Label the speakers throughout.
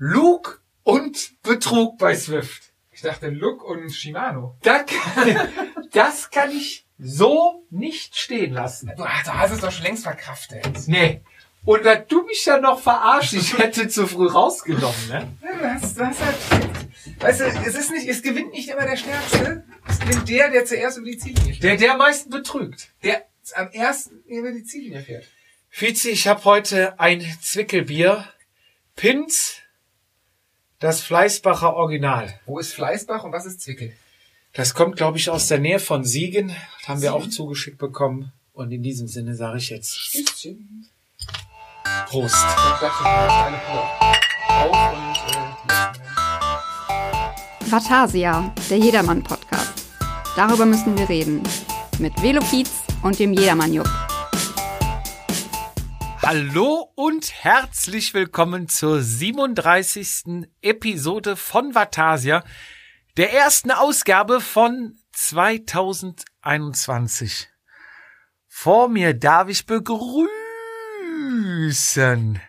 Speaker 1: Lug und Betrug bei Swift.
Speaker 2: Ich dachte Look und Shimano.
Speaker 1: Das kann, das kann ich so nicht stehen lassen.
Speaker 2: Du hast- du hast es doch schon längst verkraftet.
Speaker 1: Nee. Und dass du mich ja noch verarscht, ich hätte zu früh rausgenommen, ne?
Speaker 2: Ja, Du hast, du hast halt, weißt du, es ist nicht, es gewinnt nicht immer der Stärkste. Es gewinnt der, der zuerst über die Ziellinie steht.
Speaker 1: Der, der am meisten betrügt.
Speaker 2: Der am ersten über die Ziellinie fährt.
Speaker 1: Fizi, ich habe heute ein Zwickelbier. Pins, das Fleißbacher Original.
Speaker 2: Wo ist Fleißbach und was ist Zwickel?
Speaker 1: Das kommt, glaube ich, aus der Nähe von Siegen. Das haben wir auch zugeschickt bekommen. Und in diesem Sinne sage ich jetzt
Speaker 2: Tschüsschen.
Speaker 1: Prost.
Speaker 2: Ich dachte, ich eine Kur. Auf und, äh,
Speaker 3: Vatasia, der Jedermann-Podcast. Darüber müssen wir reden. Mit Velokiez und dem Jedermann-Jupp.
Speaker 1: Hallo und herzlich willkommen zur 37. Episode von Vatasia, der ersten Ausgabe von 2021. Vor mir darf ich begrüßen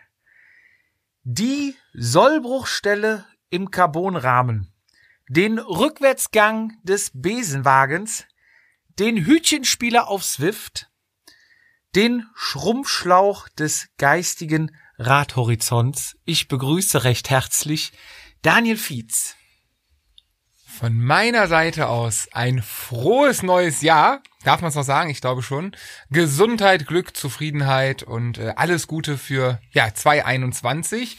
Speaker 1: die Sollbruchstelle im Carbonrahmen, den Rückwärtsgang des Besenwagens, den Hütchenspieler auf Swift, den Schrumpfschlauch des geistigen Radhorizonts. Ich begrüße recht herzlich Daniel Fietz.
Speaker 2: Von meiner Seite aus ein frohes neues Jahr. Darf man es noch sagen? Ich glaube schon. Gesundheit, Glück, Zufriedenheit und äh, alles Gute für ja 2021.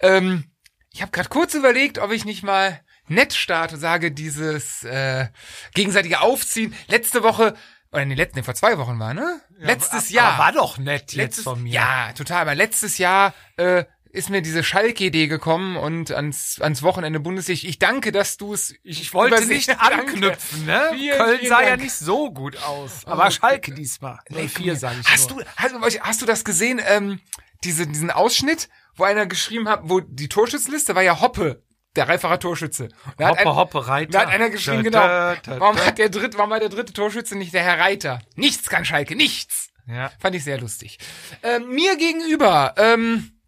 Speaker 2: Ähm, ich habe gerade kurz überlegt, ob ich nicht mal nett starte, sage dieses äh, gegenseitige Aufziehen. Letzte Woche oder nee, letzten, nee, vor zwei Wochen war ne? Letztes
Speaker 1: Ja,
Speaker 2: Jahr
Speaker 1: aber War doch nett jetzt
Speaker 2: letztes,
Speaker 1: von mir.
Speaker 2: Ja, total. Aber letztes Jahr äh, ist mir diese Schalke-Idee gekommen und ans, ans Wochenende Bundesliga. Ich danke, dass du es.
Speaker 1: Ich wollte
Speaker 2: übersehen-
Speaker 1: nicht
Speaker 2: Danke.
Speaker 1: anknüpfen, ne?
Speaker 2: Vielen,
Speaker 1: Köln
Speaker 2: vielen
Speaker 1: sah ja
Speaker 2: Dank. Oh.
Speaker 1: nicht so gut aus. Aber Schalke diesmal. Nee, vier, sage ich
Speaker 2: Hast
Speaker 1: nur.
Speaker 2: du, hast, hast du das gesehen, ähm, diese, diesen Ausschnitt, wo einer geschrieben hat, wo die Torschützenliste war ja Hoppe, der Reifacher Torschütze. Und da hat
Speaker 1: Hoppe,
Speaker 2: ein-
Speaker 1: Hoppe, Reiter.
Speaker 2: Da hat einer geschrieben,
Speaker 1: Da, da,
Speaker 2: genau.
Speaker 1: da,
Speaker 2: Warum
Speaker 1: da.
Speaker 2: hat der dritte, warum hat der dritte Torschütze nicht der Herr Reiter? Nichts kann Schalke, nichts.
Speaker 1: Ja.
Speaker 2: Fand ich sehr lustig. Ähm, mir gegenüber, ähm,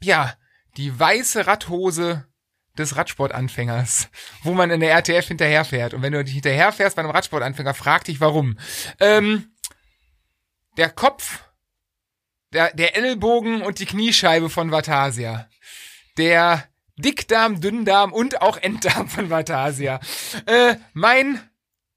Speaker 2: ja, die weiße Radhose des Radsportanfängers, wo man in der RTF hinterherfährt. Und wenn du dich hinterherfährst bei einem Radsportanfänger, frag dich warum. Ähm, der Kopf, der, der Ellbogen und die Kniescheibe von Vatasia. Der Dickdarm, Dünndarm und auch Enddarm von Vatasia. Äh, mein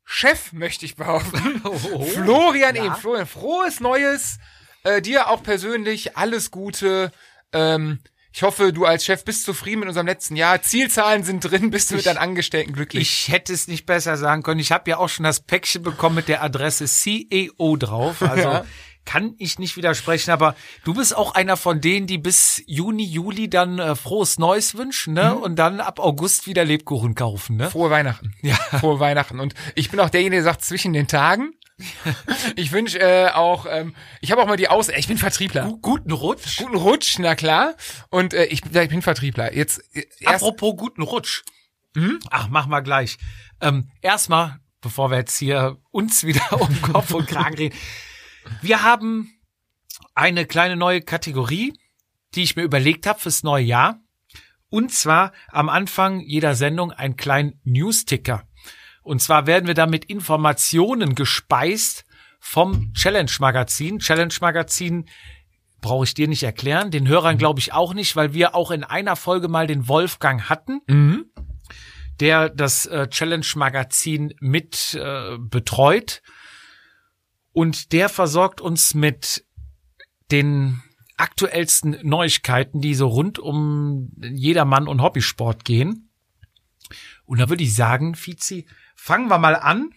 Speaker 2: Chef, möchte ich behaupten.
Speaker 1: Oh,
Speaker 2: Florian
Speaker 1: ja.
Speaker 2: eben. Florian, frohes Neues. Äh, dir auch persönlich alles Gute. Ähm, ich hoffe, du als Chef bist zufrieden mit unserem letzten Jahr. Zielzahlen sind drin, bist du mit
Speaker 1: Ich-
Speaker 2: deinen Angestellten glücklich.
Speaker 1: Ich hätte es nicht besser sagen können. Ich habe ja auch schon das Päckchen bekommen mit der Adresse CEO drauf. Also
Speaker 2: Ja.
Speaker 1: kann ich nicht widersprechen. Aber du bist auch einer von denen, die bis Juni, Juli dann äh, frohes Neues wünschen, ne? Und dann ab August wieder Lebkuchen kaufen, ne?
Speaker 2: Frohe Weihnachten.
Speaker 1: Ja.
Speaker 2: Frohe Weihnachten. Und ich bin auch derjenige, der sagt, zwischen den Tagen. Ich wünsche äh, auch, ähm, ich habe auch mal die Aus... Ich bin Vertriebler.
Speaker 1: Gu- Guten Rutsch.
Speaker 2: Guten Rutsch, na klar. Und äh, ich, ja, ich bin Vertriebler. Jetzt äh, erst,
Speaker 1: Apropos guten Rutsch. Hm? Ach, mach mal gleich. Ähm, Erstmal, bevor wir jetzt hier uns wieder um Kopf und Kragen reden. Wir haben eine kleine neue Kategorie, die ich mir überlegt habe fürs neue Jahr. Und zwar am Anfang jeder Sendung einen kleinen News-Ticker. Und zwar werden wir damit Informationen gespeist vom Challenge-Magazin. Challenge-Magazin brauche ich dir nicht erklären, den
Speaker 2: Mhm.
Speaker 1: Hörern glaube ich auch nicht, weil wir auch in einer Folge mal den Wolfgang hatten,
Speaker 2: Mhm.
Speaker 1: der das äh, Challenge-Magazin mit äh, betreut. Und der versorgt uns mit den aktuellsten Neuigkeiten, die so rund um Jedermann und Hobbysport gehen. Und da würde ich sagen, Fizi, fangen wir mal an.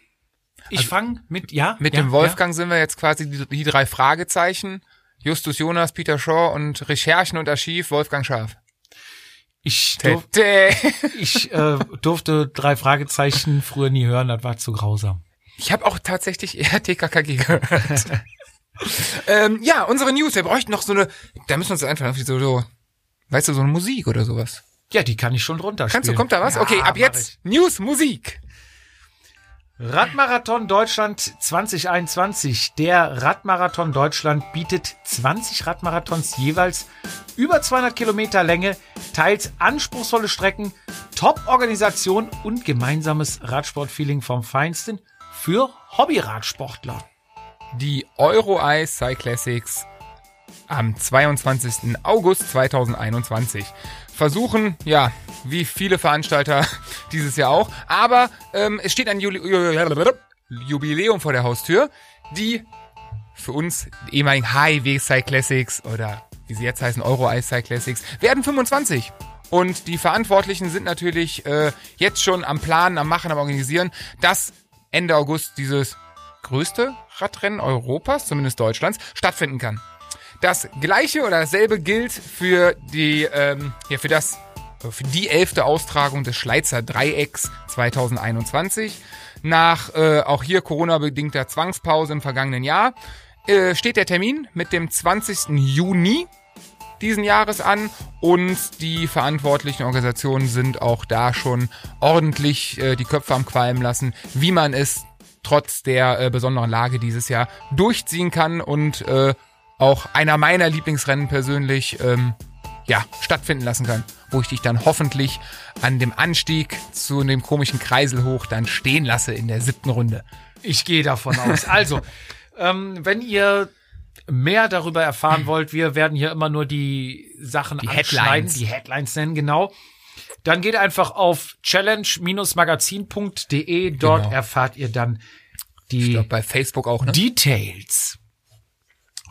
Speaker 1: Ich fange mit, ja?
Speaker 2: Also mit
Speaker 1: ja,
Speaker 2: dem Wolfgang sind wir jetzt quasi die, die drei Fragezeichen. Justus Jonas, Peter Shaw und Recherchen und Archiv, Wolfgang Schaf.
Speaker 1: Ja. Ich durf,
Speaker 2: Tä-
Speaker 1: Ich äh, durfte drei Fragezeichen früher nie hören, das war zu grausam.
Speaker 2: Ich habe auch tatsächlich eher TKKG gehört. ähm, ja, unsere News, wir bräuchten noch so eine, da müssen wir uns einfach irgendwie so, so, weißt du, so eine Musik oder sowas.
Speaker 1: Ja, die kann ich schon drunter
Speaker 2: Kannst
Speaker 1: spielen.
Speaker 2: du, kommt da was?
Speaker 1: Ja,
Speaker 2: okay, ab
Speaker 1: mach
Speaker 2: jetzt News, Musik.
Speaker 1: ich. Radmarathon Deutschland 2021. Der Radmarathon Deutschland bietet 20 Radmarathons jeweils über 200 Kilometer Länge, teils anspruchsvolle Strecken, Top-Organisation und gemeinsames Radsportfeeling vom Feinsten für Hobbyradsportler.
Speaker 2: Die Euro Ice Cyclassics am 22. August 2021. Versuchen, ja, wie viele Veranstalter dieses Jahr auch, aber ähm, es steht ein Juli Jubiläum vor der Haustür, die für uns die ehemaligen HIW Cyclassics oder wie sie jetzt heißen, Euro Ice Cyclassics, werden 25. Und die Verantwortlichen sind natürlich äh, jetzt schon am Planen, am Machen, am Organisieren, dass Ende August dieses größte Radrennen Europas, zumindest Deutschlands, stattfinden kann. Das gleiche oder dasselbe gilt für die, ähm, ja, für das, für die elfte Austragung des Schleizer Dreiecks 2021. Nach äh, auch hier Corona-bedingter Zwangspause im vergangenen Jahr äh, steht der Termin mit dem 20. Juni diesen Jahres an und die verantwortlichen Organisationen sind auch da schon ordentlich äh, die Köpfe am Qualmen lassen, wie man es trotz der äh, besonderen Lage dieses Jahr durchziehen kann und äh, auch einer meiner Lieblingsrennen persönlich ähm, ja, stattfinden lassen kann, wo ich dich dann hoffentlich an dem Anstieg zu dem komischen Kreisel hoch dann stehen lasse in der siebten Runde.
Speaker 1: Ich gehe davon aus. Also, ähm, wenn ihr mehr darüber erfahren wollt, wir werden hier immer nur die Sachen
Speaker 2: Die
Speaker 1: anschneiden,
Speaker 2: Headlines.
Speaker 1: die Headlines nennen, genau. Dann geht einfach auf challenge-magazin.de, dort
Speaker 2: Genau.
Speaker 1: erfahrt ihr dann
Speaker 2: Ich
Speaker 1: die
Speaker 2: glaube bei Facebook auch, ne?
Speaker 1: Details.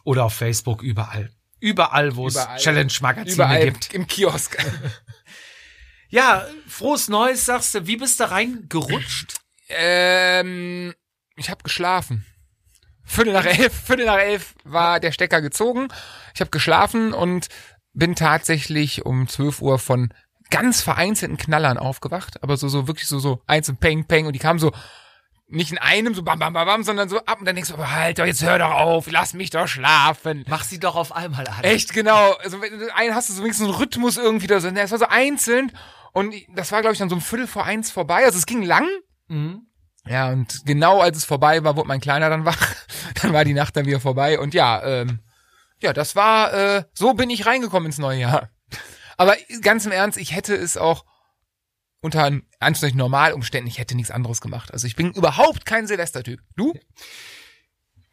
Speaker 1: Oder auf Facebook überall. Überall, wo es
Speaker 2: Überall.
Speaker 1: Challenge-Magazine
Speaker 2: Überall
Speaker 1: gibt.
Speaker 2: im Kiosk.
Speaker 1: Ja, frohes Neues, sagst du. Wie bist du reingerutscht?
Speaker 2: Ähm, ich habe geschlafen. Viertel nach elf, Viertel nach elf war der Stecker gezogen. Ich habe geschlafen und bin tatsächlich um 12 Uhr von ganz vereinzelten Knallern aufgewacht, aber so so wirklich so so einzeln Peng Peng und die kamen so nicht in einem so bam bam bam, bam sondern so ab und dann denkst du, aber halt doch jetzt hör doch auf, lass mich doch schlafen.
Speaker 1: Mach sie doch auf einmal an.
Speaker 2: Echt, genau. Also wenn du einen hast du so wenigstens einen Rhythmus irgendwie da so. Ne, Es war so einzeln und das war glaube ich dann so um Viertel vor eins vorbei. Also es ging lang,
Speaker 1: Mhm.
Speaker 2: ja, und genau als es vorbei war, wurde mein Kleiner dann wach. Dann war die Nacht dann wieder vorbei. Und ja, ähm, ja, das war, äh, so bin ich reingekommen ins neue Jahr. Aber ganz im Ernst, ich hätte es auch unter Anführungszeichen Normalumständen, ich hätte nichts anderes gemacht. Also ich bin überhaupt kein Silvestertyp. Du?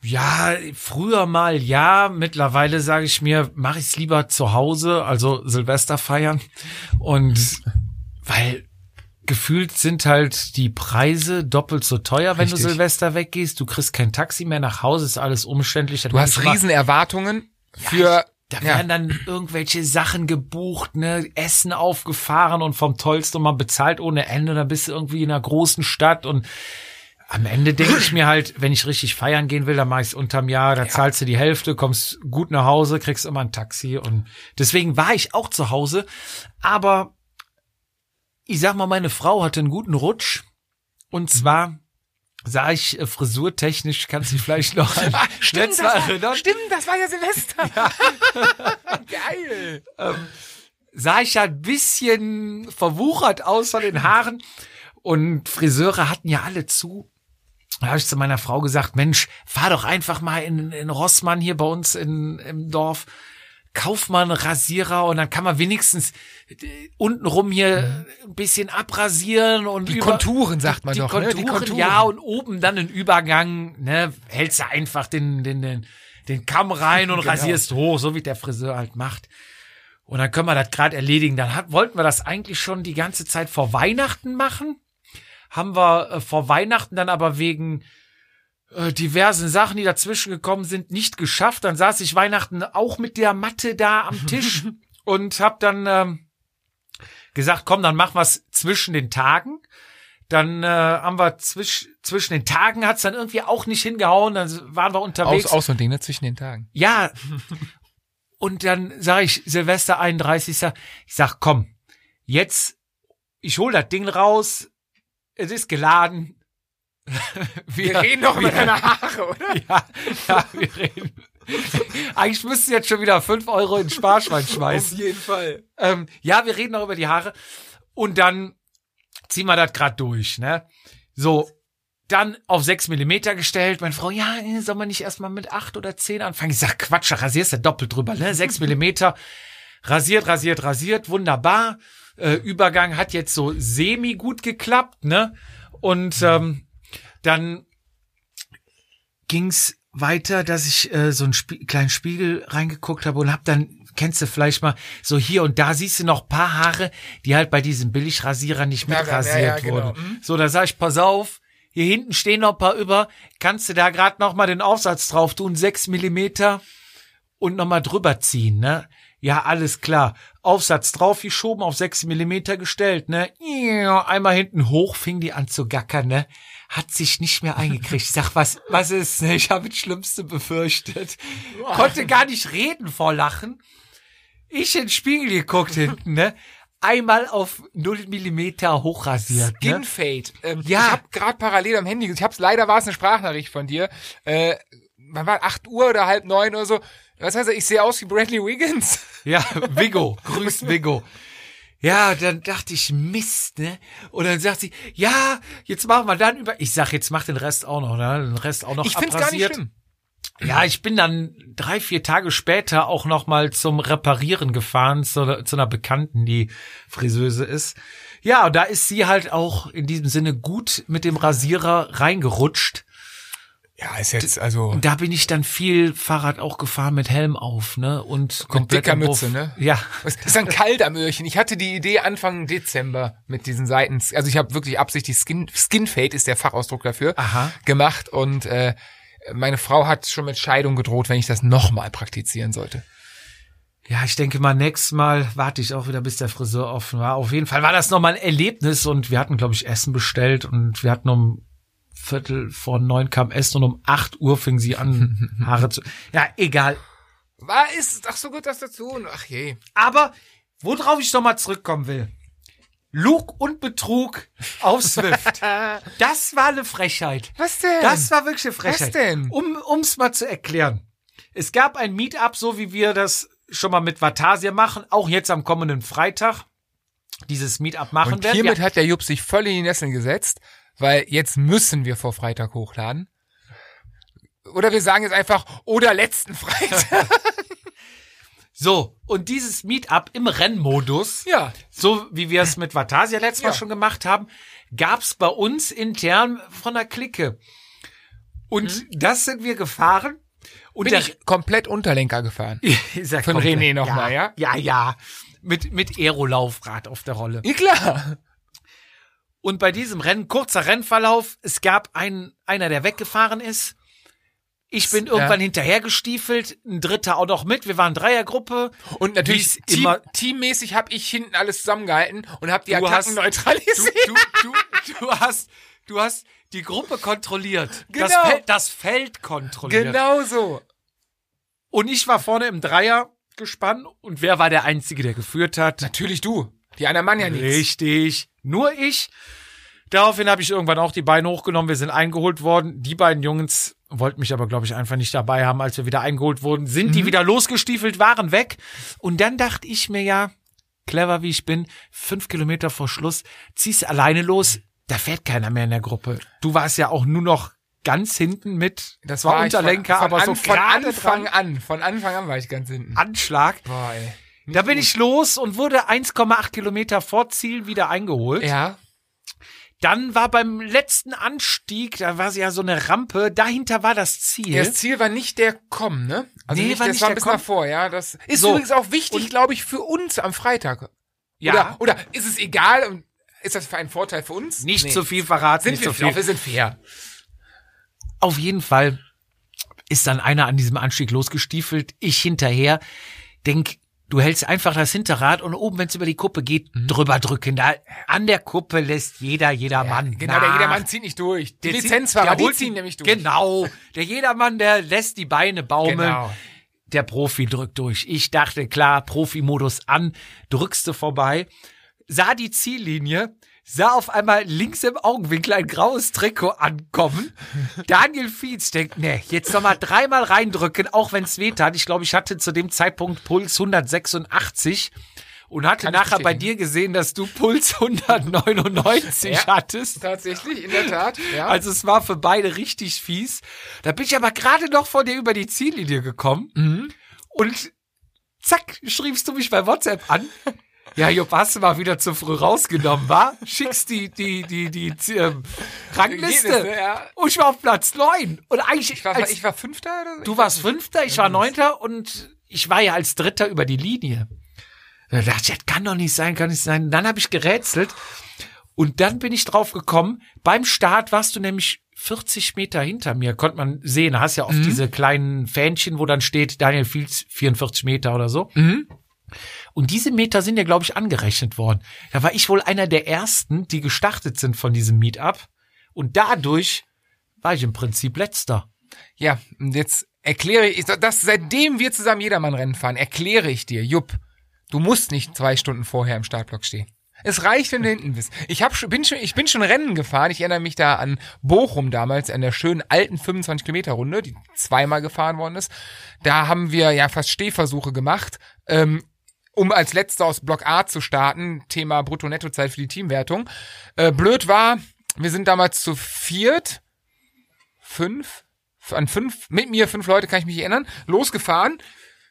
Speaker 1: Ja, früher mal ja. Mittlerweile sage ich mir, mache ich's lieber zu Hause, also Silvester feiern. Und weil gefühlt sind halt die Preise doppelt so teuer, wenn du
Speaker 2: Richtig.
Speaker 1: Silvester weggehst. Du kriegst kein Taxi mehr nach Hause, ist alles umständlicher.
Speaker 2: Du hast Riesenerwartungen für,
Speaker 1: Da
Speaker 2: ja,
Speaker 1: werden dann irgendwelche Sachen gebucht, ne, Essen aufgefahren und vom Tollsten mal bezahlt ohne Ende. Dann bist du irgendwie in einer großen Stadt und am Ende denke ich mir halt, wenn ich richtig feiern gehen will, dann mach ich's unterm Jahr, da zahlst du die Hälfte, kommst gut nach Hause, kriegst immer ein Taxi und deswegen war ich auch zu Hause. Aber ich sag mal, meine Frau hatte einen guten Rutsch
Speaker 2: Mhm.
Speaker 1: und zwar sah ich äh, frisurtechnisch, kannst du dich vielleicht noch an
Speaker 2: stimmt, das
Speaker 1: letzte
Speaker 2: war,
Speaker 1: erinnern.
Speaker 2: stimmt, das war ja Silvester. Geil.
Speaker 1: sah ich ja ein bisschen verwuchert aus von den Haaren. Und Friseure hatten ja alle zu. Da habe ich zu meiner Frau gesagt, Mensch, fahr doch einfach mal in, in Rossmann hier bei uns in, im Dorf. Kauf mal einen Rasierer und dann kann man wenigstens äh, untenrum hier ein bisschen abrasieren und
Speaker 2: Mhm. Die
Speaker 1: über-
Speaker 2: Konturen, sagt man
Speaker 1: die
Speaker 2: doch,
Speaker 1: Konturen,
Speaker 2: ne? Die Konturen.
Speaker 1: ja, und oben dann den Übergang, ne, hältst du einfach den, den, den, den Kamm rein
Speaker 2: Genau.
Speaker 1: und rasierst hoch, so wie der Friseur halt macht. Und dann können wir das gerade erledigen. Dann hat, wollten wir das eigentlich schon die ganze Zeit vor Weihnachten machen. Haben wir äh, vor Weihnachten dann aber wegen äh, diversen Sachen, die dazwischen gekommen sind, nicht geschafft. Dann saß ich Weihnachten auch mit der Matte da am Tisch und hab dann ähm, gesagt, komm, dann machen wir's zwischen den Tagen. Dann äh, haben wir zwisch, zwischen den Tagen hat's dann irgendwie auch nicht hingehauen. Dann waren wir
Speaker 2: Aus,
Speaker 1: unterwegs.
Speaker 2: aus so ein Ding, ne? Zwischen den Tagen.
Speaker 1: Ja. Und dann sage ich Silvester 31. Ich sag, komm, jetzt, ich hol das Ding raus. Es ist geladen.
Speaker 2: Wir reden doch über
Speaker 1: wir-
Speaker 2: deine Haare, oder?
Speaker 1: Ja, ja, wir reden. Eigentlich müssten jetzt schon wieder fünf Euro in den Sparschwein schmeißen.
Speaker 2: jeden Fall.
Speaker 1: Ähm, ja, wir reden noch über die Haare. Und dann ziehen wir das grad durch, ne? So, Dann auf 6 Millimeter gestellt. Meine Frau, ja, nee, soll man nicht erstmal mit 8 oder 10 anfangen? Ich sag, Quatsch, da rasierst du doppelt drüber, ne? 6 Millimeter. Rasiert, rasiert, rasiert. Wunderbar. Äh, Übergang hat jetzt so semi gut geklappt, ne? Und ähm, dann ging's weiter, dass ich äh, so einen Spie kleinen Spiegel reingeguckt habe und hab dann kennst du vielleicht mal so hier und da siehst du noch paar Haare, die halt bei diesen Billigrasierern nicht
Speaker 2: Ja, ja,
Speaker 1: mitrasiert
Speaker 2: ja, genau.
Speaker 1: wurden.
Speaker 2: Mhm.
Speaker 1: So, da sag ich, pass auf, hier hinten stehen noch ein paar über, kannst du da gerade noch mal den Aufsatz drauf tun, sechs Millimeter und noch mal drüber ziehen, ne? Ja, alles klar. Aufsatz draufgeschoben, auf sechs Millimeter gestellt, ne? Ja, Einmal hinten hoch, fing die an zu gackern, ne? Hat sich nicht mehr eingekriegt. Ich sag, was, was ist? ne? Ich habe das Schlimmste befürchtet. Konnte gar nicht reden vor Lachen. Ich in den Spiegel geguckt hinten, ne? Einmal auf null Millimeter hochrasiert. ne?
Speaker 2: Skin Fade. Ähm,
Speaker 1: Ja.
Speaker 2: Ich habe gerade parallel am Handy, ich hab's leider war es eine Sprachnachricht von dir. Äh, wann war 8 Uhr oder halb neun oder so? Was heißt, das? ich sehe aus wie Bradley Wiggins.
Speaker 1: Ja, Vigo, grüß Vigo. Ja, dann dachte ich, Mist, ne? Und dann sagt sie, ja, jetzt machen wir dann über. Ich sag, jetzt mach den Rest auch noch, ne? Den Rest auch noch
Speaker 2: Ich find's gar nicht
Speaker 1: abrasiert.
Speaker 2: schlimm.
Speaker 1: Ja, ich bin dann drei, vier Tage später auch noch mal zum Reparieren gefahren zu, zu einer Bekannten, die Friseuse ist. Ja, da ist sie halt auch in diesem Sinne gut mit dem Rasierer reingerutscht.
Speaker 2: Ja, ist jetzt also
Speaker 1: Und da bin ich dann viel Fahrrad auch gefahren mit Helm auf, ne? Und komplett
Speaker 2: dicker
Speaker 1: im Puff.
Speaker 2: Mütze, ne?
Speaker 1: Ja.
Speaker 2: Es ist ein kalter Möhrchen. Ich hatte die Idee Anfang Dezember mit diesen Seiten. Also ich habe wirklich absichtlich Skin, Skin Fade ist der Fachausdruck dafür
Speaker 1: Aha.
Speaker 2: gemacht und äh, meine Frau hat schon mit Scheidung gedroht, wenn ich das nochmal praktizieren sollte.
Speaker 1: Ja, ich denke mal, nächstes Mal warte ich auch wieder, bis der Friseur offen war. Auf jeden Fall war das nochmal ein Erlebnis und wir hatten, glaube ich, Essen bestellt und wir hatten um Viertel vor neun kam Essen und um acht Uhr fing sie an, Haare zu. Ja, egal.
Speaker 2: War ist ach so gut das dazu. Ach je.
Speaker 1: Aber worauf ich nochmal zurückkommen will. Lug und Betrug auf Swift. Das war eine Frechheit.
Speaker 2: Was denn?
Speaker 1: Das war wirklich eine Frechheit.
Speaker 2: Was denn?
Speaker 1: Um um's mal zu erklären. Es gab ein Meetup, so wie wir das schon mal mit Vatasia machen, auch jetzt am kommenden Freitag dieses Meetup machen
Speaker 2: Und
Speaker 1: werden.
Speaker 2: hiermit
Speaker 1: Ja,
Speaker 2: hat der Jupp sich voll in die Nesseln gesetzt, weil jetzt müssen wir vor Freitag hochladen. Oder wir sagen jetzt einfach, oder letzten Freitag.
Speaker 1: so, und dieses Meetup im Rennmodus,
Speaker 2: ja.
Speaker 1: so wie wir es mit Vatasia letztes Mal
Speaker 2: Ja.
Speaker 1: schon gemacht haben, gab's bei uns intern von der Clique. Und das sind wir gefahren. Und
Speaker 2: Mhm.
Speaker 1: der,
Speaker 2: Bin ich komplett Unterlenker gefahren.
Speaker 1: Ist ja
Speaker 2: Von
Speaker 1: komplett-
Speaker 2: René noch mal, ja?
Speaker 1: Ja, ja. Mit, mit Aerolaufrad auf der Rolle.
Speaker 2: Ja, klar.
Speaker 1: Und bei diesem Rennen, kurzer Rennverlauf, es gab einen, einer, der weggefahren ist. Ich bin
Speaker 2: Ja.
Speaker 1: irgendwann hinterhergestiefelt, ein Dritter auch noch mit. Wir waren Dreiergruppe.
Speaker 2: Und
Speaker 1: Wie's
Speaker 2: natürlich team,
Speaker 1: immer-
Speaker 2: teammäßig habe ich hinten alles zusammengehalten und habe die
Speaker 1: Du
Speaker 2: Attacken
Speaker 1: hast-
Speaker 2: neutralisiert.
Speaker 1: Du, du, du hast, du hast die Gruppe kontrolliert. Das,
Speaker 2: Genau.
Speaker 1: Feld, das Feld kontrolliert.
Speaker 2: genau so.
Speaker 1: Und ich war vorne im Dreier gespannt. Und wer war der Einzige, der geführt hat?
Speaker 2: Natürlich du. Die anderen machen ja nichts.
Speaker 1: Richtig. Nur ich. Daraufhin habe ich irgendwann auch die Beine hochgenommen. Wir sind eingeholt worden. Die beiden Jungs wollten mich aber, glaube ich, einfach nicht dabei haben, als wir wieder eingeholt wurden. Sind
Speaker 2: Mhm.
Speaker 1: die wieder losgestiefelt, waren weg. Und dann dachte ich mir ja, clever wie ich bin, fünf Kilometer vor Schluss, zieh's alleine los. Da fährt keiner mehr in der Gruppe. Du warst ja auch nur noch ganz hinten mit.
Speaker 2: Das
Speaker 1: Zwar
Speaker 2: war ich
Speaker 1: Unterlenker,
Speaker 2: von, von
Speaker 1: aber so
Speaker 2: an, von
Speaker 1: gerade
Speaker 2: Anfang
Speaker 1: dran.
Speaker 2: an. Von Anfang an war ich ganz hinten.
Speaker 1: Anschlag.
Speaker 2: Boah, ey.
Speaker 1: Da bin ich los und wurde 1,8 Kilometer vor Ziel wieder eingeholt.
Speaker 2: Ja.
Speaker 1: Dann war beim letzten Anstieg, da war sie ja so eine Rampe, dahinter war das Ziel.
Speaker 2: Das Ziel war nicht der Komm, ne? Also
Speaker 1: Nee,
Speaker 2: nicht,
Speaker 1: war
Speaker 2: das
Speaker 1: nicht
Speaker 2: war
Speaker 1: der
Speaker 2: ein bisschen
Speaker 1: Komm.
Speaker 2: davor, ja. Das ist
Speaker 1: So.
Speaker 2: übrigens auch wichtig, glaube ich, für uns am Freitag.
Speaker 1: ja,
Speaker 2: Oder, oder ist es egal? und Ist das für einen Vorteil für uns?
Speaker 1: nicht
Speaker 2: Nee.
Speaker 1: zu viel verraten.
Speaker 2: Sind
Speaker 1: nicht
Speaker 2: wir,
Speaker 1: zu viel.
Speaker 2: Doch, wir sind fair.
Speaker 1: Auf jeden Fall ist dann einer an diesem Anstieg losgestiefelt, ich hinterher. Denk, du hältst einfach das Hinterrad und oben, wenn es über die Kuppe geht,
Speaker 2: Mhm.
Speaker 1: drüber drücken. Da an der Kuppe lässt jeder, jeder Mann.
Speaker 2: Genau, der
Speaker 1: nach.
Speaker 2: Jedermann zieht nicht durch. Die
Speaker 1: Der zieht-
Speaker 2: Lizenzfahrer,
Speaker 1: der
Speaker 2: die
Speaker 1: holt
Speaker 2: ziehen
Speaker 1: die-
Speaker 2: nämlich durch.
Speaker 1: Genau. Der Jedermann, der lässt die Beine baumeln.
Speaker 2: Genau.
Speaker 1: Der Profi drückt durch. Ich dachte, klar, Profi-Modus an, drückste vorbei, sah die Ziellinie, sah auf einmal links im Augenwinkel ein graues Trikot ankommen. Daniel Fietz denkt, nee, jetzt nochmal dreimal reindrücken, auch wenn es weh tat. Ich glaube, ich hatte zu dem Zeitpunkt Puls 186 und hatte
Speaker 2: Kann ich
Speaker 1: nachher bei
Speaker 2: bestätigen.
Speaker 1: dir gesehen, dass du Puls 199
Speaker 2: Ja.
Speaker 1: hattest.
Speaker 2: Tatsächlich, in der Tat. Ja.
Speaker 1: Also es war für beide richtig fies. Da bin ich aber gerade noch vor dir über die Ziellinie gekommen
Speaker 2: Mhm.
Speaker 1: und zack, schriebst du mich bei WhatsApp an. Ja, Jupp, hast du mal wieder zu früh rausgenommen, wa? Schickst die, die, die, die, die ähm,
Speaker 2: Ergebnisse,
Speaker 1: Rangliste.
Speaker 2: ja.
Speaker 1: Und ich war auf Platz neun. Und eigentlich,
Speaker 2: ich, war,
Speaker 1: als,
Speaker 2: ich war Fünfter oder so?
Speaker 1: du warst Fünfter, ich war Neunter und ich war ja als Dritter über die Linie. Da dachte ich, das kann doch nicht sein, kann nicht sein. Dann habe ich gerätselt und dann bin ich drauf gekommen, beim Start warst du nämlich 40 Meter hinter mir, konnte man sehen. Da hast ja oft diese kleinen Fähnchen, wo dann steht, Daniel Fields 44 Meter oder so. Und diese Meter sind ja, glaube ich, angerechnet worden. Da war ich wohl einer der ersten, die gestartet sind von diesem Meetup. Und dadurch war ich im Prinzip letzter.
Speaker 2: Ja, und jetzt erkläre ich, das, seitdem wir zusammen Jedermann-Rennen fahren, erkläre ich dir, Jupp, du musst nicht zwei Stunden vorher im Startblock stehen. Es reicht, wenn du hinten bist. Ich, hab, schon- bin, schon, ich bin schon Rennen gefahren. Ich erinnere mich da an Bochum damals, an der schönen alten 25-Kilometer-Runde, die zweimal gefahren worden ist. Da haben wir ja fast Stehversuche gemacht, ähm, um als letzter aus Block A zu starten. Thema Brutto-Netto-Zeit für die Teamwertung. Äh, blöd war, wir sind damals zu viert fünf, an fünf, mit mir fünf Leute kann ich mich erinnern, losgefahren.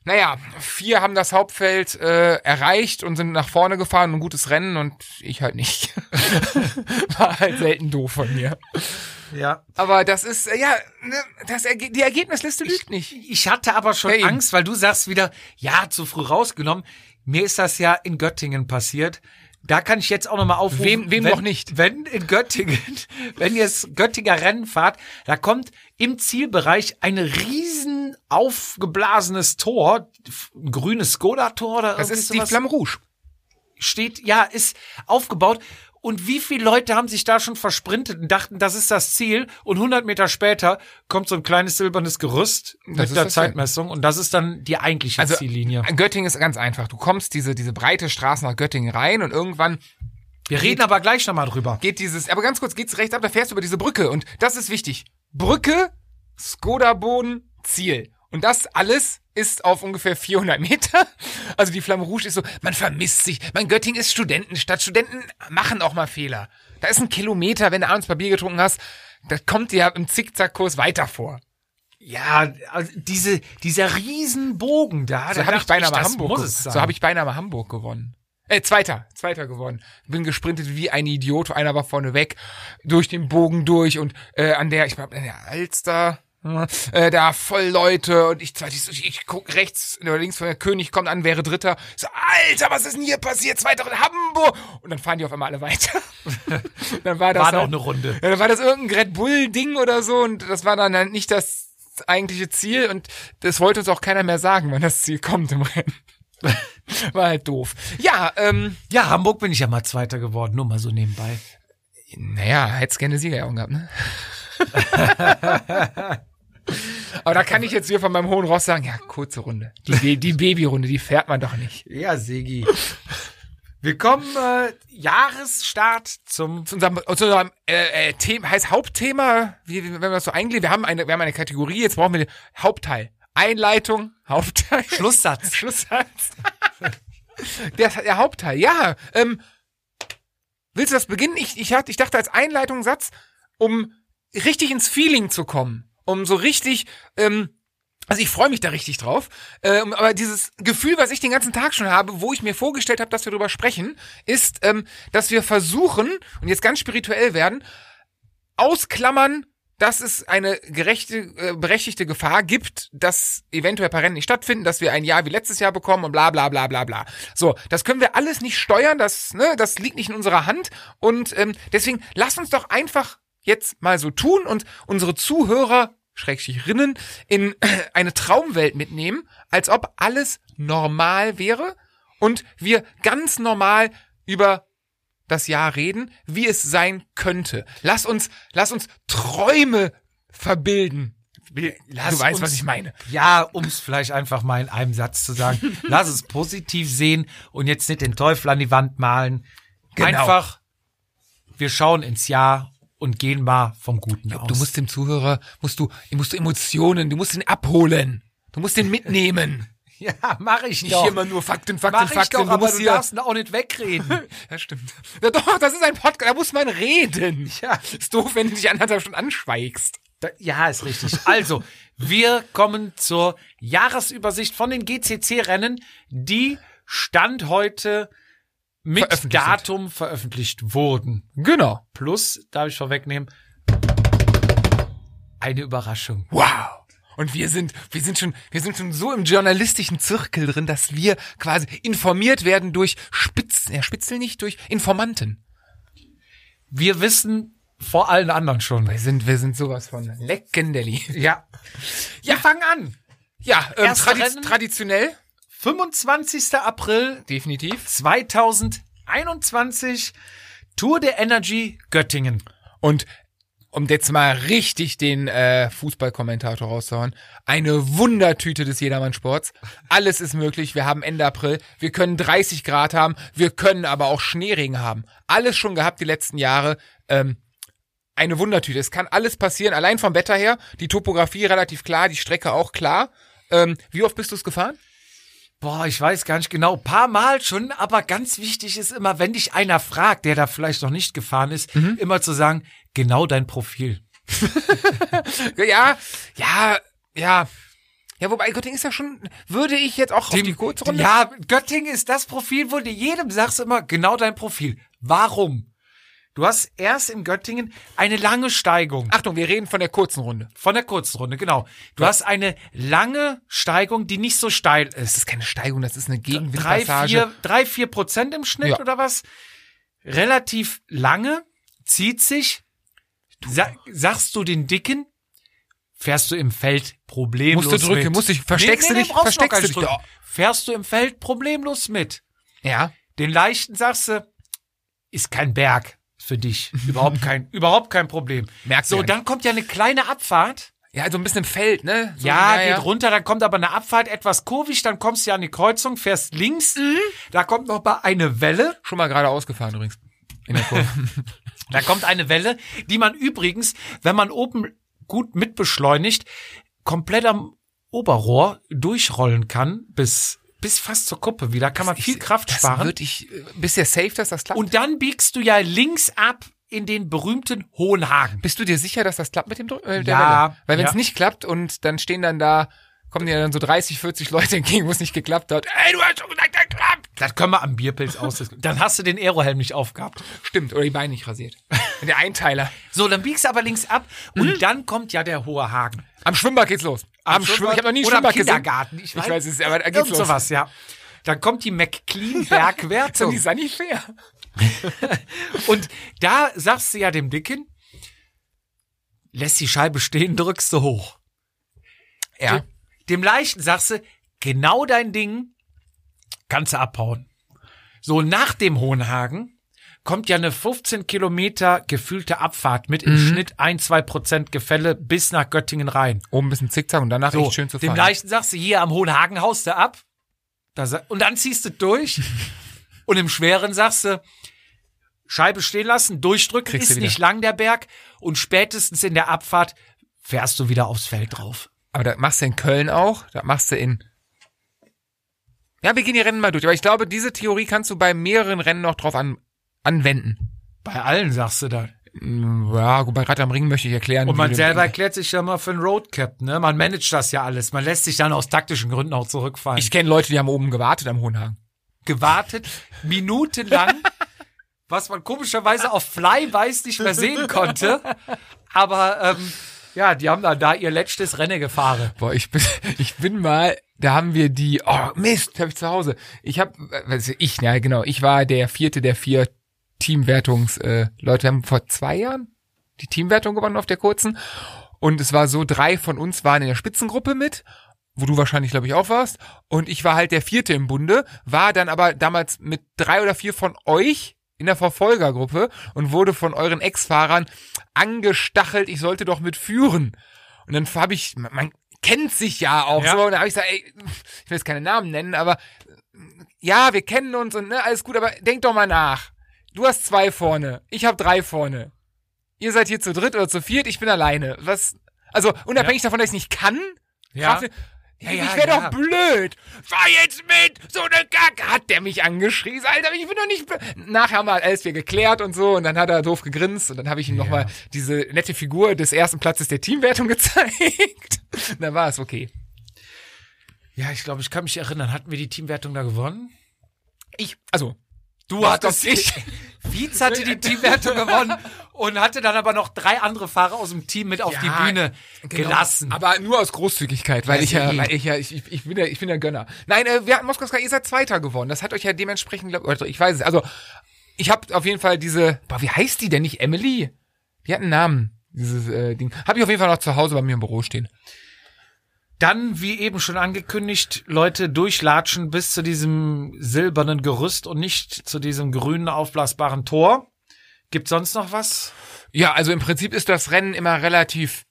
Speaker 2: Naja, vier haben das Hauptfeld äh, erreicht und sind nach vorne gefahren, ein gutes Rennen und ich halt nicht. War halt selten doof von mir.
Speaker 1: Ja,
Speaker 2: Aber das ist, äh, ja, ne, das Erge die Ergebnisliste lügt nicht.
Speaker 1: Ich hatte aber schon
Speaker 2: Hey.
Speaker 1: Angst, weil du sagst wieder, ja, zu früh rausgenommen. Mir ist das ja in Göttingen passiert. Da kann ich jetzt auch nochmal aufrufen.
Speaker 2: Wem- wem
Speaker 1: wenn,
Speaker 2: noch nicht?
Speaker 1: Wenn in Göttingen, wenn ihr das Göttinger Rennen fahrt, da kommt im Zielbereich ein riesen aufgeblasenes Tor, ein grünes Skoda-Tor oder
Speaker 2: Das
Speaker 1: irgendwie
Speaker 2: ist die
Speaker 1: sowas
Speaker 2: Flamme Rouge.
Speaker 1: steht, ja, ist aufgebaut. Und wie viele Leute haben sich da schon versprintet und dachten, das ist das Ziel? Und 100 Meter später kommt so ein kleines silbernes Gerüst
Speaker 2: Das
Speaker 1: mit
Speaker 2: ist
Speaker 1: der
Speaker 2: das Also,
Speaker 1: Zeitmessung und das ist dann die eigentliche Ziellinie.
Speaker 2: Göttingen ist ganz einfach. Du kommst diese, diese breite Straße nach Göttingen rein und irgendwann
Speaker 1: Wir reden aber gleich nochmal drüber.
Speaker 2: geht dieses, aber ganz kurz geht's rechts ab, da fährst du über diese Brücke und das ist wichtig. Brücke, Skoda-Boden, Ziel. Und das alles ist auf ungefähr 400 Meter. Also die Flamme Rouge ist so, man vermisst sich. Mein Göttingen ist Studentenstadt. Studenten machen auch mal Fehler. Da ist ein Kilometer, wenn du abends Papier getrunken hast, das kommt dir ja im Zickzackkurs weiter vor.
Speaker 1: Ja, also diese, dieser riesen Bogen da,
Speaker 2: So
Speaker 1: da dachte
Speaker 2: habe ich beinahe mal
Speaker 1: das
Speaker 2: Hamburg.
Speaker 1: muss
Speaker 2: ge-
Speaker 1: es sein.
Speaker 2: So habe ich beinahe mal Hamburg gewonnen. Äh, zweiter, zweiter gewonnen. Bin gesprintet wie ein Idiot, einer war vorne weg, durch den Bogen durch und äh, an der, ich glaube, an der Alster, äh, da voll Leute und ich, ich, ich guck rechts oder links von der König kommt an, wäre Dritter. So, Alter, was ist denn hier passiert? Zweiter in Hamburg! Und dann fahren die auf einmal alle weiter. dann war das
Speaker 1: War noch
Speaker 2: halt-
Speaker 1: eine Runde.
Speaker 2: ja, da war das irgendein Red Bull-Ding oder so und das war dann halt nicht das eigentliche Ziel und das wollte uns auch keiner mehr sagen, wann das Ziel kommt im Rennen. War halt doof. Ja, ähm,
Speaker 1: Ja, Hamburg bin ich ja mal Zweiter geworden, nur mal so nebenbei.
Speaker 2: naja, hätt's gerne Siegerjahrung gehabt, ne? Aber da kann ich jetzt hier von meinem hohen Ross sagen, ja, kurze Runde. Die, Ba- die Babyrunde, die fährt man doch nicht.
Speaker 1: Ja, Segi. Willkommen, äh, Jahresstart zum
Speaker 2: zu unserem, zu unserem äh, äh, Thema, heißt Hauptthema, wie, wie, wenn wir das so eingliedern, wir haben eine, wir haben eine Kategorie, jetzt brauchen wir den Hauptteil. Einleitung, Hauptteil.
Speaker 1: Schlusssatz.
Speaker 2: Schlusssatz. der, der Hauptteil, ja. Ähm, willst du das beginnen? Ich, ich, hatte- ich dachte als Einleitungssatz, um richtig ins Feeling zu kommen, um so richtig, ähm, also ich freue mich da richtig drauf, ähm, aber dieses Gefühl, was ich den ganzen Tag schon habe, wo ich mir vorgestellt habe, dass wir darüber sprechen, ist, ähm, dass wir versuchen, und jetzt ganz spirituell werden, ausklammern, dass es eine gerechte, äh, berechtigte Gefahr gibt, dass eventuell ein paar Rennen nicht stattfinden, dass wir ein Jahr wie letztes Jahr bekommen und bla bla bla bla bla. So, das können wir alles nicht steuern, das, ne, das liegt nicht in unserer Hand. Und ähm, deswegen lasst uns doch einfach jetzt mal so tun und unsere Zuhörer, Schrägstrichrinnen, in eine Traumwelt mitnehmen, als ob alles normal wäre und wir ganz normal über das Jahr reden, wie es sein könnte. Lass uns, lass uns Träume verbilden. du weißt,
Speaker 1: uns-
Speaker 2: was ich meine.
Speaker 1: Ja, um es vielleicht einfach mal in einem Satz zu sagen. Lass es positiv sehen und jetzt nicht den Teufel an die Wand malen.
Speaker 2: Genau.
Speaker 1: Einfach, wir schauen ins Jahr und gehen mal vom Guten aus.
Speaker 2: Du musst dem Zuhörer, musst du, musst du Emotionen, du musst ihn abholen. Du musst ihn mitnehmen.
Speaker 1: Ja, mache ich
Speaker 2: Ich
Speaker 1: doch.
Speaker 2: immer nur Fakten, Fakten,
Speaker 1: Mach ich
Speaker 2: Fakten.
Speaker 1: doch, aber
Speaker 2: musst
Speaker 1: du
Speaker 2: hier-
Speaker 1: darfst auch nicht wegreden.
Speaker 2: Ja, stimmt. Ja, doch, das ist ein Podcast, da muss man reden.
Speaker 1: Ja.
Speaker 2: Ist doof, wenn du dich anderthalb Stunden anschweigst.
Speaker 1: Da- Ja, ist richtig. Also, wir kommen zur Jahresübersicht von den GCC-Rennen, die Stand heute mit
Speaker 2: Veröffentlicht
Speaker 1: Datum veröffentlicht wurden.
Speaker 2: Genau.
Speaker 1: Plus, darf ich vorwegnehmen, eine Überraschung.
Speaker 2: Wow. Und wir sind, wir sind schon, wir sind schon so im journalistischen Zirkel drin, dass wir quasi informiert werden durch Spitzel, ja, Spitzel nicht, durch Informanten.
Speaker 1: Wir wissen vor allen anderen schon.
Speaker 2: Wir sind, wir sind sowas von Leckendelli.
Speaker 1: Ja. Wir fangen an.
Speaker 2: Ja, ähm,
Speaker 1: Erste
Speaker 2: tradi
Speaker 1: Rennen.
Speaker 2: traditionell.
Speaker 1: 25. April
Speaker 2: Definitiv.
Speaker 1: 2021 Tour de Energy Göttingen.
Speaker 2: Und um jetzt mal richtig den äh, Fußballkommentator rauszuhauen, eine Wundertüte des Jedermannsports. Alles ist möglich. Wir haben Ende April. Wir können 30 Grad haben. Wir können aber auch Schneeregen haben. Alles schon gehabt die letzten Jahre. Ähm, eine Wundertüte. Es kann alles passieren. Allein vom Wetter her. Die Topografie relativ klar. Die Strecke auch klar. Ähm, wie oft bist du es gefahren?
Speaker 1: Boah, ich weiß gar nicht genau, paar Mal schon, aber ganz wichtig ist immer, wenn dich einer fragt, der da vielleicht noch nicht gefahren ist, immer zu sagen, genau dein Profil.
Speaker 2: Ja, ja, ja. Ja, wobei Göttingen ist ja schon, würde ich jetzt auch auf die Kurzrunde
Speaker 1: ja, Göttingen ist das Profil, wo du jedem sagst immer, genau dein Profil. Warum? Du hast erst in Göttingen eine lange Steigung.
Speaker 2: Achtung, wir reden von der kurzen Runde.
Speaker 1: Von der kurzen Runde, genau. Du hast eine lange Steigung, die nicht so steil
Speaker 2: Das
Speaker 1: ist.
Speaker 2: ist keine Steigung, das ist eine
Speaker 1: Drei,
Speaker 2: Gegenwindpassage.
Speaker 1: vier, drei, vier Prozent im Schnitt
Speaker 2: Ja.
Speaker 1: oder was? Relativ lange, zieht sich. Sa sagst du den Dicken, fährst du im Feld problemlos
Speaker 2: Musst du drücken,
Speaker 1: mit.
Speaker 2: musst du- versteckst du dich,
Speaker 1: brauchst noch
Speaker 2: versteckst
Speaker 1: gar
Speaker 2: du
Speaker 1: nicht
Speaker 2: dich.
Speaker 1: drücken. Fährst du im Feld problemlos mit.
Speaker 2: Ja,
Speaker 1: Den leichten sagst du, ist kein Berg für dich. Überhaupt kein, überhaupt kein Problem.
Speaker 2: Merkt
Speaker 1: so,
Speaker 2: man.
Speaker 1: dann kommt ja eine kleine Abfahrt.
Speaker 2: ja, so ein bisschen im Feld, ne? So,
Speaker 1: Ja, geht runter, dann kommt aber eine Abfahrt etwas kurvig, dann kommst du ja an die Kreuzung, fährst links,
Speaker 2: Mhm.
Speaker 1: da kommt noch mal eine Welle,
Speaker 2: Schon mal gerade ausgefahren übrigens. In der Kurve.
Speaker 1: da kommt eine Welle, die man übrigens, wenn man oben gut mitbeschleunigt, komplett am Oberrohr durchrollen kann, bis, bis fast zur Kuppe wieder, kann man viel Kraft
Speaker 2: das
Speaker 1: sparen.
Speaker 2: Wird ich, äh, bist du ja safe, dass das klappt?
Speaker 1: Und dann biegst du ja links ab in den berühmten Hohenhagen.
Speaker 2: bist du dir sicher, dass das klappt mit dem Dr- äh, der
Speaker 1: Ja,
Speaker 2: Welle? Weil wenn es
Speaker 1: ja.
Speaker 2: nicht klappt und dann stehen dann da, kommen dir dann so 30, 40 Leute entgegen, wo es nicht geklappt hat. Ey, du hast schon gesagt, das klappt!
Speaker 1: Das können wir am Bierpilz ausdiskutieren. Dann hast du den Aerohelm nicht aufgehabt.
Speaker 2: Stimmt, oder die Beine nicht rasiert. der Einteiler.
Speaker 1: So, dann biegst du aber links ab und dann kommt ja der hohe Hagen.
Speaker 2: Am Schwimmbad geht's los. Hm? Am, Schwimmbad, ich habe noch nie einen
Speaker 1: oder am
Speaker 2: Schwimmbad gesehen.
Speaker 1: Kindergarten. Ich weiß,
Speaker 2: ich weiß es, aber da geht's
Speaker 1: Irgend
Speaker 2: los.
Speaker 1: sowas, ja. Dann kommt die
Speaker 2: So die
Speaker 1: McLean-Bergwertung.
Speaker 2: Sanifair.
Speaker 1: und da sagst du ja dem Dicken, lässt die Scheibe stehen, drückst du hoch.
Speaker 2: Ja.
Speaker 1: Dem Leichten sagst du, genau dein Ding, kannst du abhauen. So, nach dem Hohenhagen kommt ja eine 15 Kilometer gefühlte Abfahrt mit im Schnitt ein, zwei Prozent Gefälle bis nach Göttingen rein.
Speaker 2: Oben ein bisschen Zickzack und danach
Speaker 1: So,
Speaker 2: echt schön zu
Speaker 1: dem
Speaker 2: fahren.
Speaker 1: Leichten sagst du, hier am Hohenhagen haust du ab. Da, sa- und dann ziehst du durch. und im Schweren sagst du, Scheibe stehen lassen, durchdrücken,
Speaker 2: Kriegst du
Speaker 1: ist
Speaker 2: wieder.
Speaker 1: nicht lang der Berg. Und spätestens in der Abfahrt fährst du wieder aufs Feld drauf.
Speaker 2: Aber das machst du in Köln auch, das machst du in. Ja, wir gehen die Rennen mal durch. Aber ich glaube, diese Theorie kannst du bei mehreren Rennen noch drauf an, anwenden.
Speaker 1: Bei allen sagst du dann.
Speaker 2: Ja, gut, bei Rad am Ring möchte ich erklären.
Speaker 1: Und
Speaker 2: wie
Speaker 1: man
Speaker 2: du-
Speaker 1: selber erklärt sich ja mal für einen Roadcap, ne? Man managt das ja alles. Man lässt sich dann aus taktischen Gründen auch zurückfallen.
Speaker 2: Ich kenne Leute, die haben oben gewartet am Hohenhagen.
Speaker 1: gewartet, minutenlang, was man komischerweise auf Fly weiß nicht mehr sehen konnte. Aber ähm, ja, die haben dann da ihr letztes Rennen gefahren.
Speaker 2: Boah, ich bin, ich bin mal, da haben wir die, oh Mist, habe ich zu Hause. Ich habe, weiß ich, ich, ja genau, ich war der vierte der vier Teamwertungs, äh, Leute haben vor zwei Jahren die Teamwertung gewonnen auf der kurzen. Und es war so, drei von uns waren in der Spitzengruppe mit, wo du wahrscheinlich, glaube ich, auch warst. Und ich war halt der vierte im Bunde, war dann aber damals mit drei oder vier von euch in der Verfolgergruppe und wurde von euren Ex-Fahrern angestachelt, ich sollte doch mitführen. Und dann habe ich, man- man kennt sich ja auch
Speaker 1: Ja.
Speaker 2: so, und da habe ich gesagt, ey, ich will jetzt keine Namen nennen, aber äh, ja, wir kennen uns und ne, alles gut, aber denk doch mal nach. Du hast zwei vorne, ich habe drei vorne. Ihr seid hier zu dritt oder zu viert, ich bin alleine. Was? Also unabhängig davon, dass ich nicht kann,
Speaker 1: Ja.
Speaker 2: fragte-
Speaker 1: Ja,
Speaker 2: ich
Speaker 1: ja,
Speaker 2: wäre
Speaker 1: ja.
Speaker 2: doch blöd. Fahr jetzt mit. So eine Kacke. Hat der mich angeschrien? Alter, ich bin doch nicht blöd. Nachher haben wir alles wieder geklärt und so. Und dann hat er doof gegrinst. Und dann habe ich ihm nochmal diese nette Figur des ersten Platzes der Teamwertung gezeigt. Und dann war es okay.
Speaker 1: Ja, ich glaube, ich kann mich erinnern. Hatten wir die Teamwertung da gewonnen?
Speaker 2: Ich, also,
Speaker 1: Du hattest
Speaker 2: doch
Speaker 1: dich. Wietz hatte die Teamwertung gewonnen und hatte dann aber noch drei andere Fahrer aus dem Team mit auf
Speaker 2: Ja,
Speaker 1: die Bühne
Speaker 2: Genau.
Speaker 1: gelassen.
Speaker 2: Aber nur aus Großzügigkeit, weil
Speaker 1: Ja,
Speaker 2: ich ja,
Speaker 1: eh.
Speaker 2: weil ich ja, ich, ich- ich bin ja, ich bin ja Gönner. Nein, äh, wir hatten Moskowska, ihr seid Zweiter geworden. Das hat euch ja dementsprechend, glaub, oder ich weiß es. Also, ich habe auf jeden Fall diese, boah, wie heißt die denn nicht? Emily? Die hat einen Namen, dieses äh, Ding. Habe ich auf jeden Fall noch zu Hause bei mir im Büro stehen.
Speaker 1: Dann, wie eben schon angekündigt, Leute durchlatschen bis zu diesem silbernen Gerüst und nicht zu diesem grünen aufblasbaren Tor. Gibt sonst noch was?
Speaker 2: Ja, also im Prinzip ist das Rennen immer relativ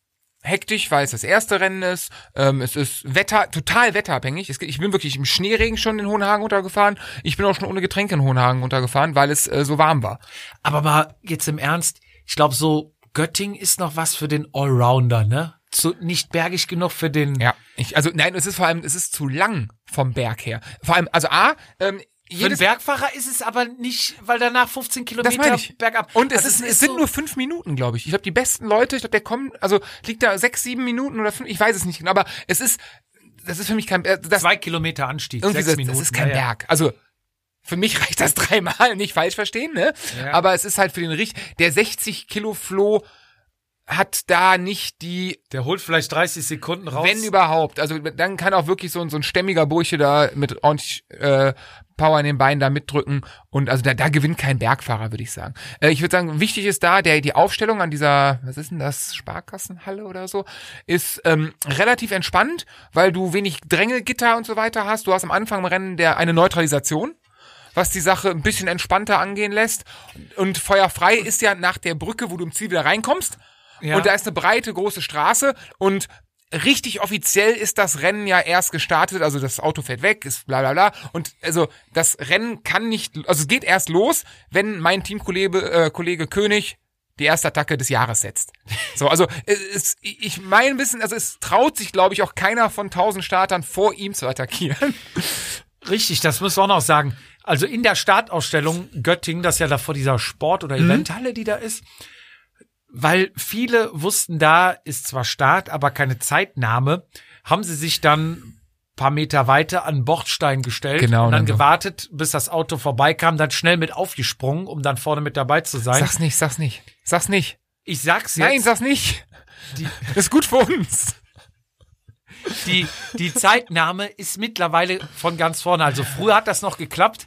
Speaker 2: hektisch, weil es das erste Rennen ist. Ähm, es ist Wetter, total wetterabhängig. Es, geht- ich bin wirklich im Schneeregen schon in Hohenhagen runtergefahren. Ich bin auch schon ohne Getränke in Hohenhagen runtergefahren, weil es äh, so warm war.
Speaker 1: Aber mal jetzt im Ernst, ich glaube so Göttingen ist noch was für den Allrounder, ne? Zu, nicht bergig genug für den
Speaker 2: Ja, ich, also nein, es ist vor allem, es ist zu lang vom Berg her. Vor allem, also A,
Speaker 1: Für
Speaker 2: ähm,
Speaker 1: den
Speaker 2: jedes
Speaker 1: Bergfahrer ist es aber nicht, weil danach 15
Speaker 2: das
Speaker 1: Kilometer
Speaker 2: meine ich.
Speaker 1: bergab.
Speaker 2: Und es,
Speaker 1: Also
Speaker 2: ist, es sind
Speaker 1: so-
Speaker 2: nur fünf Minuten, glaube ich. Ich glaube, die besten Leute, ich glaube, der kommt, also liegt da sechs, sieben Minuten oder fünf, ich weiß es nicht genau, aber es ist, das ist für mich kein, äh, das,
Speaker 1: zwei Kilometer Anstieg,
Speaker 2: irgendwie
Speaker 1: sechs
Speaker 2: das,
Speaker 1: Minuten.
Speaker 2: das ist kein
Speaker 1: ja, ja.
Speaker 2: Berg. Also für mich reicht das dreimal, nicht falsch verstehen, ne?
Speaker 1: Ja.
Speaker 2: Aber es ist halt für den Richt, der 60 Kilo Floh hat da nicht die
Speaker 1: Der holt vielleicht 30 Sekunden raus.
Speaker 2: Wenn überhaupt. Also dann kann auch wirklich so, ein- so ein stämmiger Bursche da mit ordentlich äh, Power in den Beinen da mitdrücken. Und also da, da gewinnt kein Bergfahrer, würde ich sagen. Äh, ich würde sagen, wichtig ist da, der die Aufstellung an dieser, was ist denn das, Sparkassenhalle oder so, ist ähm, relativ entspannt, weil du wenig Drängelgitter und so weiter hast. Du hast am Anfang im Rennen der eine Neutralisation was die Sache ein bisschen entspannter angehen lässt. Und feuerfrei ist ja nach der Brücke, wo du im Ziel wieder reinkommst.
Speaker 1: Ja.
Speaker 2: Und da ist eine breite, große Straße und richtig offiziell ist das Rennen ja erst gestartet, also das Auto fährt weg, ist bla bla bla. Und also das Rennen kann nicht, also es geht erst los, wenn mein Teamkollege äh, Kollege König die erste Attacke des Jahres setzt. So, also es, ist- ich meine ein bisschen, also es traut sich, glaube ich, auch keiner von tausend Startern vor ihm zu attackieren.
Speaker 1: Richtig, das müssen wir auch noch sagen. Also in der Startausstellung Göttingen, das ist ja davor dieser Sport- oder
Speaker 2: Mhm.
Speaker 1: Eventhalle, die da ist, weil viele wussten, da ist zwar Start, aber keine Zeitnahme, haben sie sich dann paar Meter weiter an den Bordstein gestellt
Speaker 2: Genau,
Speaker 1: und
Speaker 2: dann
Speaker 1: dann
Speaker 2: so.
Speaker 1: gewartet, bis das Auto vorbeikam, dann schnell mit aufgesprungen, um dann vorne mit dabei zu sein.
Speaker 2: Sag's nicht, sag's nicht, sag's nicht.
Speaker 1: ich sag's jetzt,
Speaker 2: Nein, sag's nicht. Das ist gut für uns.
Speaker 1: die, die Zeitnahme ist mittlerweile von ganz vorne. Also früher hat das noch geklappt.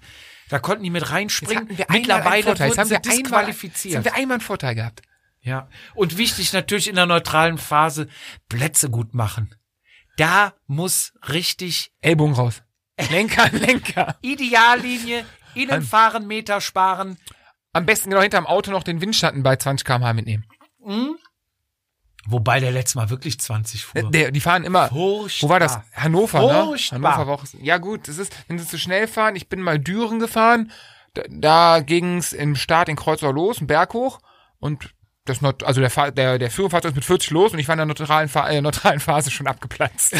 Speaker 1: Da konnten die mit reinspringen. Mittlerweile
Speaker 2: Vorteil. Jetzt
Speaker 1: wurden
Speaker 2: haben
Speaker 1: sie
Speaker 2: wir einmal, jetzt haben
Speaker 1: disqualifiziert.
Speaker 2: wir einmal einen Vorteil gehabt.
Speaker 1: Ja. Und wichtig natürlich in der neutralen Phase, Plätze gut machen. Da muss richtig
Speaker 2: Ellbogen raus. Lenker, Lenker.
Speaker 1: Ideallinie, Innenfahren, Meter sparen.
Speaker 2: Am besten genau hinterm Auto noch den Windschatten bei 20 km/h mitnehmen.
Speaker 1: Wobei der letztes Mal wirklich 20 fuhr.
Speaker 2: Der, die fahren immer.
Speaker 1: Furchtbar.
Speaker 2: Wo war das? Hannover,
Speaker 1: Furchtbar.
Speaker 2: ne? Hannover war auch, Ja gut, das ist, wenn sie zu schnell fahren, ich bin mal Düren gefahren, da, da ging's im Start in Kreuzer los, einen Berg hoch und das not, also der, Fahr- der, der Führerfahrzeug ist mit 40 los und ich war in der neutralen, Fa äh, neutralen Phase schon abgeplatzt.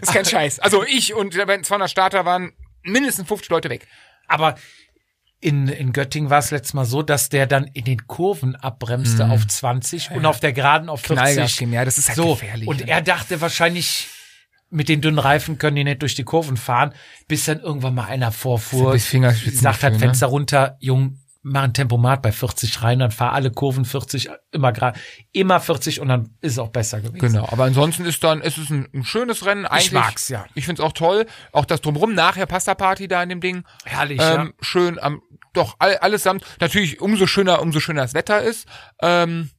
Speaker 2: ist kein Scheiß. Also ich und wenn 200 Starter waren mindestens 50 Leute weg.
Speaker 1: Aber in, in Göttingen war es letztes Mal so, dass der dann in den Kurven abbremste auf 20 und auf der Geraden auf 40.
Speaker 2: geben, Mhm. ja, das ist halt
Speaker 1: so.
Speaker 2: gefährlich,
Speaker 1: Und
Speaker 2: ne?
Speaker 1: er dachte wahrscheinlich, mit den dünnen Reifen können die nicht durch die Kurven fahren, bis dann irgendwann mal einer vorfuhr,
Speaker 2: Das ist ein bisschen Fingerspitzengefühl,
Speaker 1: sagt hat
Speaker 2: ne?
Speaker 1: Fenster runter, Jung, mach ein Tempomat bei 40 rein, dann fahr alle Kurven 40, immer gerade, immer 40 und dann ist es auch besser gewesen.
Speaker 2: Genau, aber ansonsten ist dann, ist es ist ein, ein schönes Rennen. Eigentlich,
Speaker 1: mag's, ja.
Speaker 2: Ich find's auch toll. Auch das drumrum, nachher Pasta-Party da in dem Ding.
Speaker 1: Herrlich,
Speaker 2: ähm, Schön am, doch, all, allesamt. Natürlich, umso schöner, umso schöner das Wetter ist. Ähm,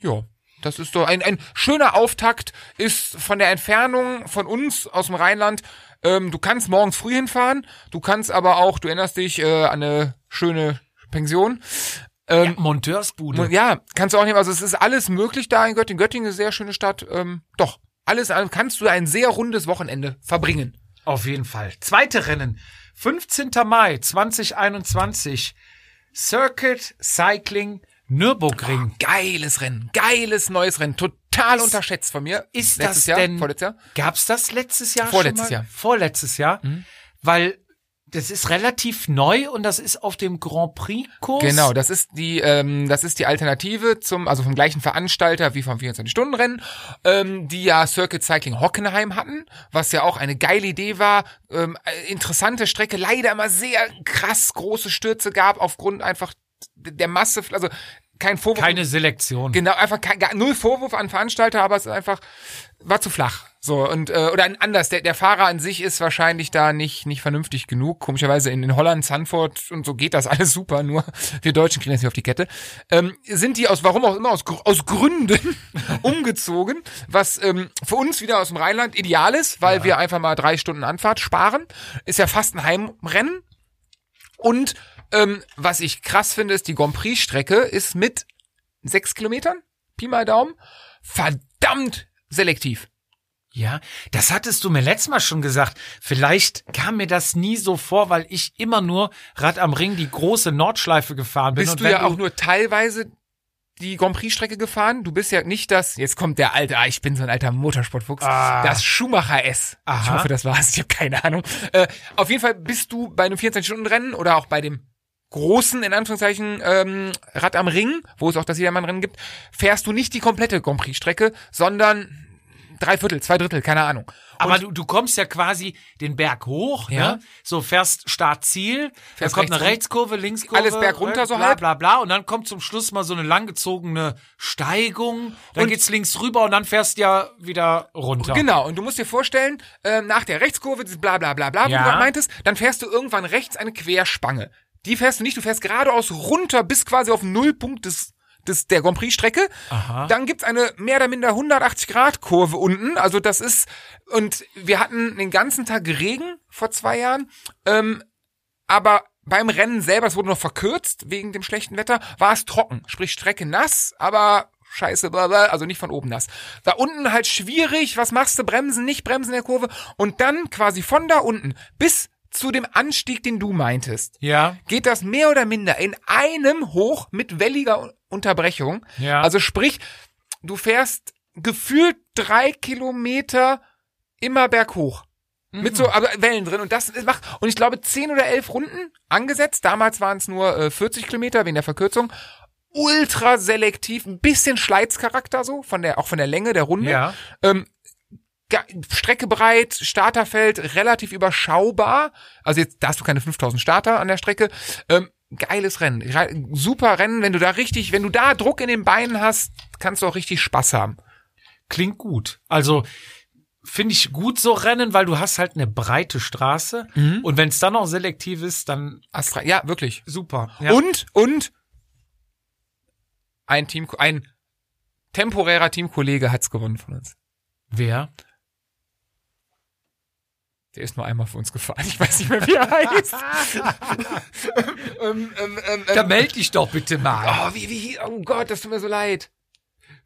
Speaker 2: ja, das ist so ein, ein schöner Auftakt, ist von der Entfernung von uns aus dem Rheinland. Ähm, du kannst morgens früh hinfahren, du kannst aber auch, du erinnerst dich äh, an eine schöne Pension.
Speaker 1: ja.
Speaker 2: Ähm,
Speaker 1: Ja, Monteursbude.
Speaker 2: Ja, kannst du auch nehmen. Also es ist alles möglich da in Göttingen. Göttingen ist eine sehr schöne Stadt. Ähm, doch, alles in allem kannst du ein sehr rundes Wochenende verbringen.
Speaker 1: Auf jeden Fall. Zweite Rennen. 15. Mai 2021. Circuit Cycling Nürburgring.
Speaker 2: Ah, Geiles Rennen, geiles neues Rennen, total unterschätzt von mir.
Speaker 1: Ist
Speaker 2: Letztes
Speaker 1: das
Speaker 2: Jahr,
Speaker 1: denn?
Speaker 2: vorletztes Jahr?
Speaker 1: Gab's das letztes Jahr
Speaker 2: Vorletztes
Speaker 1: schon mal?
Speaker 2: Jahr. Mhm.
Speaker 1: Vorletztes Jahr. Weil das ist relativ neu und das ist auf dem Grand Prix-Kurs.
Speaker 2: Genau, das ist die, ähm, das ist die Alternative zum, also vom gleichen Veranstalter wie vom 24-Stunden-Rennen, ähm, die ja Circuit Cycling Hockenheim hatten, was ja auch eine geile Idee war, ähm, äh, interessante Strecke, leider immer sehr krass große Stürze gab aufgrund einfach der Masse, also kein Vorwurf.
Speaker 1: Keine Selektion.
Speaker 2: Genau, einfach kein, gar- null Vorwurf an Veranstalter, aber es ist einfach war zu flach. So und äh, oder an- anders, der, der Fahrer an sich ist wahrscheinlich da nicht nicht vernünftig genug. Komischerweise in, in Holland, Sanford und so geht das alles super, nur wir Deutschen kriegen das nicht auf die Kette. Ähm, sind die aus warum auch immer aus Gr- aus Gründen umgezogen, was ähm, für uns wieder aus dem Rheinland ideal ist, weil wir einfach mal drei Stunden Anfahrt sparen. Ist ja fast ein Heimrennen, und ähm, was ich krass finde, ist die Grand Prix-Strecke ist mit sechs Kilometern, Pi mal Daumen, verdammt selektiv.
Speaker 1: Ja, das hattest du mir letztes Mal schon gesagt. Vielleicht kam mir das nie so vor, weil ich immer nur Rad am Ring die große Nordschleife gefahren bin.
Speaker 2: Bist
Speaker 1: und
Speaker 2: du
Speaker 1: wenn
Speaker 2: ja auch nur teilweise die Grand Prix-Strecke gefahren. Du bist ja nicht das, jetzt kommt der alte, ah, ich bin so ein alter Motorsportfuchs,
Speaker 1: Ah.
Speaker 2: das Schumacher S. Ich
Speaker 1: Aha.
Speaker 2: hoffe, das war's, ich habe keine Ahnung. Äh, auf jeden Fall bist du bei einem 24-Stunden-Rennen oder auch bei dem großen, in Anführungszeichen, ähm, Rad am Ring, wo es auch das Jedermann-Rennen gibt, fährst du nicht die komplette Grand Prix-Strecke, sondern drei Viertel, zwei Drittel, keine Ahnung.
Speaker 1: Aber du, du kommst ja quasi den Berg hoch,
Speaker 2: Ja.
Speaker 1: ne? So fährst Start-Ziel, dann
Speaker 2: Fährst
Speaker 1: kommt eine
Speaker 2: rechts
Speaker 1: Rechtskurve, Linkskurve, ne?
Speaker 2: Alles bergunter so
Speaker 1: bla,
Speaker 2: halb.
Speaker 1: bla bla und dann kommt zum Schluss mal so eine langgezogene Steigung, dann
Speaker 2: Und-
Speaker 1: geht's links rüber und dann fährst du ja wieder runter.
Speaker 2: Genau, und du musst dir vorstellen, ähm, nach der Rechtskurve, dieses bla bla bla bla, wie du
Speaker 1: Ja.
Speaker 2: gerade meintest, dann fährst du irgendwann rechts eine Querspange. Die fährst du nicht, du fährst geradeaus runter bis quasi auf den Nullpunkt des, des, der Grand Prix-Strecke. Dann gibt's eine mehr oder minder 180-Grad-Kurve unten. Also das ist, und wir hatten den ganzen Tag Regen vor zwei Jahren. Ähm, aber beim Rennen selber, es wurde noch verkürzt wegen dem schlechten Wetter, war es trocken. Sprich, Strecke nass, aber scheiße, bla bla, also nicht von oben nass. Da unten halt schwierig, was machst du? Bremsen, nicht bremsen in der Kurve. Und dann quasi von da unten bis zu dem Anstieg, den du meintest,
Speaker 1: Ja.
Speaker 2: geht das mehr oder minder in einem hoch mit welliger Unterbrechung.
Speaker 1: Ja.
Speaker 2: Also sprich, du fährst gefühlt drei Kilometer immer berghoch. Mit so aber Wellen drin und das ist- macht, und ich glaube, zehn oder elf Runden angesetzt. Damals waren es nur äh, 40 Kilometer wegen der Verkürzung. Ultra selektiv, ein bisschen Schleizcharakter so, von der, auch von der Länge der Runde.
Speaker 1: Ja.
Speaker 2: Ähm, ga- Strecke breit, Starterfeld relativ überschaubar. Also jetzt, da hast du keine 5000 Starter an der Strecke. Ähm, geiles Rennen. Re- Super Rennen. Wenn du da richtig, wenn du da Druck in den Beinen hast, kannst du auch richtig Spaß haben.
Speaker 1: Klingt gut. Also finde ich gut so Rennen, weil du hast halt eine breite Straße
Speaker 2: Mhm.
Speaker 1: und wenn es dann noch selektiv ist, dann
Speaker 2: Astra, ja, wirklich.
Speaker 1: super. Ja.
Speaker 2: Und, und ein Team, ein temporärer Teamkollege hat's gewonnen von uns.
Speaker 1: wer?
Speaker 2: Der ist nur einmal für uns gefahren. Ich weiß nicht mehr, wie er heißt. ähm, ähm, ähm, ähm,
Speaker 1: meld dich doch bitte mal.
Speaker 2: oh, wie, wie, oh Gott, das tut mir so leid.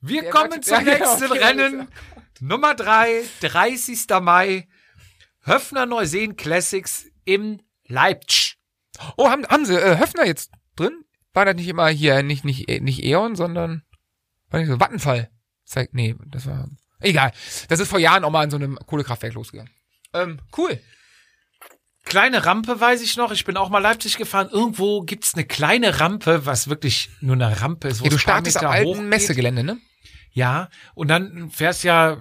Speaker 1: Wir
Speaker 2: Der
Speaker 1: kommen
Speaker 2: Gott-
Speaker 1: zum
Speaker 2: Ja, genau.
Speaker 1: nächsten Rennen. Nummer drei, 30. Mai. Höfner Neuseen Classics im Leipzig.
Speaker 2: Oh, haben, haben sie äh, Höfner jetzt drin? War das nicht immer hier, nicht, nicht, äh, nicht Eon, sondern war nicht so, Vattenfall. Zeigt, nee, das war. Egal. Das ist vor Jahren auch mal an so einem Kohlekraftwerk losgegangen. Ähm, cool.
Speaker 1: Kleine Rampe weiß ich noch. Ich bin auch mal Leipzig gefahren. Irgendwo gibt's eine kleine Rampe, was wirklich nur eine Rampe ist. wo
Speaker 2: Ja, du
Speaker 1: es ein paar
Speaker 2: startest am
Speaker 1: Meter
Speaker 2: alten
Speaker 1: hochgeht.
Speaker 2: Messegelände, ne?
Speaker 1: Ja, und dann fährst ja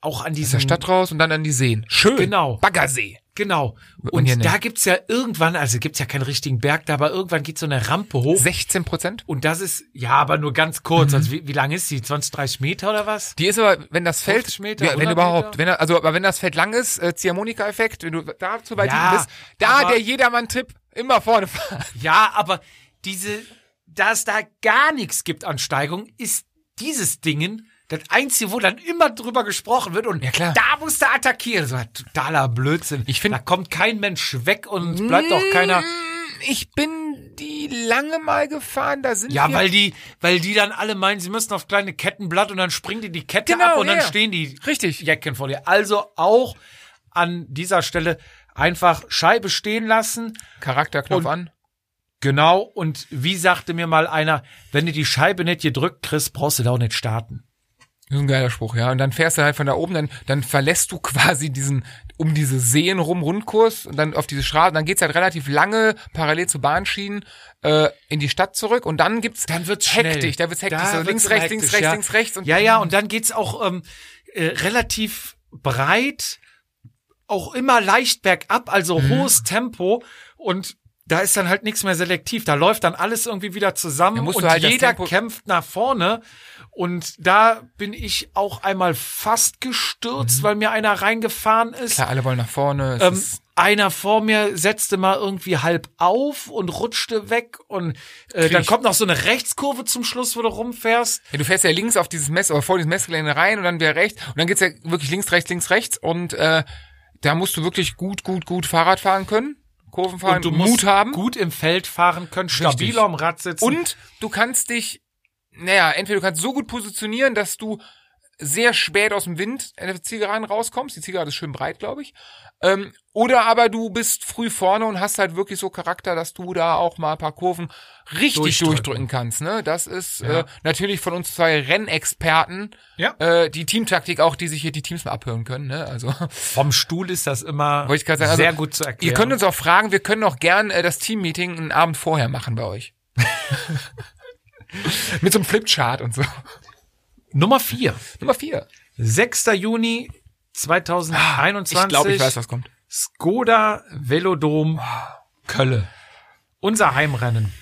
Speaker 1: auch an
Speaker 2: Aus der
Speaker 1: diesen
Speaker 2: Stadt raus und dann an die Seen. Schön.
Speaker 1: Mhm. Genau.
Speaker 2: Baggersee.
Speaker 1: Genau.
Speaker 2: man hier
Speaker 1: Und da
Speaker 2: nennt.
Speaker 1: gibt's ja irgendwann, also gibt's ja keinen richtigen Berg da, aber irgendwann geht so eine Rampe hoch.
Speaker 2: 16 Prozent.
Speaker 1: Und das ist, ja, aber nur ganz
Speaker 2: Mhm.
Speaker 1: kurz. Also wie, wie lang ist die? 20, 30 Meter oder was?
Speaker 2: Die ist aber, wenn das Feld,
Speaker 1: 50 Meter,
Speaker 2: ja, wenn
Speaker 1: 100
Speaker 2: überhaupt,
Speaker 1: Meter?
Speaker 2: wenn er, also aber wenn das Feld lang ist, äh, Ziehharmonika-Effekt, wenn du da zu weit
Speaker 1: Ja,
Speaker 2: hinten bist, da
Speaker 1: aber-
Speaker 2: der Jedermann-Tipp immer vorne fahren.
Speaker 1: Ja, aber diese, dass da gar nichts gibt an Steigung, ist dieses Dingen das Einzige, wo dann immer drüber gesprochen wird und
Speaker 2: Ja, klar.
Speaker 1: da musst du attackieren. So ein totaler Blödsinn.
Speaker 2: Ich find- Mm.
Speaker 1: da kommt kein Mensch weg und bleibt auch keiner.
Speaker 2: Ich bin die lange mal gefahren, da sind
Speaker 1: Ja,
Speaker 2: wir
Speaker 1: weil die, weil die dann alle meinen, sie müssen auf kleine Kettenblatt und dann springt die die Kette
Speaker 2: Genau,
Speaker 1: ab und
Speaker 2: ja.
Speaker 1: dann stehen die
Speaker 2: Richtig.
Speaker 1: Jacken vor dir. Also auch an dieser Stelle einfach Scheibe stehen lassen
Speaker 2: Charakterknopf
Speaker 1: Und-
Speaker 2: an.
Speaker 1: Genau, und wie sagte mir mal einer, wenn du die Scheibe nicht gedrückt kriegst, brauchst du da auch nicht starten.
Speaker 2: Das ist ein geiler Spruch, ja. Und dann fährst du halt von da oben, dann, dann verlässt du quasi diesen, um diese Seen rum Rundkurs und dann auf diese Straße, dann geht's halt relativ lange parallel zu Bahnschienen äh, in die Stadt zurück und dann gibt's
Speaker 1: Dann wird's schnell.
Speaker 2: hektisch, da wird's hektisch,
Speaker 1: Da
Speaker 2: so
Speaker 1: wird's
Speaker 2: links, rechts,
Speaker 1: hektisch,
Speaker 2: links, rechts,
Speaker 1: ja.
Speaker 2: links, rechts und
Speaker 1: Ja, ja, und dann geht's auch ähm, äh, relativ breit, auch immer leicht bergab, also
Speaker 2: Mhm.
Speaker 1: hohes Tempo und da ist dann halt nichts mehr selektiv. Da läuft dann alles irgendwie wieder zusammen
Speaker 2: Da musst du
Speaker 1: und
Speaker 2: halt das
Speaker 1: jeder
Speaker 2: Tempo-
Speaker 1: kämpft nach vorne. Und da bin ich auch einmal fast gestürzt, weil mir einer reingefahren ist.
Speaker 2: Mhm. klar, alle wollen nach vorne. Es
Speaker 1: Ähm,
Speaker 2: ist,
Speaker 1: einer vor mir setzte mal irgendwie halb auf und rutschte weg und äh, dann
Speaker 2: ich.
Speaker 1: kommt noch so eine Rechtskurve zum Schluss, wo du rumfährst.
Speaker 2: ja, du fährst ja links auf dieses Mess oder vor dieses Messgelände rein und dann wieder rechts und dann geht's ja wirklich links, rechts, links, rechts und äh, da musst du wirklich gut, gut, gut Fahrrad fahren können, Kurven fahren,
Speaker 1: Und du musst
Speaker 2: Mut haben.
Speaker 1: gut im Feld fahren können, stabil am Rad sitzen.
Speaker 2: Und du kannst dich, naja, entweder du kannst so gut positionieren, dass du sehr spät aus dem Wind an der Zielgeraden rauskommst. Die Zielgerade ist schön breit, glaube ich. Ähm, oder aber du bist früh vorne und hast halt wirklich so Charakter, dass du da auch mal ein paar Kurven richtig durchdrücken,
Speaker 1: Durchdrücken.
Speaker 2: kannst. Ne? Das ist
Speaker 1: Ja.
Speaker 2: äh, natürlich von uns zwei Rennexperten
Speaker 1: Ja.
Speaker 2: äh, die Teamtaktik auch, die sich hier die Teams mal abhören können. Ne? Also
Speaker 1: vom Stuhl ist das immer
Speaker 2: Wollte ich gerade sagen, also,
Speaker 1: sehr gut zu erklären.
Speaker 2: Ihr könnt uns auch fragen, wir können auch gern äh, das Teammeeting einen Abend vorher machen bei euch. Mit so einem Flipchart und so.
Speaker 1: Nummer vier,
Speaker 2: Nummer vier.
Speaker 1: 6. Juni 2021.
Speaker 2: Ich glaube, Ah, ich weiß, was kommt.
Speaker 1: Skoda Velodrom Kölle. Unser Heimrennen.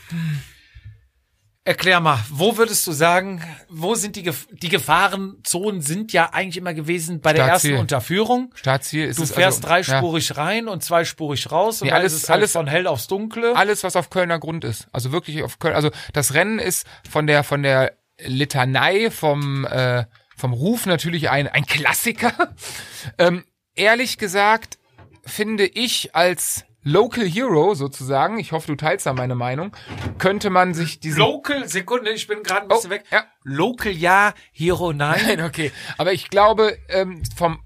Speaker 1: Erklär mal, wo würdest du sagen, wo sind die, Gef die Gefahrenzonen sind ja eigentlich immer gewesen bei der
Speaker 2: Startziel.
Speaker 1: ersten Unterführung.
Speaker 2: Startziel ist
Speaker 1: Du
Speaker 2: es
Speaker 1: fährst
Speaker 2: also,
Speaker 1: dreispurig rein und zweispurig raus und
Speaker 2: Nee,
Speaker 1: alles
Speaker 2: alles-
Speaker 1: ist halt
Speaker 2: alles-
Speaker 1: von hell aufs Dunkle.
Speaker 2: Ja, alles, was auf Kölner Grund ist. Also wirklich auf Köln. Also das Rennen ist von der von der Litanei vom äh, vom Ruf natürlich ein ein Klassiker. ähm, ehrlich gesagt finde ich als Local Hero sozusagen, ich hoffe, du teilst da meine Meinung, könnte man sich diesen
Speaker 1: Local, Sekunde, ich bin gerade ein bisschen
Speaker 2: Oh,
Speaker 1: weg.
Speaker 2: ja.
Speaker 1: Local ja, Hero nein.
Speaker 2: Nein, okay. Aber ich glaube, ähm, vom,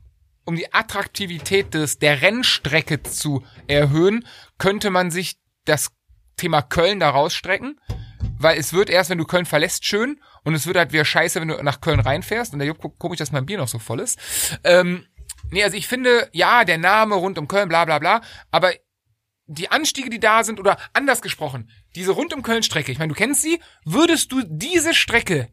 Speaker 2: um die Attraktivität des, der Rennstrecke zu erhöhen, könnte man sich das Thema Köln da rausstrecken. Weil es wird erst, wenn du Köln verlässt, schön. Und es wird halt wieder scheiße, wenn du nach Köln reinfährst. Und der Jupp guckt komisch, dass mein Bier noch so voll ist. Ähm, nee, also ich finde, ja, der Name rund um Köln, bla bla bla. Aber die Anstiege, die da sind, oder anders gesprochen, diese rund um Köln-Strecke, ich meine, du kennst sie, würdest du diese Strecke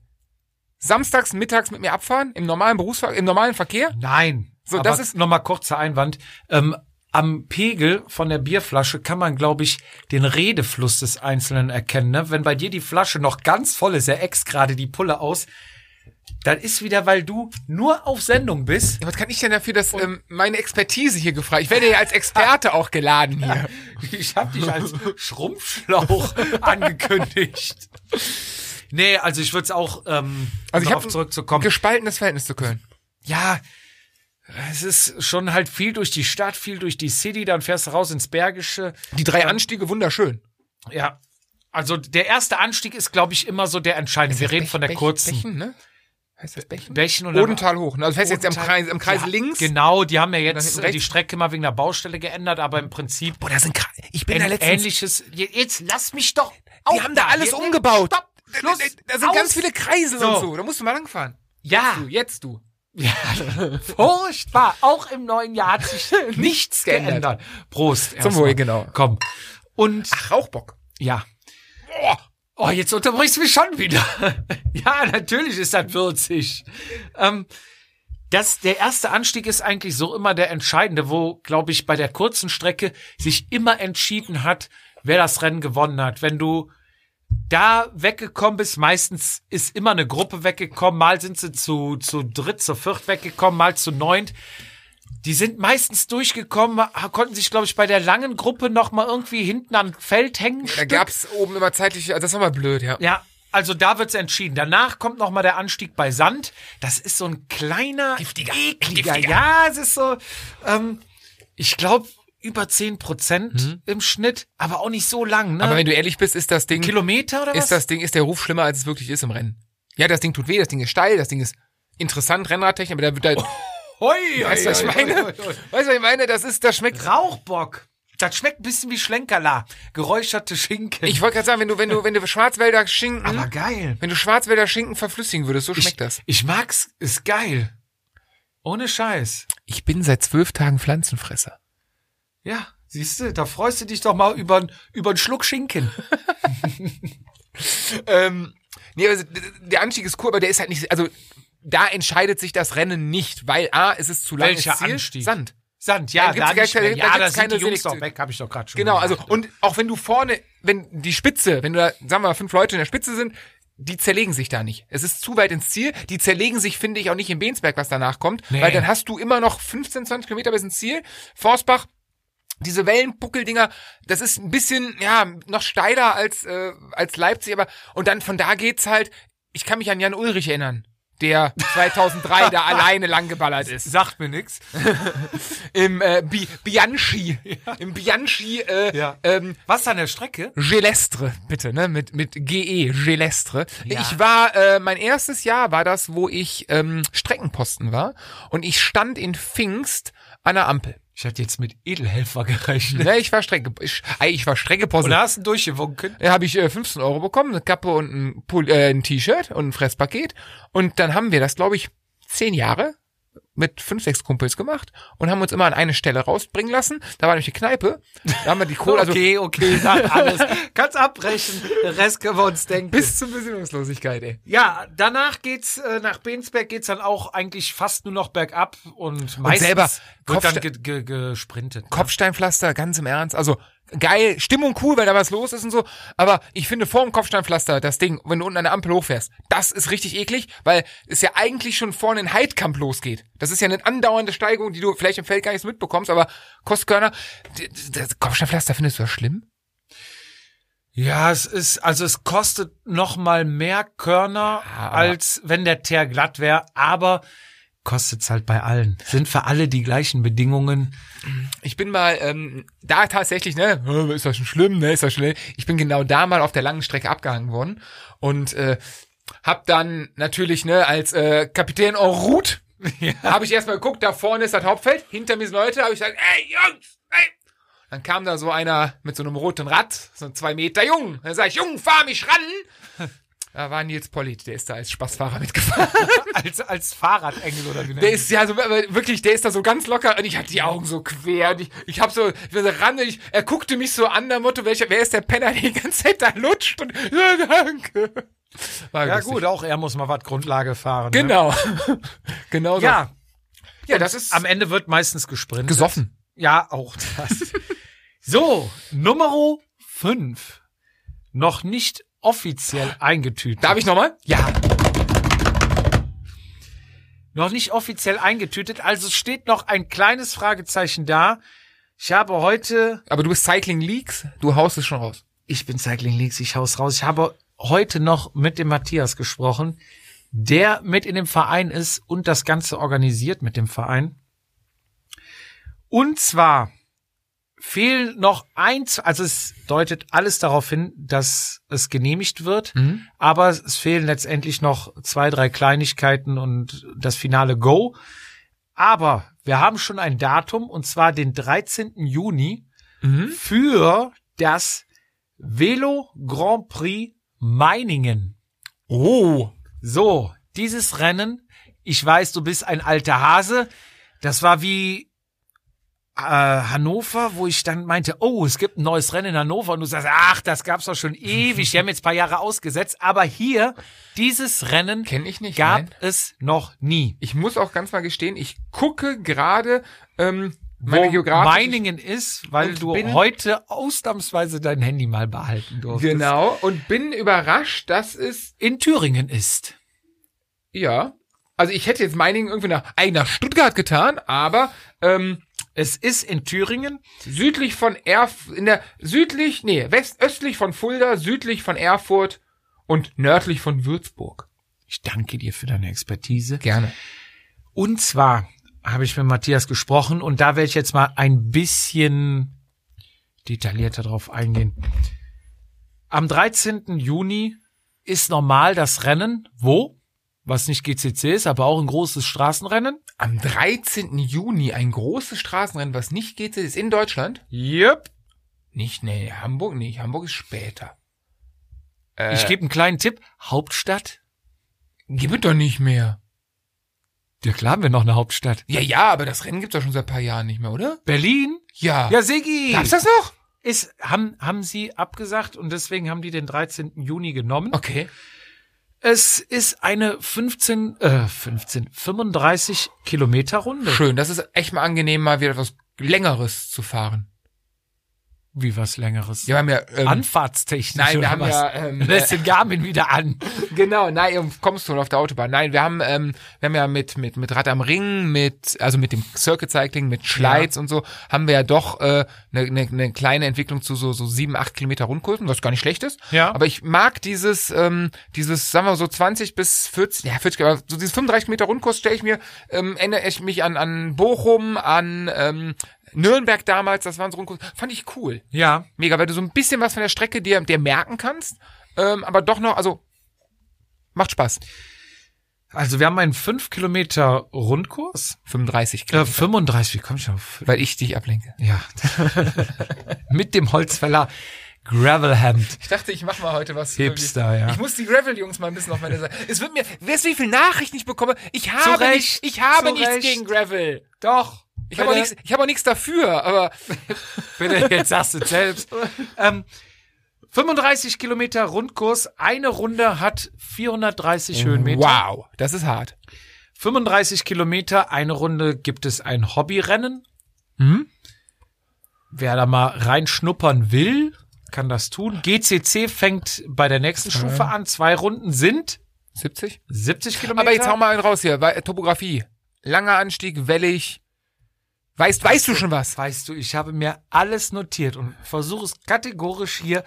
Speaker 2: samstags mittags mit mir abfahren im normalen Berufsver im normalen Verkehr?
Speaker 1: Nein.
Speaker 2: So,
Speaker 1: Aber
Speaker 2: das ist-
Speaker 1: nochmal kurzer Einwand. Ähm, am Pegel von der Bierflasche kann man, glaube ich, den Redefluss des Einzelnen erkennen. Ne? Wenn bei dir die Flasche noch ganz voll ist, er ex gerade die Pulle aus, dann ist wieder, weil du nur auf Sendung bist.
Speaker 2: Ja, was kann ich denn dafür, dass ähm, meine Expertise hier gefragt? Ich werde ja als Experte auch geladen hier.
Speaker 1: Ich habe dich als Schrumpfschlauch angekündigt. Nee, also ich würde es auch, ähm,
Speaker 2: Also ich
Speaker 1: darauf
Speaker 2: habe
Speaker 1: zurückzukommen.
Speaker 2: Gespaltenes Verhältnis zu Köln.
Speaker 1: ja, es ist schon halt viel durch die Stadt, viel durch die City, dann fährst du raus ins Bergische.
Speaker 2: Die drei Anstiege wunderschön.
Speaker 1: Ja. Also der erste Anstieg ist, glaube ich, immer so der entscheidende. Wir reden von der
Speaker 2: Also Bech-
Speaker 1: kurzen
Speaker 2: Bechen, ne? Heißt das Bechen?
Speaker 1: Bächen und dann-
Speaker 2: Odental hoch. Ne? Also fährst jetzt am
Speaker 1: Odenthal-
Speaker 2: Kreis, am Kreis
Speaker 1: Ja,
Speaker 2: links.
Speaker 1: Genau, die haben ja
Speaker 2: dann
Speaker 1: jetzt
Speaker 2: hinten
Speaker 1: äh, die
Speaker 2: rechts.
Speaker 1: Strecke mal wegen der Baustelle geändert, aber im Prinzip
Speaker 2: Boah, das Oh, sind Kre ich bin
Speaker 1: ein ähnliches. Je- Jetzt lass mich doch. auf,
Speaker 2: Die haben da alles
Speaker 1: Jetzt-
Speaker 2: umgebaut.
Speaker 1: Stopp.
Speaker 2: Schluss.
Speaker 1: Schluss.
Speaker 2: Äh, Da sind
Speaker 1: Aus.
Speaker 2: ganz viele Kreisel und
Speaker 1: So.
Speaker 2: so. Da musst du mal langfahren.
Speaker 1: Ja.
Speaker 2: Du, jetzt du.
Speaker 1: ja. Furchtbar. Auch im neuen Jahr hat sich nichts
Speaker 2: Geändert.
Speaker 1: geändert. Prost. erstmal.
Speaker 2: Wohl, genau.
Speaker 1: Komm. Und
Speaker 2: Rauchbock.
Speaker 1: Ja. Oh, jetzt unterbrichst du mich schon wieder. ja, natürlich ist das würzig. Ähm, das, der erste Anstieg ist eigentlich so immer der entscheidende, wo, glaube ich, bei der kurzen Strecke sich immer entschieden hat, wer das Rennen gewonnen hat. Wenn du da weggekommen bist, meistens ist immer eine Gruppe weggekommen, mal sind sie zu, zu dritt, zu viert weggekommen, mal zu neunt. Die sind meistens durchgekommen, konnten sich, glaube ich, bei der langen Gruppe noch mal irgendwie hinten am Feld hängen.
Speaker 2: Da
Speaker 1: Stück.
Speaker 2: gab's oben immer zeitlich, also das war mal blöd, ja.
Speaker 1: Ja, also da wird's entschieden. Danach kommt noch mal der Anstieg bei Sand. Das ist so ein kleiner,
Speaker 2: Giftiger.
Speaker 1: ekliger.
Speaker 2: Giftiger.
Speaker 1: Ja, es ist so, ähm, ich glaube, über 10 Prozent im Schnitt, aber auch nicht so lang. Ne?
Speaker 2: Mhm. Aber wenn du ehrlich bist, ist das Ding,
Speaker 1: Kilometer oder was?
Speaker 2: ist das Ding, ist der Ruf schlimmer, als es wirklich ist im Rennen. Ja, das Ding tut weh, das Ding ist steil, das Ding ist interessant, Rennradtechnik, aber da, da
Speaker 1: Hoi,
Speaker 2: weißt du, was ich meine? Weißt du, was ich meine? Das ist, das schmeckt,
Speaker 1: Rauchbock. Das schmeckt ein bisschen wie Schlenkerla. Geräucherte Schinken.
Speaker 2: Ich wollte gerade sagen, wenn du, wenn du, wenn du Schwarzwälder Schinken,
Speaker 1: Aber geil.
Speaker 2: wenn du Schwarzwälder Schinken verflüssigen würdest, so schmeckt
Speaker 1: ich,
Speaker 2: das.
Speaker 1: Ich mag's. Ist geil. Ohne Scheiß.
Speaker 2: Ich bin seit zwölf Tagen Pflanzenfresser.
Speaker 1: Ja, siehst du, da freust du dich doch mal über, über einen Schluck Schinken.
Speaker 2: Ähm, nee, also, d- d- der Anstieg ist cool, aber der ist halt nicht, also, da entscheidet sich das Rennen nicht, weil A, es ist zu lang
Speaker 1: Welcher
Speaker 2: ins Ziel,
Speaker 1: Anstieg?
Speaker 2: Sand.
Speaker 1: Sand, ja,
Speaker 2: Nein, gibt's
Speaker 1: da
Speaker 2: gar
Speaker 1: nicht mehr.
Speaker 2: keine- da
Speaker 1: ja, da
Speaker 2: gibt's
Speaker 1: sind
Speaker 2: keine
Speaker 1: die Jungs
Speaker 2: Selektio-
Speaker 1: doch weg, habe ich doch gerade schon
Speaker 2: Genau, also
Speaker 1: gesagt.
Speaker 2: und auch wenn du vorne, wenn die Spitze, wenn du da, sagen wir mal, fünf Leute in der Spitze sind, die zerlegen sich da nicht. Es ist zu weit ins Ziel. Die zerlegen sich, finde ich, auch nicht in Bensberg, was danach kommt.
Speaker 1: Nee.
Speaker 2: Weil dann hast du immer noch 15, 20 Kilometer bis ins Ziel. Forstbach, diese Wellenpuckeldinger, das ist ein bisschen, ja, noch steiler als, äh, als Leipzig, aber, und dann von da geht's halt, ich kann mich an Jan Ulrich erinnern, der 2003 da alleine langgeballert ist
Speaker 1: Sagt mir nix.
Speaker 2: im äh, Bi Bianchi, im Bianchi äh,
Speaker 1: Ja.
Speaker 2: ähm,
Speaker 1: Was an der Strecke?
Speaker 2: Gelestre, bitte, ne? Mit, mit GE, Gelestre.
Speaker 1: Ja.
Speaker 2: Ich war, äh, mein erstes Jahr war das, wo ich ähm, Streckenposten war und ich stand in Pfingst an der Ampel.
Speaker 1: Ich hatte jetzt mit Edelhelfer gerechnet.
Speaker 2: Ne, ich war Strecke, ich, ey, ich war Streckeposten.
Speaker 1: Oder hast du ihn durchgewunken?
Speaker 2: Da habe ich äh, 15 Euro bekommen, eine Kappe und ein, Pul- äh, ein T-Shirt und ein Fresspaket. Und dann haben wir das, glaube ich, zehn Jahre mit fünf, sechs Kumpels gemacht und haben uns immer an eine Stelle rausbringen lassen. Da war nämlich die Kneipe. Da haben wir die Kohle, also
Speaker 1: okay, okay, sag alles. Kannst abbrechen, den Rest können wir uns denken.
Speaker 2: bis zur Besinnungslosigkeit, ey.
Speaker 1: ja, danach geht's, äh, nach Bensberg geht's dann auch eigentlich fast nur noch bergab und meistens
Speaker 2: selber
Speaker 1: wird
Speaker 2: Kopfsta-
Speaker 1: dann ge ge gesprintet.
Speaker 2: Kopfsteinpflaster, ganz im Ernst. Also geil, Stimmung cool, weil da was los ist und so. Aber ich finde vor dem Kopfsteinpflaster das Ding, wenn du unten an der Ampel hochfährst, das ist richtig eklig, weil es ja eigentlich schon vorne in Heidkamp losgeht. Das ist ja eine andauernde Steigung, die du vielleicht im Feld gar nicht so mitbekommst, aber Kostkörner, d- d- das Kopfsteinpflaster findest du das schlimm?
Speaker 1: Ja, es ist, also es kostet noch mal mehr Körner,
Speaker 2: aber-
Speaker 1: als wenn der Teer glatt wäre, aber kostet's halt bei allen. Sind für alle die gleichen Bedingungen.
Speaker 2: Ich bin mal ähm, da tatsächlich, ne, "Hä, ist das schon schlimm, ne, ist das schnell. Ich bin genau da mal auf der langen Strecke abgehangen worden und äh, hab dann natürlich, ne, als äh, Kapitän en route Habe ich erstmal geguckt, da vorne ist das Hauptfeld, hinter mir sind Leute, habe ich gesagt, ey Jungs, ey. Dann kam da so einer mit so einem roten Rad, so ein zwei Meter Jung. Dann sag ich, Jung, fahr mich ran. Da war Nils Pollitt, der ist da als Spaßfahrer mitgefahren.
Speaker 1: Als, als Fahrradengel oder wie nennt
Speaker 2: Der ist ja so, aber wirklich, der ist da so ganz locker und ich hatte die Augen so quer und ich, ich hab so, ich bin so ran und ich, er guckte mich so an, der Motto, welcher, wer ist der Penner, der die ganze Zeit da lutscht und, ja, danke. War
Speaker 1: Ja
Speaker 2: lustig.
Speaker 1: gut, auch er muss mal was Grundlage fahren. Ne?
Speaker 2: Genau. genau so.
Speaker 1: Ja,
Speaker 2: ja, das ist
Speaker 1: am Ende wird meistens gesprintet.
Speaker 2: gesoffen.
Speaker 1: Ja, auch das. so, Numero fünf, Noch nicht offiziell eingetütet.
Speaker 2: Darf ich nochmal?
Speaker 1: Ja. Noch nicht offiziell eingetütet, also steht noch ein kleines Fragezeichen da. Ich habe heute,
Speaker 2: Aber du bist Cycling Leaks, du haust es schon raus.
Speaker 1: ich bin Cycling Leaks, ich hau's raus. Ich habe heute noch mit dem Matthias gesprochen, der mit in dem Verein ist und das Ganze organisiert mit dem Verein. Und zwar fehlen noch eins, also es deutet alles darauf hin, dass es genehmigt wird. Aber es fehlen letztendlich noch zwei, drei Kleinigkeiten und das finale Go. Aber wir haben schon ein Datum und zwar den 13. Juni
Speaker 2: Mhm.
Speaker 1: für das Velo Grand Prix Meiningen.
Speaker 2: Oh.
Speaker 1: So, dieses Rennen, ich weiß, du bist ein alter Hase. Das war wie äh, Hannover, wo ich dann meinte, oh, es gibt ein neues Rennen in Hannover. Und du sagst, ach, das gab's doch schon ewig. Die haben jetzt ein paar Jahre ausgesetzt. Aber hier, dieses Rennen
Speaker 2: Kenn ich nicht.
Speaker 1: gab
Speaker 2: nein.
Speaker 1: es noch nie.
Speaker 2: Ich muss auch ganz mal gestehen, ich gucke gerade ähm, meine
Speaker 1: Wo
Speaker 2: geografische
Speaker 1: Meiningen ist, weil
Speaker 2: Und
Speaker 1: du
Speaker 2: bin-
Speaker 1: heute ausnahmsweise dein Handy mal behalten durftest.
Speaker 2: Genau und bin überrascht, dass es
Speaker 1: In Thüringen ist.
Speaker 2: ja, also ich hätte jetzt Meiningen irgendwie nach ey, nach Stuttgart getan, aber ähm,
Speaker 1: Es ist in Thüringen.
Speaker 2: südlich von Erf in der südlich, nee, westöstlich von Fulda, südlich von Erfurt und nördlich von Würzburg.
Speaker 1: Ich danke dir für deine Expertise.
Speaker 2: Gerne.
Speaker 1: Und zwar habe ich mit Matthias gesprochen und da werde ich jetzt mal ein bisschen detaillierter drauf eingehen. Am 13. Juni ist normal das Rennen. Wo? was nicht GCC ist, aber auch ein großes Straßenrennen.
Speaker 2: Am 13. Juni ein großes Straßenrennen, was nicht geht, ist in Deutschland.
Speaker 1: Yep.
Speaker 2: Nicht, nee, Hamburg nicht. Hamburg ist später. Äh,
Speaker 1: Ich gebe einen kleinen Tipp. Hauptstadt?
Speaker 2: gib es doch nicht mehr.
Speaker 1: Ja, klar haben wir noch eine Hauptstadt.
Speaker 2: Ja, ja, aber das Rennen gibt's doch schon seit paar Jahren nicht mehr, oder?
Speaker 1: Berlin?
Speaker 2: Ja.
Speaker 1: Ja, Siggi!
Speaker 2: Gab's Ah. das noch?
Speaker 1: Ist, haben, haben sie abgesagt und deswegen haben die den 13. Juni genommen.
Speaker 2: Okay.
Speaker 1: Es ist eine 15, äh, 15, 35 Kilometer Runde.
Speaker 2: Schön. Das ist echt mal angenehm, mal wieder etwas längeres zu fahren.
Speaker 1: Wie was Längeres.
Speaker 2: Wir haben ja ähm,
Speaker 1: Anfahrtstechnisch
Speaker 2: nein, wir
Speaker 1: oder
Speaker 2: haben
Speaker 1: was?
Speaker 2: ja, ähm,
Speaker 1: Lässt den Garmin wieder an.
Speaker 2: Genau, nein, ihr kommst schon auf der Autobahn. Nein, wir haben, ähm, wir haben ja mit, mit, mit Rad am Ring, mit, also mit dem Circuit Cycling, mit Schleiz und so, haben wir ja doch eine äh, ne, ne kleine Entwicklung zu so, so sieben, acht Kilometer Rundkurven, was gar nicht schlecht ist.
Speaker 1: Ja.
Speaker 2: Aber ich mag dieses, ähm, dieses, sagen wir so 20 bis 40, ja, 40, aber so dieses 35 Kilometer Rundkurs stelle ich mir, ähm, erinnere ich mich an, an Bochum, an, ähm, Nürnberg damals, das waren so Rundkurse, fand ich cool.
Speaker 1: Ja.
Speaker 2: Mega, weil du so ein bisschen was von der Strecke dir, dir merken kannst, ähm, aber doch noch, also macht Spaß.
Speaker 1: Also wir haben einen 5 Kilometer Rundkurs.
Speaker 2: 35
Speaker 1: Äh,
Speaker 2: Kilometer,
Speaker 1: 35, wie komm ich auf?
Speaker 2: weil ich dich ablenke.
Speaker 1: Ja. Mit dem Holzfäller Gravelhand.
Speaker 2: Ich dachte, ich mache mal heute was.
Speaker 1: Hipster, ja.
Speaker 2: Ich muss die Gravel-Jungs mal ein bisschen auf meine Seite. Es wird mir, weißt du, wie viel Nachrichten ich bekomme? Ich habe
Speaker 1: Recht,
Speaker 2: nicht, ich habe
Speaker 1: zu
Speaker 2: nichts
Speaker 1: Recht.
Speaker 2: gegen Gravel.
Speaker 1: Doch.
Speaker 2: Ich habe auch nichts, ich habe auch nichts dafür, aber
Speaker 1: Bitte, jetzt sagst du es selbst. Ähm, 35 Kilometer Rundkurs. Eine Runde hat 430 Höhenmeter.
Speaker 2: wow, das ist hart.
Speaker 1: 35 Kilometer, eine Runde gibt es ein Hobbyrennen. Hm? Wer da mal reinschnuppern will, kann das tun. GCC fängt bei der nächsten Stufe an. Zwei Runden sind
Speaker 2: 70?
Speaker 1: 70 Kilometer.
Speaker 2: Aber jetzt hau mal einen raus hier, weil, äh, Topografie. Langer Anstieg, wellig. Weißt, weißt du schon was?
Speaker 1: Weißt du, ich habe mir alles notiert und versuche es kategorisch hier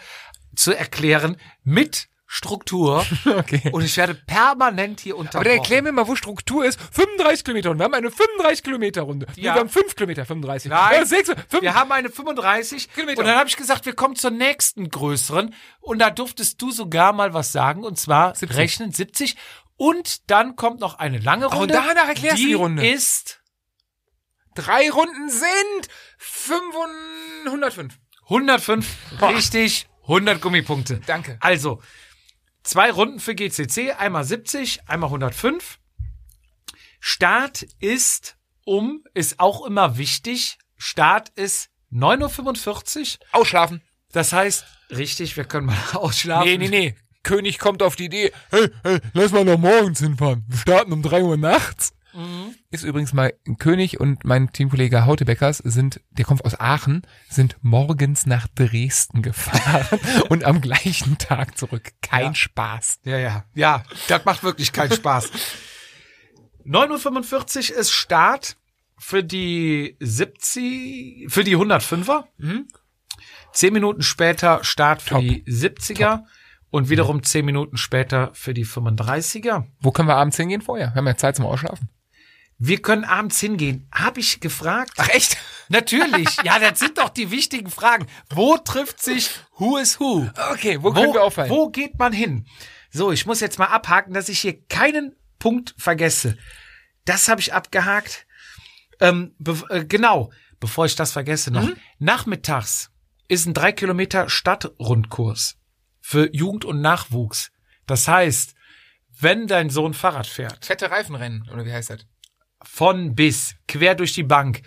Speaker 1: zu erklären mit Struktur.
Speaker 2: Okay.
Speaker 1: Und ich werde permanent hier
Speaker 2: Aber dann
Speaker 1: unterbrochen.
Speaker 2: erklär mir mal, wo Struktur ist. 35 Kilometer und wir haben eine 35 Kilometer Runde. Nee,
Speaker 1: Ja.
Speaker 2: wir haben 5 Kilometer, 35.
Speaker 1: Nein.
Speaker 2: Ja, 6, 5,
Speaker 1: Wir haben eine 35
Speaker 2: Kilometer.
Speaker 1: und dann habe ich gesagt, wir kommen zur nächsten größeren und da durftest du sogar mal was sagen und zwar
Speaker 2: 70.
Speaker 1: rechnen 70 und dann kommt noch eine lange Runde.
Speaker 2: und danach erklärst du die Runde.
Speaker 1: ist
Speaker 2: drei Runden sind 505.
Speaker 1: 105
Speaker 2: Boah.
Speaker 1: richtig, 100 Gummipunkte.
Speaker 2: Danke.
Speaker 1: Also zwei Runden für GCC, einmal 70, einmal 105. Start ist um ist auch immer wichtig. Start ist 9:45 Uhr.
Speaker 2: Ausschlafen.
Speaker 1: Das heißt, richtig, wir können mal ausschlafen.
Speaker 2: Nee, nee, nee. König kommt auf die Idee. Hey, hey, lass mal noch morgens hinfahren. Wir starten um 3 Uhr nachts.
Speaker 1: Mhm.
Speaker 2: Ist übrigens mal König und mein Teamkollege Hautebeckers sind, der kommt aus Aachen, sind morgens nach Dresden gefahren und am gleichen Tag zurück. Kein
Speaker 1: Ja.
Speaker 2: Spaß.
Speaker 1: Ja, ja, ja, das macht wirklich keinen Spaß. 9.45 Uhr ist Start für die 70, für die 105er. Zehn Minuten später Start für
Speaker 2: Top.
Speaker 1: die 70er und wiederum zehn Minuten später für die 35er.
Speaker 2: Wo können wir abends hingehen vorher? Wir haben ja Zeit zum Ausschlafen.
Speaker 1: Wir können abends hingehen. Habe ich gefragt.
Speaker 2: Ach echt?
Speaker 1: Natürlich. ja, das sind doch die wichtigen Fragen. Wo trifft sich Who is Who?
Speaker 2: Okay, wo, können wir auffallen?
Speaker 1: Wo geht man hin? So, ich muss jetzt mal abhaken, dass ich hier keinen Punkt vergesse. Das habe ich abgehakt. Ähm, be äh, genau, bevor ich das vergesse
Speaker 2: Mhm.
Speaker 1: noch. Nachmittags ist ein drei Kilometer Stadtrundkurs für Jugend und Nachwuchs. Das heißt, wenn dein Sohn Fahrrad fährt,
Speaker 2: Fette Reifenrennen, oder wie heißt das?
Speaker 1: von bis, quer durch die Bank.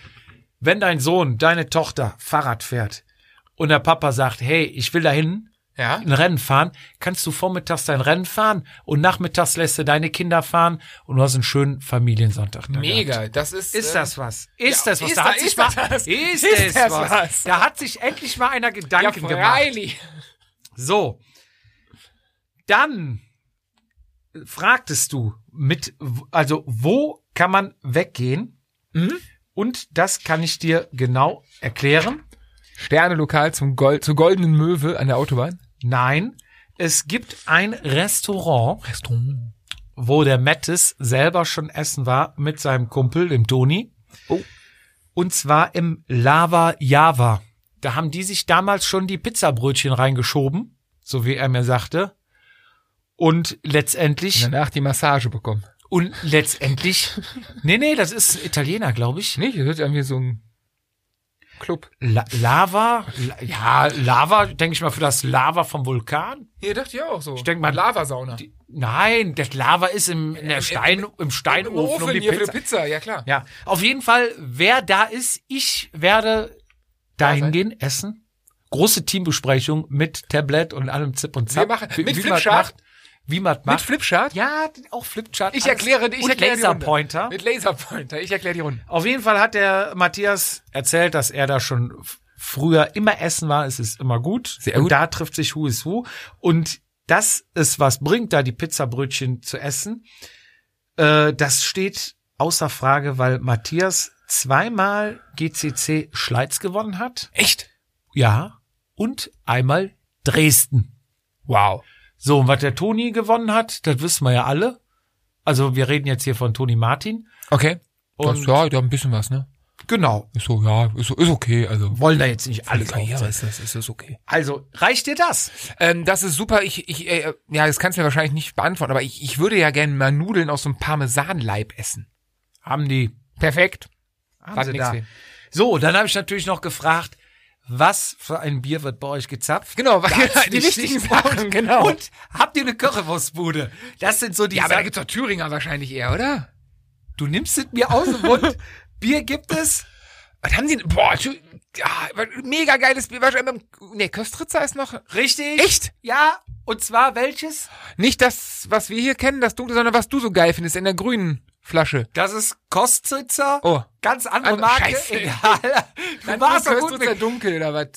Speaker 1: Wenn dein Sohn, deine Tochter Fahrrad fährt und der Papa sagt, hey, ich will dahin
Speaker 2: Ja.
Speaker 1: ein Rennen fahren, kannst du vormittags dein Rennen fahren und nachmittags lässt du deine Kinder fahren und du hast einen schönen Familiensonntag. da gehabt.
Speaker 2: Mega, das ist.
Speaker 1: Ist
Speaker 2: ähm,
Speaker 1: das was? Ist
Speaker 2: ja,
Speaker 1: das was?
Speaker 2: ist
Speaker 1: da
Speaker 2: da-
Speaker 1: hat sich
Speaker 2: ist
Speaker 1: mal,
Speaker 2: das was?
Speaker 1: Ist,
Speaker 2: Ist
Speaker 1: es
Speaker 2: das
Speaker 1: was?
Speaker 2: was?
Speaker 1: Da hat sich endlich mal einer
Speaker 2: Ja,
Speaker 1: Gedanken gemacht.
Speaker 2: freilich.
Speaker 1: So. Dann fragtest du mit, also wo kann man weggehen?
Speaker 2: Mhm.
Speaker 1: Und das kann ich dir genau erklären.
Speaker 2: Sterne-Lokal zum Gold, zur goldenen Möwe an der Autobahn.
Speaker 1: Nein, es gibt ein Restaurant,
Speaker 2: Restaurant.
Speaker 1: wo der Mattis selber schon essen war mit seinem Kumpel, dem Toni.
Speaker 2: Oh.
Speaker 1: Und zwar im Lava Java. Da haben die sich damals schon die Pizzabrötchen reingeschoben, so wie er mir sagte. Und letztendlich,
Speaker 2: Danach die Massage bekommen.
Speaker 1: und letztendlich, nee, nee, das ist Italiener, glaube ich.
Speaker 2: Nicht? Das ist irgendwie so ein Club.
Speaker 1: La Lava, La ja, Lava, denke ich mal, für das Lava vom Vulkan.
Speaker 2: Hier dachte ich auch so. Ich
Speaker 1: denk mal,
Speaker 2: Lavasauna.
Speaker 1: Die, nein, das Lava ist im, in der Stein, im
Speaker 2: Im
Speaker 1: Steinofen
Speaker 2: Ofen
Speaker 1: um die
Speaker 2: hier
Speaker 1: Pizza.
Speaker 2: für die Pizza, ja klar.
Speaker 1: Ja, auf jeden Fall, wer da ist, ich werde dahin
Speaker 2: sein.
Speaker 1: gehen, essen. Große Teambesprechung mit Tablet und allem Zip und Zap.
Speaker 2: Wir machen-
Speaker 1: Wie-
Speaker 2: mit
Speaker 1: wie man
Speaker 2: Flipchart.
Speaker 1: macht, Wie man
Speaker 2: Mit
Speaker 1: macht.
Speaker 2: Flipchart?
Speaker 1: ja, auch Flipchart.
Speaker 2: Ich
Speaker 1: alles.
Speaker 2: erkläre, ich
Speaker 1: und
Speaker 2: erkläre
Speaker 1: Laserpointer.
Speaker 2: Die Runde. Mit Laserpointer. Ich erkläre die Runde.
Speaker 1: Auf jeden Fall hat der Matthias erzählt, dass er da schon f- früher immer essen war. Es ist immer gut.
Speaker 2: Sehr
Speaker 1: Und
Speaker 2: gut.
Speaker 1: da trifft sich Who is Who. Und das ist, was bringt, da die Pizzabrötchen zu essen. Äh, das steht außer Frage, weil Matthias zweimal GCC Schleiz gewonnen hat.
Speaker 2: Echt?
Speaker 1: Ja. Und einmal Dresden.
Speaker 2: Wow.
Speaker 1: So, und was der Toni gewonnen hat, das wissen wir ja alle. Also wir reden jetzt hier von Toni Martin.
Speaker 2: Okay.
Speaker 1: Und-
Speaker 2: das, ja, da ein bisschen was, ne?
Speaker 1: Genau.
Speaker 2: Ist so, ja, ist, so- ist okay. Also.
Speaker 1: Wollen da jetzt nicht alles
Speaker 2: ja,
Speaker 1: aufzählen.
Speaker 2: ist das, ist das okay.
Speaker 1: Also, reicht dir das?
Speaker 2: Ähm, das ist super. Ich, ich, äh, ja, das kannst du ja wahrscheinlich nicht beantworten, aber ich, ich würde ja gerne mal Nudeln aus so einem Parmesanleib essen.
Speaker 1: Haben die.
Speaker 2: Perfekt.
Speaker 1: Haben
Speaker 2: Warte,
Speaker 1: sie
Speaker 2: nix
Speaker 1: da.
Speaker 2: weh.
Speaker 1: So, dann habe ich natürlich noch gefragt, was für ein Bier wird bei euch gezapft?
Speaker 2: Genau, weil
Speaker 1: Das sind die wichtigen Sachen,
Speaker 2: genau.
Speaker 1: Und habt ihr eine Currywurstbude? Das sind so die
Speaker 2: ja, aber da
Speaker 1: Sachen.
Speaker 2: gibt's doch Thüringer wahrscheinlich eher, oder?
Speaker 1: Du nimmst es mir aus dem Mund. Bier gibt es.
Speaker 2: Was haben die denn? Boah, Thü- ja, mega geiles Bier. äh, Wahrscheinlich beim, nee, Köstritzer ist noch.
Speaker 1: Richtig.
Speaker 2: Echt?
Speaker 1: Ja. Und zwar welches?
Speaker 2: Nicht das, was wir hier kennen, das dunkle, sondern was du so geil findest in der grünen Flasche.
Speaker 1: Das ist Kostritzer.
Speaker 2: Oh.
Speaker 1: Ganz andere
Speaker 2: Andere-
Speaker 1: Marke.
Speaker 2: Scheiße.
Speaker 1: Egal. Du
Speaker 2: Dann
Speaker 1: warst doch gut
Speaker 2: Köstritzer
Speaker 1: mit
Speaker 2: dunkel oder was?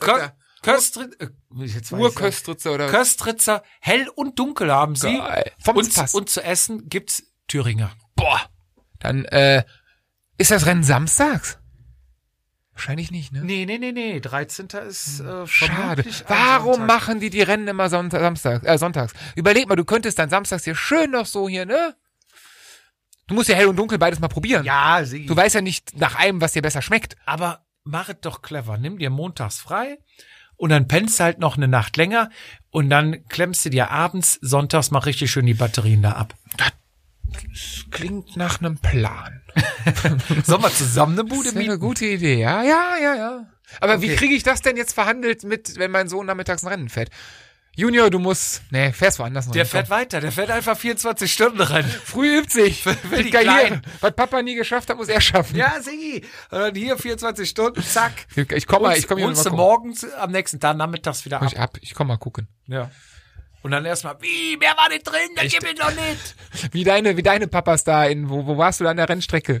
Speaker 1: Kö- Köstritzer. äh, will ich jetzt mal nicht sagen.
Speaker 2: Urköstritzer oder was?
Speaker 1: Äh, Köstritzer. Hell und dunkel haben sie.
Speaker 2: Geil. Vom
Speaker 1: und,
Speaker 2: Pass.
Speaker 1: und zu essen gibt's Thüringer.
Speaker 2: Boah. Dann, äh, ist das Rennen samstags? Wahrscheinlich nicht, ne?
Speaker 1: Nee, nee, nee, nee. 13. ist äh,
Speaker 2: Schade.
Speaker 1: vermutlich ein
Speaker 2: Warum
Speaker 1: Sonntag.
Speaker 2: machen die die Rennen immer Sonntag, Samstag, äh, sonntags? Überleg mal, du könntest dann samstags hier schön noch so hier, ne? Du musst ja hell und dunkel beides mal probieren.
Speaker 1: Ja, sie.
Speaker 2: Du weißt ja nicht nach einem, was dir besser schmeckt.
Speaker 1: aber mach es doch clever. Nimm dir montags frei und dann pennst du halt noch eine Nacht länger und dann klemmst du dir abends, sonntags mal richtig schön die Batterien da ab.
Speaker 2: Klingt nach einem Plan.
Speaker 1: Sollen wir zusammen eine Bude
Speaker 2: Das wäre
Speaker 1: mieten?
Speaker 2: eine gute Idee, ja, ja, ja, ja. Aber wie
Speaker 1: Okay.
Speaker 2: kriege ich das denn jetzt verhandelt mit, wenn mein Sohn nachmittags ein Rennen fährt? Junior, du musst, nee, fährst woanders noch.
Speaker 1: Der
Speaker 2: hin,
Speaker 1: fährt weiter, der fährt einfach 24 Stunden rein.
Speaker 2: komm. früh übt sich.
Speaker 1: Für die Kleinen.
Speaker 2: Was Papa nie geschafft hat, muss er schaffen.
Speaker 1: Ja, Sigi. Und dann hier 24 Stunden, zack.
Speaker 2: Ich, ich komme mal, ich komme hier
Speaker 1: uns
Speaker 2: mal gucken.
Speaker 1: morgens am nächsten Tag nachmittags wieder
Speaker 2: Komm
Speaker 1: ab.
Speaker 2: Ich ab, ich komme mal gucken.
Speaker 1: Ja. Und dann erstmal, wie, mehr war nicht drin, das gibt es noch nicht.
Speaker 2: Wie deine, wie deine Papas da in, wo, wo warst du da an der Rennstrecke?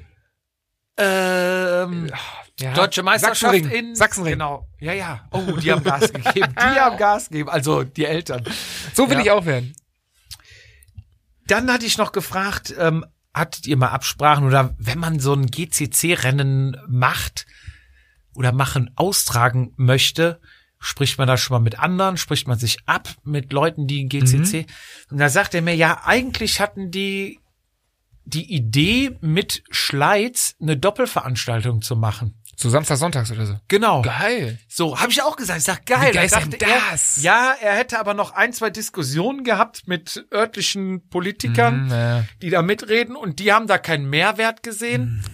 Speaker 1: Ähm,
Speaker 2: Ja.
Speaker 1: Deutsche Meisterschaft
Speaker 2: Sachsenring.
Speaker 1: in
Speaker 2: Sachsenring.
Speaker 1: Genau. Ja, ja. Oh, die haben Gas gegeben. Die haben Gas gegeben. Also die Eltern.
Speaker 2: So will
Speaker 1: Ja.
Speaker 2: ich auch werden.
Speaker 1: Dann hatte ich noch gefragt, ähm, hattet ihr mal Absprachen oder wenn man so ein GCC-Rennen macht oder machen, austragen möchte, spricht man da schon mal mit anderen, spricht man sich ab mit Leuten, die GCC. Und da sagt er mir, ja, eigentlich hatten die die Idee, mit Schleiz eine Doppelveranstaltung zu machen.
Speaker 2: So Samstag, Sonntags oder so.
Speaker 1: Genau.
Speaker 2: Geil.
Speaker 1: So, habe ich auch gesagt. Ich sag, geil.
Speaker 2: Wie geil ist
Speaker 1: Dann
Speaker 2: denn
Speaker 1: dachte
Speaker 2: das?
Speaker 1: Er, ja, er hätte aber noch ein, zwei Diskussionen gehabt mit örtlichen Politikern,
Speaker 2: Mhm, ja.
Speaker 1: die da mitreden und die haben da keinen Mehrwert gesehen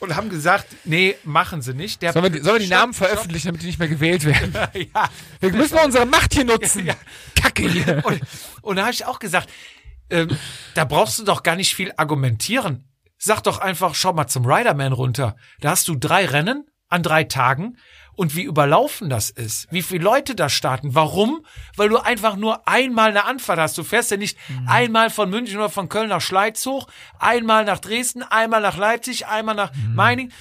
Speaker 1: und haben gesagt, nee, machen sie nicht. Der
Speaker 2: Mhm. Sollen wir, die- sollen wir die
Speaker 1: Stopp,
Speaker 2: Namen
Speaker 1: stopp.
Speaker 2: veröffentlichen, damit die nicht mehr gewählt werden?
Speaker 1: ja.
Speaker 2: Wir müssen mal unsere Macht hier nutzen.
Speaker 1: Ja.
Speaker 2: Kacke hier.
Speaker 1: Und, und da habe ich auch gesagt, ähm, da brauchst du doch gar nicht viel argumentieren. Sag doch einfach, schau mal zum Riderman runter. Da hast du drei Rennen an drei Tagen und wie überlaufen das ist, wie viele Leute da starten. Warum? Weil du einfach nur einmal eine Anfahrt hast. Du fährst ja nicht
Speaker 2: Mhm.
Speaker 1: einmal von München oder von Köln nach Schleiz hoch, einmal nach Dresden, einmal nach Leipzig, einmal nach Meiningen.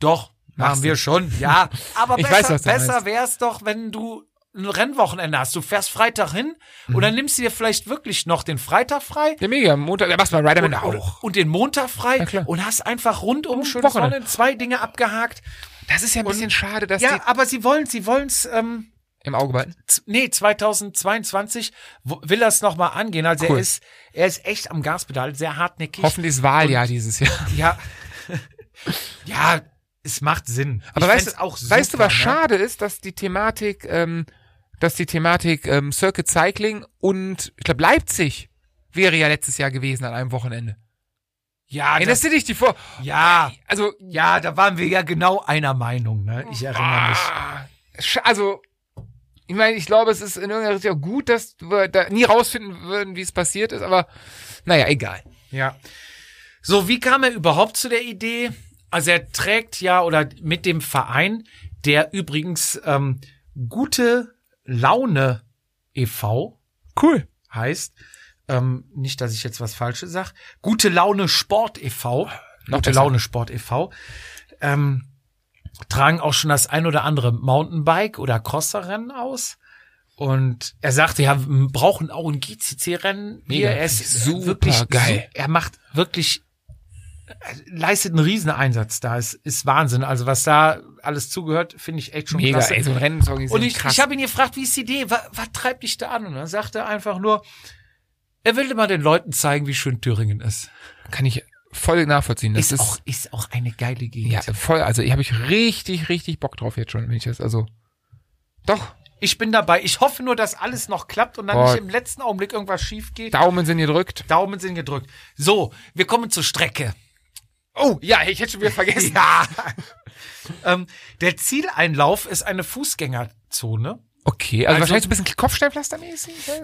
Speaker 1: Doch, machen
Speaker 2: Mhm. Machst
Speaker 1: wir
Speaker 2: du.
Speaker 1: schon. Ja, aber
Speaker 2: Ich
Speaker 1: besser,
Speaker 2: weiß, was du
Speaker 1: besser
Speaker 2: meinst.
Speaker 1: wäre es doch, wenn du ein Rennwochenende hast. Du fährst Freitag hin und dann nimmst du dir vielleicht wirklich noch den Freitag frei
Speaker 2: Mhm. Ja, mega. Montag, da machst du mal Riderman auch.
Speaker 1: und den Montag frei
Speaker 2: Ja, klar.
Speaker 1: und hast einfach rundum ein schönes
Speaker 2: Wochenende.
Speaker 1: Wochenende, zwei Dinge abgehakt.
Speaker 2: Das ist ja ein bisschen schade, dass
Speaker 1: Ja,
Speaker 2: die
Speaker 1: aber sie wollen, sie wollen's. ähm,
Speaker 2: im Auge behalten.
Speaker 1: z- nee, 2022 wo- will er es nochmal angehen. Also
Speaker 2: Cool.
Speaker 1: er ist, er ist echt am Gaspedal, sehr hartnäckig.
Speaker 2: Hoffentlich ist Wahljahr dieses Jahr.
Speaker 1: Ja. ja, es macht Sinn.
Speaker 2: Aber
Speaker 1: Ich
Speaker 2: weißt,
Speaker 1: fänd's auch super,
Speaker 2: weißt du, was
Speaker 1: ne?
Speaker 2: schade ist, dass die Thematik ähm, dass die Thematik ähm, Circuit Cycling und ich glaube Leipzig wäre ja letztes Jahr gewesen an einem Wochenende.
Speaker 1: Ja, das,
Speaker 2: Erinnerst du dich die vor?
Speaker 1: ja,
Speaker 2: Also
Speaker 1: ja, da waren wir ja genau einer Meinung, ne? Ich erinnere mich.
Speaker 2: Ah, sch- also, ich meine, ich glaube, es ist in irgendeiner Richtung auch gut, dass wir da nie rausfinden würden, wie es passiert ist, aber naja, egal.
Speaker 1: Ja. So, wie kam er überhaupt zu der Idee? Also er trägt ja oder mit dem Verein, der übrigens ähm, gute Laune e.V.
Speaker 2: Cool.
Speaker 1: heißt. Ähm, nicht, dass ich jetzt was Falsches sag. Gute Laune Sport e.V.
Speaker 2: Noch
Speaker 1: Gute
Speaker 2: besser.
Speaker 1: Laune Sport e e.V. Ähm, tragen auch schon das ein oder andere Mountainbike oder Crosserrennen aus. Und er sagte, ja, wir brauchen auch ein GCC-Rennen.
Speaker 2: Mega,
Speaker 1: Hier, er ist
Speaker 2: super
Speaker 1: wirklich
Speaker 2: geil.
Speaker 1: su- Er macht wirklich, er leistet einen riesen Einsatz da. Es ist Wahnsinn. Also was da alles zugehört, finde ich echt schon
Speaker 2: Mega,
Speaker 1: klasse.
Speaker 2: ey, so ein Rennen zu organisieren,
Speaker 1: Und ich,
Speaker 2: krass.
Speaker 1: ich habe ihn gefragt, wie ist die Idee? Was, was treibt dich da an? Und dann sagte er einfach nur, er will immer den Leuten zeigen, wie schön Thüringen ist.
Speaker 2: kann ich voll nachvollziehen. Das
Speaker 1: ist, auch, ist auch eine geile Gegend.
Speaker 2: ja, voll, also ich habe ich richtig, richtig Bock drauf jetzt schon, wenn ich das, also doch,
Speaker 1: Ich bin dabei. Ich hoffe nur, dass alles noch klappt und dann
Speaker 2: Boah.
Speaker 1: nicht im letzten Augenblick irgendwas schief geht.
Speaker 2: Daumen sind gedrückt.
Speaker 1: Daumen sind gedrückt. So, wir kommen zur Strecke.
Speaker 2: Oh, ja, ich hätte schon wieder vergessen.
Speaker 1: Ja. ähm, der Zieleinlauf ist eine Fußgängerzone.
Speaker 2: Okay, also,
Speaker 1: Also-
Speaker 2: wahrscheinlich so ein bisschen Kopfsteinpflastermäßig, äh,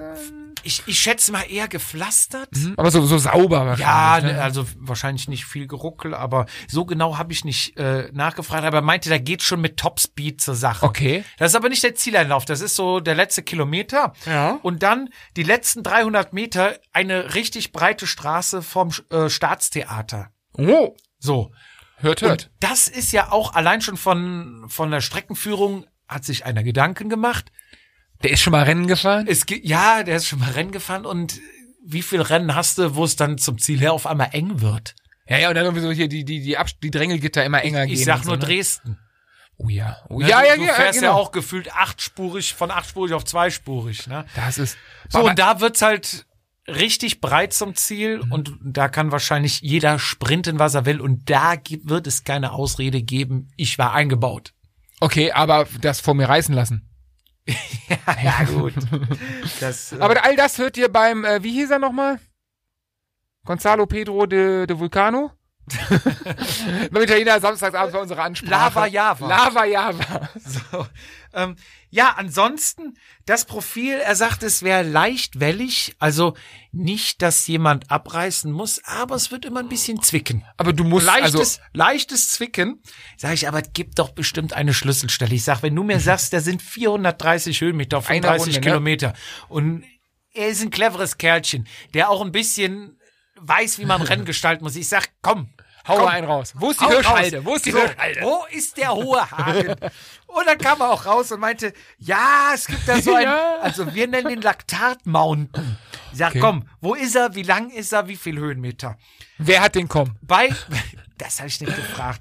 Speaker 1: Ich, ich schätze mal eher gepflastert.
Speaker 2: Hm, aber so, so sauber wahrscheinlich.
Speaker 1: Ja,
Speaker 2: ne?
Speaker 1: ne, also wahrscheinlich nicht viel Geruckel, aber so genau habe ich nicht äh, nachgefragt. Aber er meinte, da geht schon mit Topspeed zur Sache.
Speaker 2: Okay.
Speaker 1: Das ist aber nicht der Zieleinlauf, das ist so der letzte Kilometer.
Speaker 2: Ja.
Speaker 1: Und dann die letzten 300 Meter eine richtig breite Straße vom äh, Staatstheater.
Speaker 2: Oh,
Speaker 1: So.
Speaker 2: hört, hört.
Speaker 1: Und das ist ja auch allein schon von, von der Streckenführung hat sich einer Gedanken gemacht.
Speaker 2: Der ist schon mal Rennen gefahren?
Speaker 1: Es gibt, ja, der ist schon mal Rennen gefahren und wie viel Rennen hast du, wo es dann zum Ziel her auf einmal eng wird?
Speaker 2: Ja, ja, und dann irgendwie so hier die, die, die, Abs die Drängelgitter immer enger gehen.
Speaker 1: Ich sag
Speaker 2: und
Speaker 1: nur
Speaker 2: so, ne?
Speaker 1: Dresden.
Speaker 2: Oh ja. Oh,
Speaker 1: Ne?
Speaker 2: ja, ja,
Speaker 1: du,
Speaker 2: ja,
Speaker 1: Du fährst
Speaker 2: genau.
Speaker 1: ja auch gefühlt achtspurig, von achtspurig auf zweispurig. Ne?
Speaker 2: Das ist.
Speaker 1: So,
Speaker 2: Aber-
Speaker 1: und da wird's halt richtig breit zum Ziel
Speaker 2: Mhm.
Speaker 1: und da kann wahrscheinlich jeder sprinten, was er will und da gi- wird es keine Ausrede geben, ich war eingebaut.
Speaker 2: okay, aber das vor mir reißen lassen.
Speaker 1: Ja, gut. Das, äh,
Speaker 2: Aber all das hört ihr beim, äh, wie hieß er nochmal? Gonzalo Pedro de, de Vulcano? beim Italiener Samstagsabend war unsere Ansprache.
Speaker 1: Lava Java.
Speaker 2: Lava Java.
Speaker 1: So. Ähm, ja, ansonsten das Profil, er sagt, es wäre leicht wellig, also nicht, dass jemand abreißen muss, aber es wird immer ein
Speaker 2: Oh
Speaker 1: bisschen zwicken.
Speaker 2: Aber du musst,
Speaker 1: Leichtes,
Speaker 2: also,
Speaker 1: leichtes Zwicken. Sag ich, aber es gibt doch bestimmt eine Schlüsselstelle. Ich sag, wenn du mir sagst, da sind 430 Höhenmeter,
Speaker 2: einer
Speaker 1: 35
Speaker 2: Runde, ne?
Speaker 1: Kilometer. Und er ist ein cleveres Kerlchen, der auch ein bisschen weiß, wie man Rennen gestalten muss. Ich sag, komm,
Speaker 2: hau
Speaker 1: komm,
Speaker 2: einen raus. Wo ist die
Speaker 1: Hau raus.
Speaker 2: Hirschhalde? Wo ist die
Speaker 1: so,
Speaker 2: Hirschhalde?
Speaker 1: Wo ist der hohe Haken? Und dann kam er auch raus und meinte, ja, es gibt da so ein,
Speaker 2: Ja.
Speaker 1: also wir nennen den Laktat Mountain. Ich sag, komm, wo ist er, wie lang ist er, wie viel Höhenmeter?
Speaker 2: Wer hat den kommen?
Speaker 1: Bei, das habe ich nicht gefragt.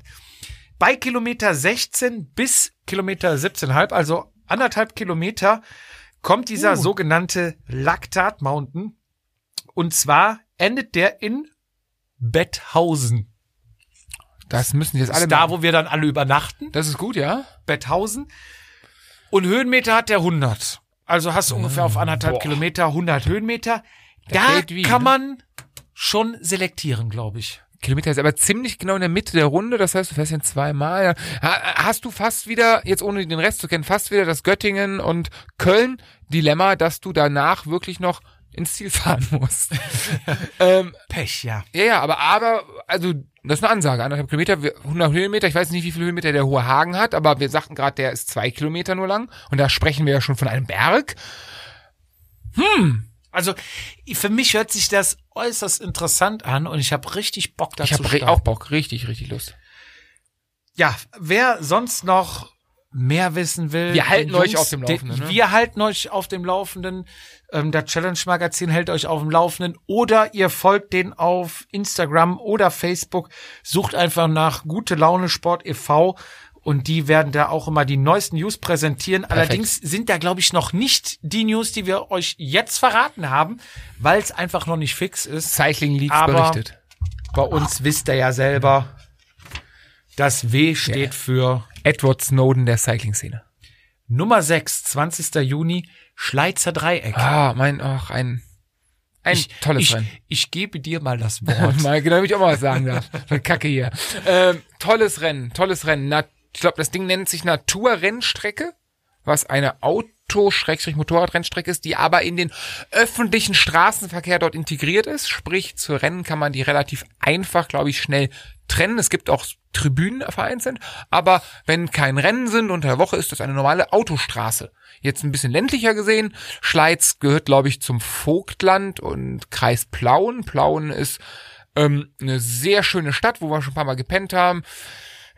Speaker 1: Bei Kilometer 16 bis Kilometer 17,5, also anderthalb Kilometer, kommt
Speaker 2: Uh.
Speaker 1: dieser sogenannte Laktat Mountain. Und zwar endet der in Betthausen.
Speaker 2: Das müssen jetzt
Speaker 1: Das
Speaker 2: alle
Speaker 1: ist da, wo wir dann alle übernachten.
Speaker 2: Das ist gut, ja?
Speaker 1: Betthausen. Und Höhenmeter hat der 100. Also hast du ungefähr auf anderthalb
Speaker 2: boah.
Speaker 1: Kilometer 100 Höhenmeter. Da
Speaker 2: fällt wie,
Speaker 1: kann
Speaker 2: ne?
Speaker 1: man schon selektieren, glaube ich.
Speaker 2: Kilometer ist aber ziemlich genau in der Mitte der Runde, das heißt, du fährst ihn zweimal. Ha- Hast du fast wieder, jetzt ohne den Rest zu kennen, fast wieder das Göttingen und Köln Dilemma, dass du danach wirklich noch ins Ziel fahren musst. ähm,
Speaker 1: Pech, ja.
Speaker 2: ja, ja, aber, aber, also, das ist eine Ansage, anderthalb Kilometer, wir- 100 Höhenmeter, ich weiß nicht, wie viele Höhenmeter der Hohe Hagen hat, aber wir sagten gerade, der ist zwei Kilometer nur lang und da sprechen wir ja schon von einem Berg.
Speaker 1: Also für mich hört sich das äußerst interessant an und ich habe richtig Bock dazu.
Speaker 2: Ich habe auch Bock, richtig, richtig Lust.
Speaker 1: Ja, wer sonst noch mehr wissen will.
Speaker 2: Wir halten
Speaker 1: den
Speaker 2: euch auf dem Laufenden,
Speaker 1: den-
Speaker 2: ne?
Speaker 1: Wir halten euch auf dem Laufenden. Ähm, das Challenge-Magazin hält euch auf dem Laufenden. Oder ihr folgt den auf Instagram oder Facebook. Sucht einfach nach Gute Laune Sport e.V. Und die werden da auch immer die neuesten News präsentieren. Allerdings sind da, glaube ich, noch nicht die News, die wir euch jetzt verraten haben, weil es einfach noch nicht fix ist.
Speaker 2: Cycling Leaks
Speaker 1: Aber-
Speaker 2: berichtet.
Speaker 1: Bei uns wisst ihr ja selber, das W steht für
Speaker 2: Edward Snowden der Cycling-Szene.
Speaker 1: Nummer 6, 20. Juni, Schleizer Dreieck.
Speaker 2: Ah, mein, ach, ein, ein
Speaker 1: ich,
Speaker 2: tolles
Speaker 1: ich,
Speaker 2: Rennen.
Speaker 1: ich gebe dir mal das Wort.
Speaker 2: Mal, genau, damit ich auch mal was sagen darf. Voll Kacke hier. Ähm, tolles Rennen, tolles Rennen. Na, ich glaube, das Ding nennt sich Naturrennstrecke, was eine Auto-Motorradrennstrecke ist, die aber in den öffentlichen Straßenverkehr dort integriert ist. Sprich, zu Rennen kann man die relativ einfach, glaube ich, schnell trennen. Es gibt auch Tribünen vereinzelt, aber wenn kein Rennen sind unter der Woche, ist das eine normale Autostraße. Jetzt ein bisschen ländlicher gesehen. Schleiz gehört, glaube ich, zum Vogtland und Kreis Plauen. Plauen ist ähm, eine sehr schöne Stadt, wo wir schon ein paar Mal gepennt haben.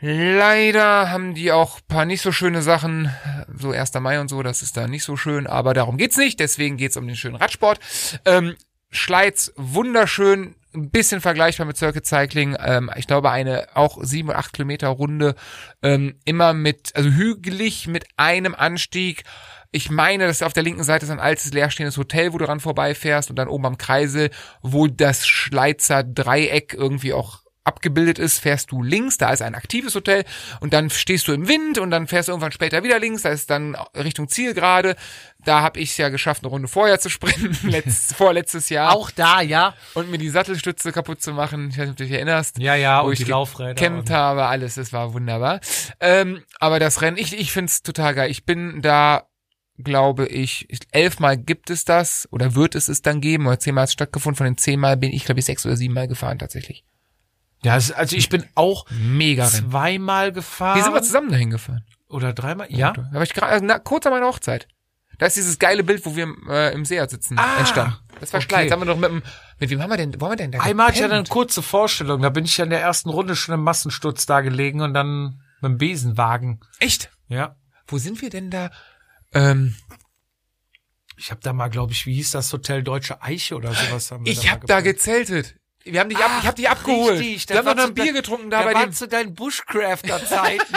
Speaker 2: Leider haben die auch ein paar nicht so schöne Sachen, so 1. Mai und so, das ist da nicht so schön, aber darum geht's nicht, deswegen geht's um den schönen Radsport. Ähm, Schleiz, wunderschön, ein bisschen vergleichbar mit Circuit Cycling, ähm, ich glaube eine auch 7 oder 8 Kilometer Runde, ähm, immer mit, also hügelig mit einem Anstieg, ich meine, dass auf der linken Seite ist ein altes leerstehendes Hotel, wo du dran vorbeifährst und dann oben am Kreisel, wo das Schleizer Dreieck irgendwie auch abgebildet ist, fährst du links, da ist ein aktives Hotel und dann stehst du im Wind und dann fährst du irgendwann später wieder links, da ist dann Richtung Zielgerade. Da habe ich es ja geschafft, eine Runde vorher zu sprinten, letzt, vorletztes Jahr
Speaker 1: Auch da, ja.
Speaker 2: und mir die Sattelstütze kaputt zu machen. Ich weiß nicht, ob du dich erinnerst.
Speaker 1: Ja, ja,
Speaker 2: Wo
Speaker 1: und
Speaker 2: ich
Speaker 1: die Laufräder.
Speaker 2: Gekämmt
Speaker 1: und-
Speaker 2: habe, alles, es war wunderbar. Ähm, aber das Rennen, ich, ich find's total geil. Ich bin da, glaube ich, ich- elfmal gibt es das oder wird es es dann geben oder zehnmal hat es stattgefunden. Von den zehnmal bin ich, glaube ich, sechs oder siebenmal gefahren tatsächlich.
Speaker 1: Ja, es- also ich bin auch
Speaker 2: Mega Rennen.
Speaker 1: zweimal gefahren.
Speaker 2: Wir sind mal zusammen dahin gefahren.
Speaker 1: Oder dreimal, ja.
Speaker 2: Da war ich gerade, na, kurz an meiner Hochzeit. Da ist dieses geile Bild, wo wir äh, im See sitzen,
Speaker 1: Ah,
Speaker 2: entstanden. Das war
Speaker 1: okay.
Speaker 2: Schleiz. Haben wir doch mit dem, mit wem haben wir denn, wo haben wir denn da
Speaker 1: Einmal hatte ich ja dann
Speaker 2: gepennt?
Speaker 1: eine kurze Vorstellung. Da bin ich ja in der ersten Runde schon im Massensturz da gelegen und dann mit dem Besenwagen.
Speaker 2: Echt?
Speaker 1: Ja.
Speaker 2: Wo sind wir denn da? Ähm,
Speaker 1: Ich habe da mal, glaube ich, wie hieß das Hotel Deutsche Eiche oder sowas? Haben wir
Speaker 2: Ich
Speaker 1: mal
Speaker 2: habe da
Speaker 1: gepennt.
Speaker 2: gezeltet. Wir haben dich ab, ich habe dich abgeholt.
Speaker 1: Richtig,
Speaker 2: wir haben
Speaker 1: war
Speaker 2: noch
Speaker 1: zu
Speaker 2: ein Bier
Speaker 1: dein-
Speaker 2: getrunken da
Speaker 1: da
Speaker 2: bei
Speaker 1: war
Speaker 2: dem.
Speaker 1: zu deinen Bushcrafter-Zeiten.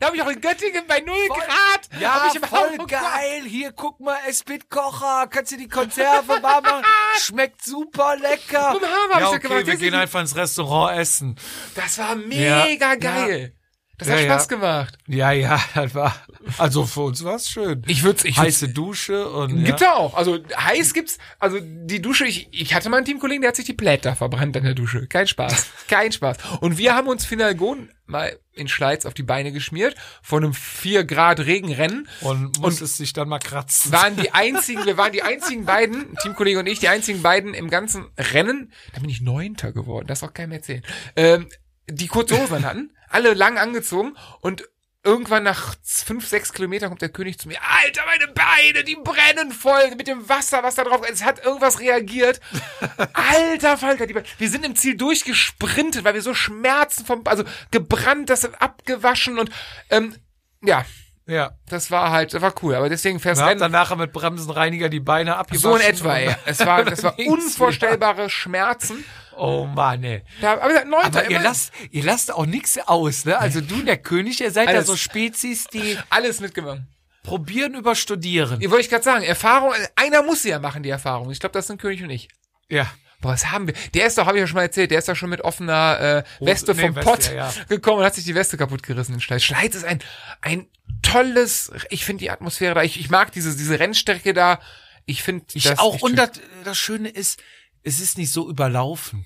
Speaker 2: Da habe ich auch in Göttingen bei 0
Speaker 1: Voll-
Speaker 2: Grad.
Speaker 1: ja,
Speaker 2: hab ich oh im
Speaker 1: Ah, voll
Speaker 2: Auto gehabt.
Speaker 1: geil. Hier, guck mal, Espit-Kocher. Kannst du die Konserve warm machen? Schmeckt super lecker.
Speaker 2: Mit dem Hammer hab ich
Speaker 1: ja,
Speaker 2: das
Speaker 1: okay,
Speaker 2: gemacht.
Speaker 1: wir
Speaker 2: Das
Speaker 1: gehen
Speaker 2: ist-
Speaker 1: einfach ins Restaurant essen.
Speaker 2: Das war mega
Speaker 1: Ja,
Speaker 2: geil. Das
Speaker 1: Ja,
Speaker 2: hat
Speaker 1: ja.
Speaker 2: Spaß gemacht.
Speaker 1: Ja, ja, das war, also für uns war's schön.
Speaker 2: Ich würd's, ich würd's,
Speaker 1: Heiße Dusche und,
Speaker 2: gibt's
Speaker 1: ja.
Speaker 2: ja auch. Also heiß gibt's, also die Dusche, ich, ich hatte mal einen Teamkollegen, der hat sich die Blätter verbrannt an der Dusche. Kein Spaß, kein Spaß. Und wir haben uns Finalgon mal in Schleiz auf die Beine geschmiert von einem 4 Grad Regenrennen.
Speaker 1: und muss es sich dann mal kratzen.
Speaker 2: waren die einzigen, wir waren die einzigen beiden, Teamkollege und ich, die einzigen beiden im ganzen Rennen, da bin ich Neunter geworden, das soll keinem erzählen, ähm, die kurze Hosen hatten, alle lang angezogen und irgendwann nach fünf, sechs Kilometern kommt der König zu mir, Alter, meine Beine, die brennen voll mit dem Wasser, was da drauf, es hat irgendwas reagiert. Alter Falter, die Be- wir sind im Ziel durchgesprintet, weil wir so Schmerzen vom, also gebrannt, das sind abgewaschen und, ähm, ja,
Speaker 1: Ja.
Speaker 2: das war halt, das war cool, aber deswegen fährst
Speaker 1: Wir haben
Speaker 2: Rennen
Speaker 1: dann nachher mit Bremsenreiniger die Beine abgewaschen.
Speaker 2: so in etwa,
Speaker 1: und-
Speaker 2: ja. Es war, das war
Speaker 1: ging's
Speaker 2: unvorstellbare Schmerzen.
Speaker 1: Oh Mann, ey.
Speaker 2: Da, aber wir hatten neunter
Speaker 1: Aber ihr
Speaker 2: immerhin.
Speaker 1: lasst, ihr lasst auch nichts aus, ne? Also du, der König, ihr seid ja
Speaker 2: Alles.
Speaker 1: so Spezies, die
Speaker 2: alles mitgemacht.
Speaker 1: probieren über Studieren.
Speaker 2: Ihr wollte ich gerade sagen, Erfahrung, einer muss sie ja machen, die Erfahrung. Ich glaube, das sind König und ich.
Speaker 1: Ja.
Speaker 2: Boah, was haben wir? Der ist doch, habe ich ja schon mal erzählt, der ist doch schon mit offener äh,
Speaker 1: Hose-
Speaker 2: Weste
Speaker 1: nee,
Speaker 2: vom
Speaker 1: Weste,
Speaker 2: Pott
Speaker 1: ja, ja.
Speaker 2: gekommen und hat sich die Weste kaputt gerissen in Schleiz. Schleiz ist ein, ein tolles, ich finde die Atmosphäre da, ich, ich mag diese, diese Rennstrecke da. Ich finde
Speaker 1: Ich
Speaker 2: das
Speaker 1: auch.
Speaker 2: echt
Speaker 1: Und
Speaker 2: schön.
Speaker 1: das, das Schöne ist, es ist nicht so überlaufen.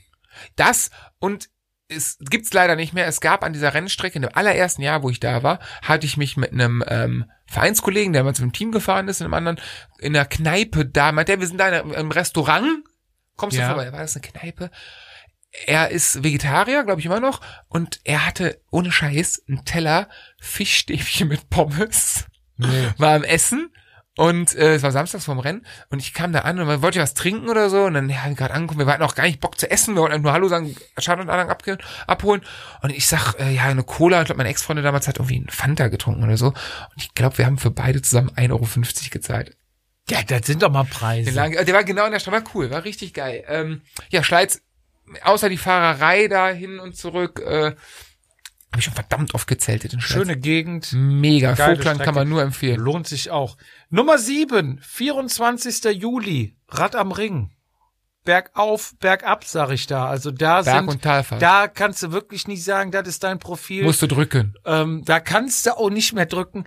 Speaker 2: Das und es gibt's leider nicht mehr. Es gab an dieser Rennstrecke, in dem allerersten Jahr, wo ich da war, hatte ich mich mit einem ähm, Vereinskollegen, der mal zum Team gefahren ist, in einem anderen, in einer Kneipe da, meint der, wir sind da in einem- im Restaurant. Kommst
Speaker 1: Ja.
Speaker 2: du vorbei? War das eine Kneipe? Er ist Vegetarier, glaube ich immer noch, und er hatte ohne Scheiß einen Teller Fischstäbchen mit Pommes
Speaker 1: Nee.
Speaker 2: war am Essen und äh, es war samstags vorm Rennen und ich kam da an und man wollte was trinken oder so und dann ja, haben wir gerade angeguckt, wir hatten auch gar nicht Bock zu essen, wir wollten einfach nur Hallo sagen, Schadenanlang abge abholen und ich sag, äh, ja, eine Cola, ich glaube, meine Ex-Freundin damals hat irgendwie einen Fanta getrunken oder so und ich glaube, wir haben für beide zusammen 1,50 Euro gezahlt.
Speaker 1: Ja, das sind doch mal
Speaker 2: Den
Speaker 1: Preise.
Speaker 2: lagen, äh, der war genau in der Stadt, war cool, war richtig geil. Ähm, ja, Schleiz, außer die Fahrerei da hin und zurück, äh, habe ich schon verdammt oft gezeltet in Schleiz.
Speaker 1: Schöne Gegend.
Speaker 2: Mega,
Speaker 1: Geile
Speaker 2: Vogtland kann
Speaker 1: Strecke.
Speaker 2: man nur empfehlen.
Speaker 1: Lohnt sich auch. Nummer 7, 24. Juli, Rad am Ring. Bergauf, bergab, sag ich da. Also da
Speaker 2: Berg-
Speaker 1: sind,
Speaker 2: und Talfahrt.
Speaker 1: da kannst du wirklich nicht sagen, das ist dein Profil.
Speaker 2: Musst du drücken.
Speaker 1: ähm, da kannst du auch nicht mehr drücken.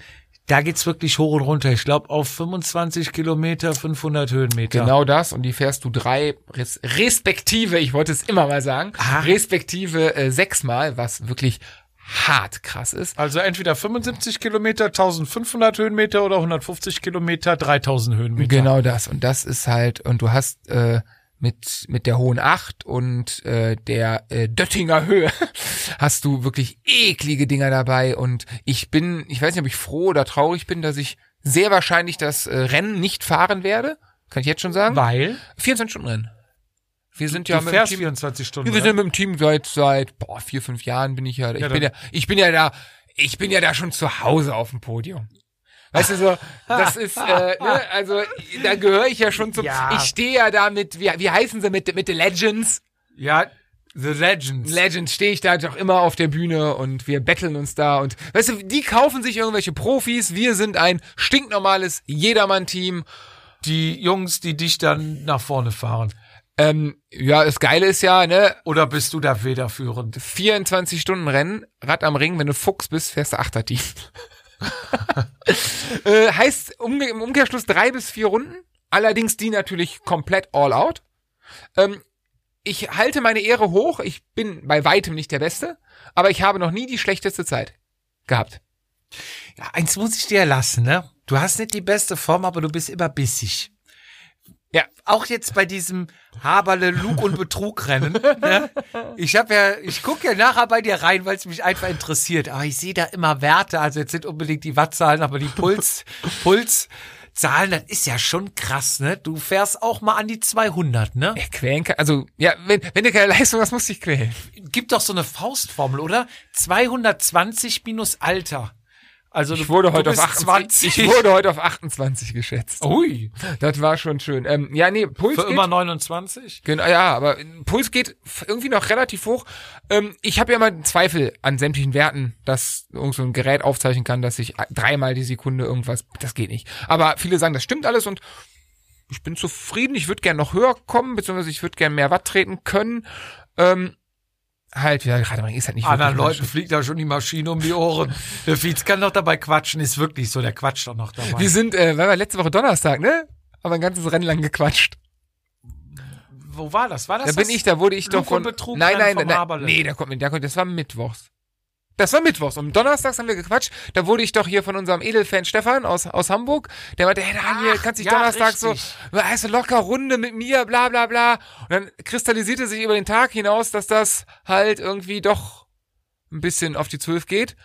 Speaker 1: Da geht's wirklich hoch und runter. Ich glaube auf 25 Kilometer, 500 Höhenmeter.
Speaker 2: Genau das und die fährst du drei res respektive, ich wollte es immer mal sagen,
Speaker 1: Ah.
Speaker 2: respektive äh, sechsmal, was wirklich hart krass ist.
Speaker 1: Also entweder 75 Kilometer, 1500 Höhenmeter oder 150 Kilometer, 3000 Höhenmeter.
Speaker 2: Genau das und das ist halt und du hast äh, mit mit der hohen Acht und äh, der äh, Döttinger Höhe hast du wirklich eklige Dinger dabei und ich bin, ich weiß nicht, ob ich froh oder traurig bin, dass ich sehr wahrscheinlich das äh, Rennen nicht fahren werde, kann ich jetzt schon sagen.
Speaker 1: Weil
Speaker 2: 24 Stunden Rennen. Wir sind ja
Speaker 1: du
Speaker 2: mit dem
Speaker 1: fährst
Speaker 2: Team
Speaker 1: 24 Stunden.
Speaker 2: Ja, wir sind mit dem Team seit seit boah, vier fünf Jahren bin ich ja. Ich
Speaker 1: Ja,
Speaker 2: bin ja
Speaker 1: dann-
Speaker 2: ich bin ja da ich bin ja da schon zu Hause auf dem Podium. Weißt du so, das ist äh, ne, also da gehöre ich ja schon zum.
Speaker 1: Ja.
Speaker 2: Ich stehe ja da mit wie, wie heißen sie mit mit den Legends.
Speaker 1: ja, The Legends.
Speaker 2: Legends stehe ich da doch immer auf der Bühne und wir betteln uns da und weißt du, die kaufen sich irgendwelche Profis. Wir sind ein stinknormales Jedermann-Team.
Speaker 1: die Jungs, die dich dann nach vorne fahren.
Speaker 2: Ähm, ja, das Geile ist ja, ne,
Speaker 1: Oder bist du da federführend?
Speaker 2: 24 Stunden Rennen, Rad am Ring, wenn du Fuchs bist, fährst du Achterteam. äh, heißt umge im Umkehrschluss drei bis vier Runden. Allerdings die natürlich komplett all out. Ähm, ich halte meine Ehre hoch. Ich bin bei weitem nicht der Beste, aber ich habe noch nie die schlechteste Zeit gehabt.
Speaker 1: Ja, eins muss ich dir lassen, ne? Du hast nicht die beste Form, aber du bist immer bissig.
Speaker 2: Ja.
Speaker 1: Auch jetzt bei diesem Haberle Lug und Betrug Rennen. Ne? Ich habe ja, ich gucke ja nachher bei dir rein, weil es mich einfach interessiert. Aber ich sehe da immer Werte, also jetzt nicht unbedingt die Wattzahlen, aber die Puls, Pulszahlen, das ist ja schon krass, ne? Du fährst auch mal an die 200, ne?
Speaker 2: Äh, Quälen kann, also ja, wenn, wenn du keine Leistung hast, musst du dich quälen.
Speaker 1: Gibt doch so eine Faustformel, oder? 220 minus Alter. Also
Speaker 2: Ich wurde heute auf Oh.
Speaker 1: bist
Speaker 2: 28. Ich wurde heute auf 28 geschätzt.
Speaker 1: Ui.
Speaker 2: Das war schon schön. Ähm, ja, nee, Puls
Speaker 1: Für
Speaker 2: geht
Speaker 1: immer 29?
Speaker 2: Genau, ja, aber Puls geht f- irgendwie noch relativ hoch. Ähm, ich habe ja immer einen Zweifel an sämtlichen Werten, dass irgend so ein Gerät aufzeichnen kann, dass ich a- dreimal die Sekunde irgendwas, das geht nicht. Aber viele sagen, das stimmt alles und ich bin zufrieden, ich würde gern noch höher kommen, beziehungsweise ich würde gern mehr Watt treten können. Ähm, halt, ja, gerade ist halt nicht
Speaker 1: Anderen
Speaker 2: wirklich
Speaker 1: Leuten fliegt da schon die Maschine um die Ohren. Der Fietz kann doch dabei quatschen, ist wirklich so, der quatscht doch noch dabei.
Speaker 2: Wir sind, äh, weil wir letzte Woche Donnerstag, ne? Haben wir ein ganzes Rennen lang gequatscht.
Speaker 1: Wo war das? War das
Speaker 2: Da bin
Speaker 1: das?
Speaker 2: ich, da wurde ich
Speaker 1: Lug
Speaker 2: doch von.
Speaker 1: und Betrug
Speaker 2: nein,
Speaker 1: rein
Speaker 2: nein,
Speaker 1: vom
Speaker 2: nein.
Speaker 1: Haberle.
Speaker 2: Nee, da kommt mir, da kommt, das war Mittwochs. Das war Mittwochs. Und Donnerstags haben wir gequatscht. Da wurde ich doch hier von unserem Edelfan Stefan aus, aus Hamburg. Der meinte, hey, Daniel,
Speaker 1: Ach,
Speaker 2: kannst dich
Speaker 1: ja,
Speaker 2: Donnerstag so,
Speaker 1: richtig.
Speaker 2: also locker Runde mit mir, bla, bla, bla. Und dann kristallisierte sich über den Tag hinaus, dass das halt irgendwie doch ein bisschen auf die Zwölf geht.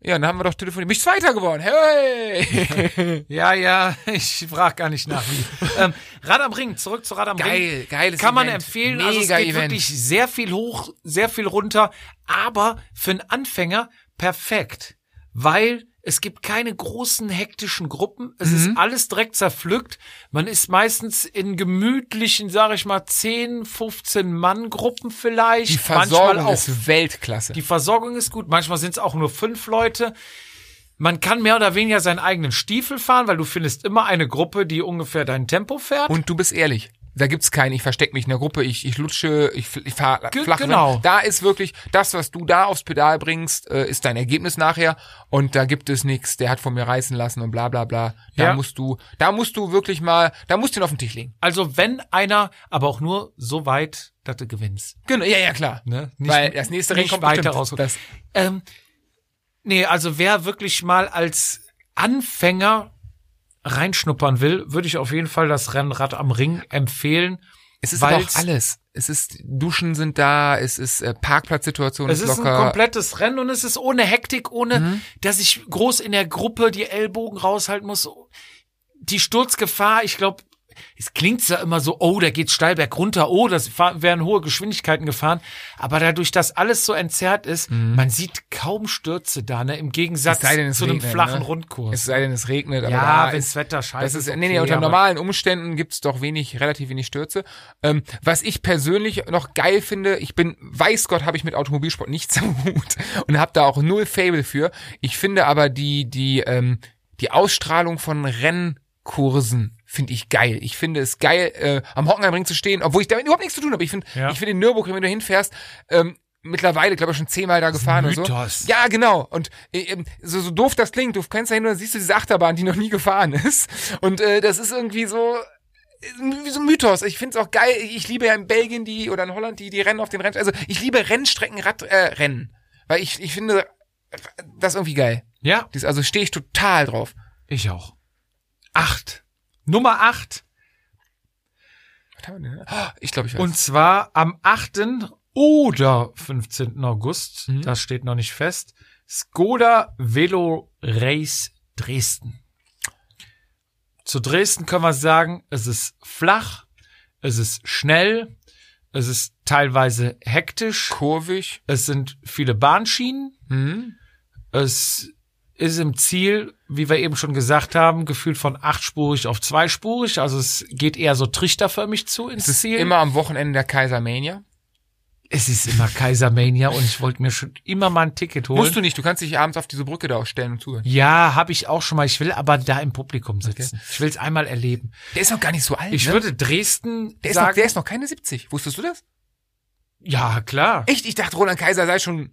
Speaker 2: Ja, dann haben wir doch telefoniert. Mich Zweiter geworden. Hey!
Speaker 1: Ja, ja, ich frage gar nicht nach wie. ähm, Rad am Ring, zurück zu Rad am Ring.
Speaker 2: Geil, geiles
Speaker 1: Kann man
Speaker 2: Event.
Speaker 1: empfehlen.
Speaker 2: Mega
Speaker 1: also es geht
Speaker 2: Event.
Speaker 1: wirklich sehr viel hoch, sehr viel runter, aber für einen Anfänger perfekt, weil es gibt keine großen hektischen Gruppen. Es ist
Speaker 2: Mhm.
Speaker 1: alles direkt zerpflückt. Man ist meistens in gemütlichen, sage ich mal, 10, 15 Mann Gruppen vielleicht.
Speaker 2: Die
Speaker 1: manchmal
Speaker 2: Versorgung
Speaker 1: auch
Speaker 2: ist Weltklasse.
Speaker 1: die Versorgung ist gut. Manchmal sind es auch nur fünf Leute. Man kann mehr oder weniger seinen eigenen Stiefel fahren, weil du findest immer eine Gruppe, die ungefähr dein Tempo fährt.
Speaker 2: Und du bist ehrlich. Da gibt's keinen, ich verstecke mich in der Gruppe, ich, ich lutsche, ich, fl- ich fahre
Speaker 1: Ge-
Speaker 2: flach. ne?
Speaker 1: genau.
Speaker 2: Da ist wirklich, das, was du da aufs Pedal bringst, äh, ist dein Ergebnis nachher. Und da gibt es nichts, der hat von mir reißen lassen und bla bla bla. Da
Speaker 1: Ja.
Speaker 2: musst du, da musst du wirklich mal, da musst du ihn auf den Tisch legen.
Speaker 1: also wenn einer, aber auch nur so weit, dass du gewinnst.
Speaker 2: Genau, ja, ja, klar.
Speaker 1: Ne?
Speaker 2: Weil das nächste Rennen
Speaker 1: nicht
Speaker 2: kommt
Speaker 1: weiter
Speaker 2: bestimmt.
Speaker 1: raus.
Speaker 2: Das-
Speaker 1: Ähm, nee, also wer wirklich mal als Anfänger reinschnuppern will, würde ich auf jeden Fall das Rennrad am Ring empfehlen.
Speaker 2: Es ist aber auch
Speaker 1: Weil's-
Speaker 2: alles. Es ist, Duschen sind da, es ist äh, Parkplatzsituation
Speaker 1: Es
Speaker 2: ist
Speaker 1: ist
Speaker 2: locker. Mhm.
Speaker 1: ein komplettes Rennen und es ist ohne Hektik, ohne, dass ich groß in der Gruppe die Ellbogen raushalten muss. Die Sturzgefahr, ich glaube, es klingt ja immer so, oh, da geht's steil bergunter, oh, das fahr- werden hohe Geschwindigkeiten gefahren. Aber dadurch, dass alles so entzerrt ist, man sieht kaum Stürze da, ne? Im Gegensatz
Speaker 2: Mhm. Es sei denn, es
Speaker 1: zu einem
Speaker 2: regnet,
Speaker 1: flachen
Speaker 2: ne? es
Speaker 1: Rundkurs.
Speaker 2: sei denn, es regnet, aber
Speaker 1: Ja,
Speaker 2: da
Speaker 1: wenn's
Speaker 2: ist,
Speaker 1: Wetter scheiße
Speaker 2: Das ist,
Speaker 1: ist,
Speaker 2: nee, nee,
Speaker 1: okay,
Speaker 2: unter
Speaker 1: aber-
Speaker 2: normalen Umständen gibt's doch wenig, relativ wenig Stürze. Ähm, was ich persönlich noch geil finde, ich bin, weiß Gott, habe ich mit Automobilsport nichts am Hut und habe da auch null Fable für. Ich finde aber die, die, ähm, die Ausstrahlung von Rennkursen finde ich geil. Ich finde es geil, äh, am Hockenheimring zu stehen, obwohl ich damit überhaupt nichts zu tun habe. Ich finde,
Speaker 1: Ja.
Speaker 2: ich finde in Nürburgring, wenn du hinfährst, ähm, mittlerweile, glaube ich, schon zehnmal da gefahren und so.
Speaker 1: Mythos.
Speaker 2: Ja, genau. Und äh, ähm, so, so doof das klingt, du kennst da hin und dann siehst du diese Achterbahn, die noch nie gefahren ist. Und äh, das ist irgendwie so äh, wie so ein Mythos. Ich finde es auch geil. Ich liebe ja in Belgien die oder in Holland die, die Rennen auf den Rennen. Also ich liebe Rennstrecken, Rad, äh, Rennen. Weil ich, ich finde das irgendwie geil.
Speaker 1: Ja,
Speaker 2: Dies- Also stehe ich total drauf.
Speaker 1: ich auch. Acht. Nummer acht.
Speaker 2: Was haben wir denn? Oh, Ich glaube, ich weiß.
Speaker 1: Und zwar am 8. oder 15. August,
Speaker 2: Mhm.
Speaker 1: das steht noch nicht fest, Skoda Velo Race Dresden. Zu Dresden können wir sagen, es ist flach, es ist schnell, es ist teilweise hektisch,
Speaker 2: kurvig.
Speaker 1: es sind viele Bahnschienen,
Speaker 2: Hm?
Speaker 1: es ist im Ziel, wie wir eben schon gesagt haben, gefühlt von achtspurig auf zweispurig, also es geht eher so trichterförmig zu ins
Speaker 2: Es ist
Speaker 1: Ziel.
Speaker 2: immer am Wochenende der Kaisermania.
Speaker 1: Es ist immer Kaisermania und ich wollte mir schon immer mal ein Ticket holen.
Speaker 2: Musst du nicht, du kannst dich abends auf diese Brücke da auch stellen und zuhören.
Speaker 1: ja, habe ich auch schon mal. Ich will aber da im Publikum sitzen. Ich will es einmal erleben.
Speaker 2: Der ist noch gar nicht so alt.
Speaker 1: Ich
Speaker 2: ne?
Speaker 1: würde Dresden
Speaker 2: der, ist noch,
Speaker 1: sagen.
Speaker 2: der ist noch keine 70. Wusstest du das?
Speaker 1: ja, klar.
Speaker 2: Echt? Ich dachte, Roland Kaiser sei schon.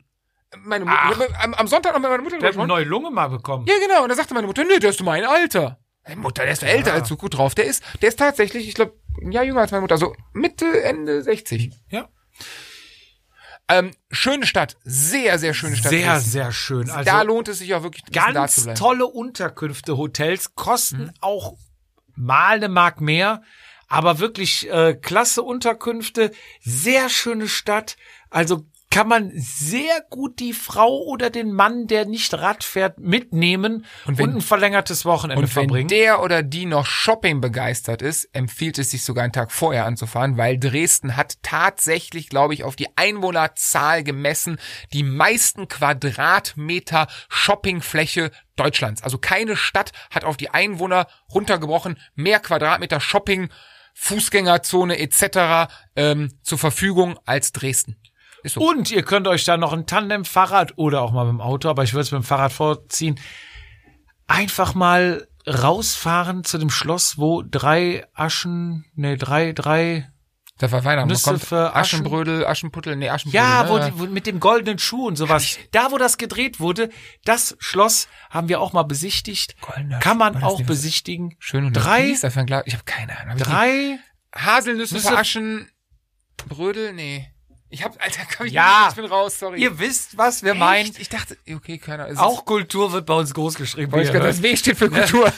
Speaker 2: äh, Meine
Speaker 1: Ach.
Speaker 2: Mutter, am, am Sonntag noch mit meiner
Speaker 1: Der
Speaker 2: Mutter
Speaker 1: hat eine
Speaker 2: gesprochen.
Speaker 1: neue Lunge mal bekommen.
Speaker 2: Ja, genau. Und da sagte meine Mutter, nee, der ist mein Alter. Meine Mutter, der ist älter als du, gut drauf. Der ist, der ist tatsächlich, ich glaube, ein Jahr jünger als meine Mutter, so Mitte, Ende 60.
Speaker 1: Ja.
Speaker 2: Ähm, schöne Stadt, sehr, sehr schöne Stadt.
Speaker 1: Sehr,
Speaker 2: Dresden.
Speaker 1: sehr schön. Also
Speaker 2: da lohnt es sich auch wirklich ein bisschen Mhm. da zu
Speaker 1: ganz
Speaker 2: bleiben.
Speaker 1: tolle Unterkünfte, Hotels, kosten auch mal eine Mark mehr, aber wirklich äh, klasse Unterkünfte, sehr schöne Stadt, also kann man sehr gut die Frau oder den Mann, der nicht Rad fährt, mitnehmen und,
Speaker 2: wenn-
Speaker 1: ein verlängertes Wochenende
Speaker 2: Und wenn
Speaker 1: verbringen.
Speaker 2: der oder die noch Shopping begeistert ist, empfiehlt es sich sogar einen Tag vorher anzufahren, weil Dresden hat tatsächlich, glaube ich, auf die Einwohnerzahl gemessen die meisten Quadratmeter Shoppingfläche Deutschlands. Also keine Stadt hat auf die Einwohner runtergebrochen mehr Quadratmeter Shopping, Fußgängerzone etc. Ähm, zur Verfügung als Dresden. Ist so.
Speaker 1: Und ihr könnt euch da noch ein Tandem-Fahrrad oder auch mal mit dem Auto, aber ich würde es mit dem Fahrrad vorziehen, einfach mal rausfahren zu dem Schloss, wo drei Aschen, nee, drei, drei
Speaker 2: da war Weihnachten.
Speaker 1: Nüsse
Speaker 2: kommt
Speaker 1: für Aschen-
Speaker 2: Aschenbrödel, Aschenputtel, nee, Aschenbrödel.
Speaker 1: Ja,
Speaker 2: ne?
Speaker 1: wo, die, wo mit dem goldenen Schuh und sowas. Da, wo das gedreht wurde, das Schloss haben wir auch mal besichtigt.
Speaker 2: Goldener
Speaker 1: Kann
Speaker 2: Schuh,
Speaker 1: man
Speaker 2: war das
Speaker 1: auch
Speaker 2: nicht was-
Speaker 1: besichtigen.
Speaker 2: Schön und
Speaker 1: Drei-
Speaker 2: das Biest, dafür ein Glas. Ich habe keine Ahnung. Hab ich
Speaker 1: Drei.
Speaker 2: die Haselnüsse
Speaker 1: Nüsse-
Speaker 2: verarschen. Brödel? Nee. Ich hab, Alter, komm ich
Speaker 1: Ja.
Speaker 2: nicht, ich bin raus, sorry.
Speaker 1: Ihr wisst, was wir
Speaker 2: Echt?
Speaker 1: meinen.
Speaker 2: Ich dachte, okay, keine Ahnung. Es
Speaker 1: Auch Kultur wird bei uns groß geschrieben.
Speaker 2: Ist, wollte ich gerade, das W steht für Kultur.